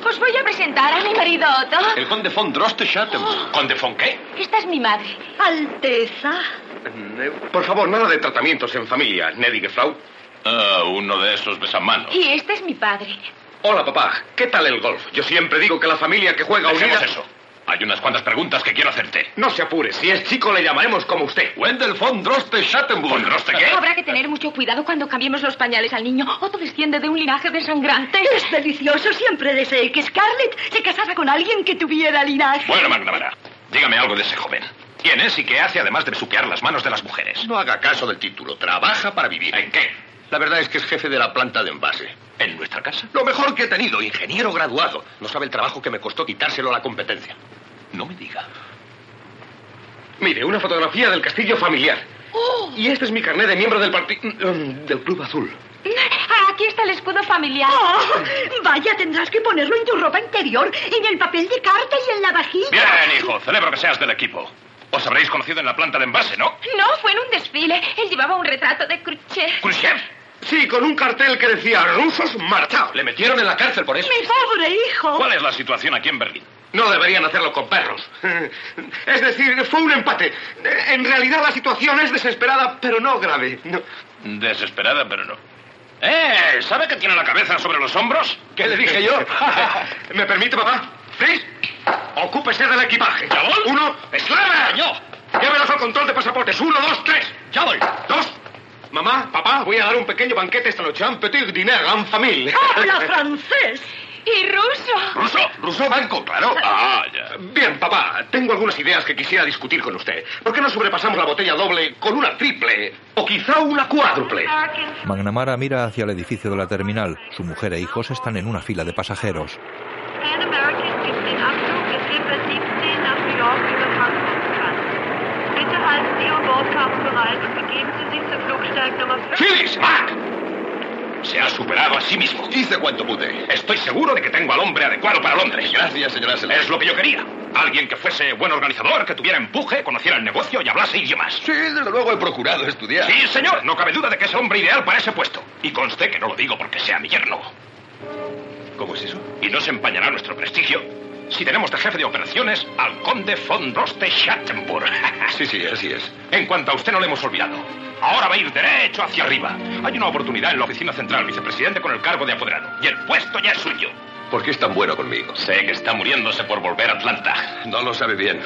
Os voy a presentar a mi marido Otto. El conde von Drosteschatten. ¿Conde von qué? Esta es mi madre. Alteza. Por favor, nada de tratamientos en familia, Neddy Geflau. Ah, uno de esos de San Mano. Y este es mi padre. Hola, papá. ¿Qué tal el golf? Yo siempre digo que la familia que juega Dejemos unida... eso. Hay unas cuantas preguntas que quiero hacerte. No se apure. Si es chico, le llamaremos como usted. Wendell von Drosteschatten. ¿Von Droste Habrá que tener mucho cuidado cuando cambiemos los pañales al niño. Otto desciende de un linaje de sangrante. Es delicioso. Siempre deseé que Scarlett se casara con alguien que tuviera linaje. Bueno, McNamara, dígame algo de ese joven. ¿Quién es y qué hace además de besuquear las manos de las mujeres? No haga caso del título. Trabaja para vivir. ¿En qué? La verdad es que es jefe de la planta de envase. ¿En nuestra casa? Lo mejor que he tenido, ingeniero graduado. No sabe el trabajo que me costó quitárselo a la competencia. No me diga. Mire, una fotografía del castillo familiar. Y este es mi carnet de miembro del partido... del Club Azul. Ah, Aquí está el escudo familiar. Oh, vaya, tendrás que ponerlo en tu ropa interior, en el papel de carta y en la vajilla. Bien, hijo, celebro que seas del equipo. Os habréis conocido en la planta de envase, ¿no? No, fue en un desfile. Él llevaba un retrato de Khrushchev. ¿Khrushchev? Sí, con un cartel que decía rusos marchaos. Le metieron en la cárcel por eso. Mi pobre hijo. ¿Cuál es la situación aquí en Berlín? No deberían hacerlo con perros. [LAUGHS] Es decir, fue un empate. En realidad la situación es desesperada, pero no grave. No. Desesperada, pero no. ¡Eh! ¿Sabe que tiene la cabeza sobre los hombros? ¿Qué le dije [LAUGHS] yo? ¿Me permite, papá? Fritz, ocúpese del equipaje. ¿Jabón? Uno, eslava. ¡Yo! Llévelos al control de pasaportes. Uno, dos, tres. ¡Ya voy! Dos. Mamá, papá, voy a dar un pequeño banquete esta noche. Un petit diner en familia. [LAUGHS] Habla francés. Y ruso. ¿Ruso? ¿Ruso banco? [LAUGHS] Claro. Ah, ya. Bien, papá, tengo algunas ideas que quisiera discutir con usted. ¿Por qué no sobrepasamos la botella doble con una triple? O quizá una cuádruple. McNamara mira hacia el edificio de la terminal. Su mujer e hijos están en una fila de pasajeros. Pan American gibt den Abflug des Schiffes 17 nach New York über Frankfurt bekannt. Bitte halten Sie Ihre Bordkarten bereit und begeben Sie sich zur Flugsteig Nummer 5. ¡Phyllis! ¡Mac! Se ha superado a sí mismo. Hice cuanto pude. Estoy seguro de que tengo al hombre adecuado para Londres. Gracias, señora Es lo que yo quería. Alguien que fuese buen organizador, que tuviera empuje, conociera el negocio y hablase idiomas. Sí, desde luego he procurado estudiar. Sí, señor. No cabe duda de que es el hombre ideal para ese puesto. Y conste que no lo digo porque sea mi yerno. ¿Cómo es eso? Y no se empañará nuestro prestigio si tenemos de jefe de operaciones al conde von Roste [LAUGHS] Schattenburg. sí, sí, así es. En cuanto a usted no le hemos olvidado. Ahora va a ir derecho hacia arriba. Hay una oportunidad en la oficina central, vicepresidente con el cargo de apoderado. Y el puesto ya es suyo. ¿Por qué es tan bueno conmigo? Sé que está muriéndose por volver a Atlanta. No lo sabe bien.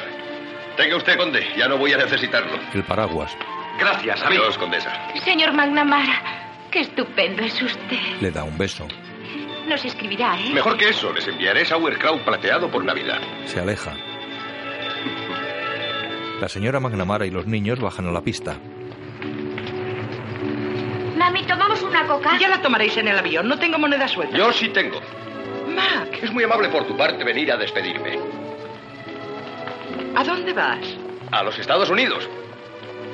Tenga usted, conde. Ya no voy a necesitarlo. El paraguas Gracias, amigos. Adiós, condesa. Señor McNamara, qué estupendo es usted. le da un beso. Nos escribirá, ¿eh? Mejor que eso, les enviaré sauerkraut plateado por Navidad. Se aleja. La señora McNamara y los niños bajan a la pista. Mami, tomamos una coca. Ya la tomaréis en el avión. No tengo moneda suelta. Yo sí tengo. Es muy amable por tu parte venir a despedirme. ¿A dónde vas? A los Estados Unidos.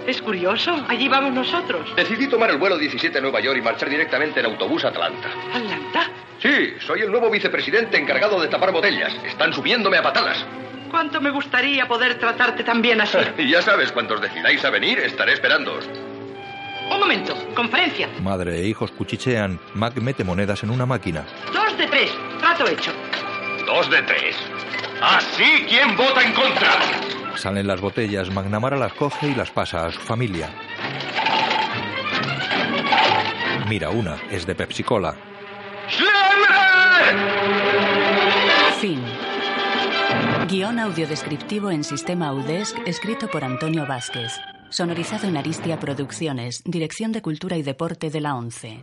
Es curioso. Allí vamos nosotros. Decidí tomar el vuelo 17 a Nueva York y marchar directamente en autobús a Atlanta. ¿Atlanta? Sí, soy el nuevo vicepresidente encargado de tapar botellas. Están subiéndome a patadas. [LAUGHS] ¿Cuánto me gustaría poder tratarte tan bien así? Y ya sabes, cuantos decidáis a venir, estaré esperándoos. Un momento. Conferencia. Madre e hijos cuchichean. Mac mete monedas en una máquina. Dos de tres. Trato hecho. Dos de tres. Así, ¿quién vota en contra? Salen las botellas. McNamara las coge y las pasa a su familia. Mira una, es de Pepsi Cola. Fin. Guión audiodescriptivo en sistema Audesc, escrito por Antonio Vázquez. Sonorizado en Aristia Producciones, Dirección de Cultura y Deporte de la ONCE.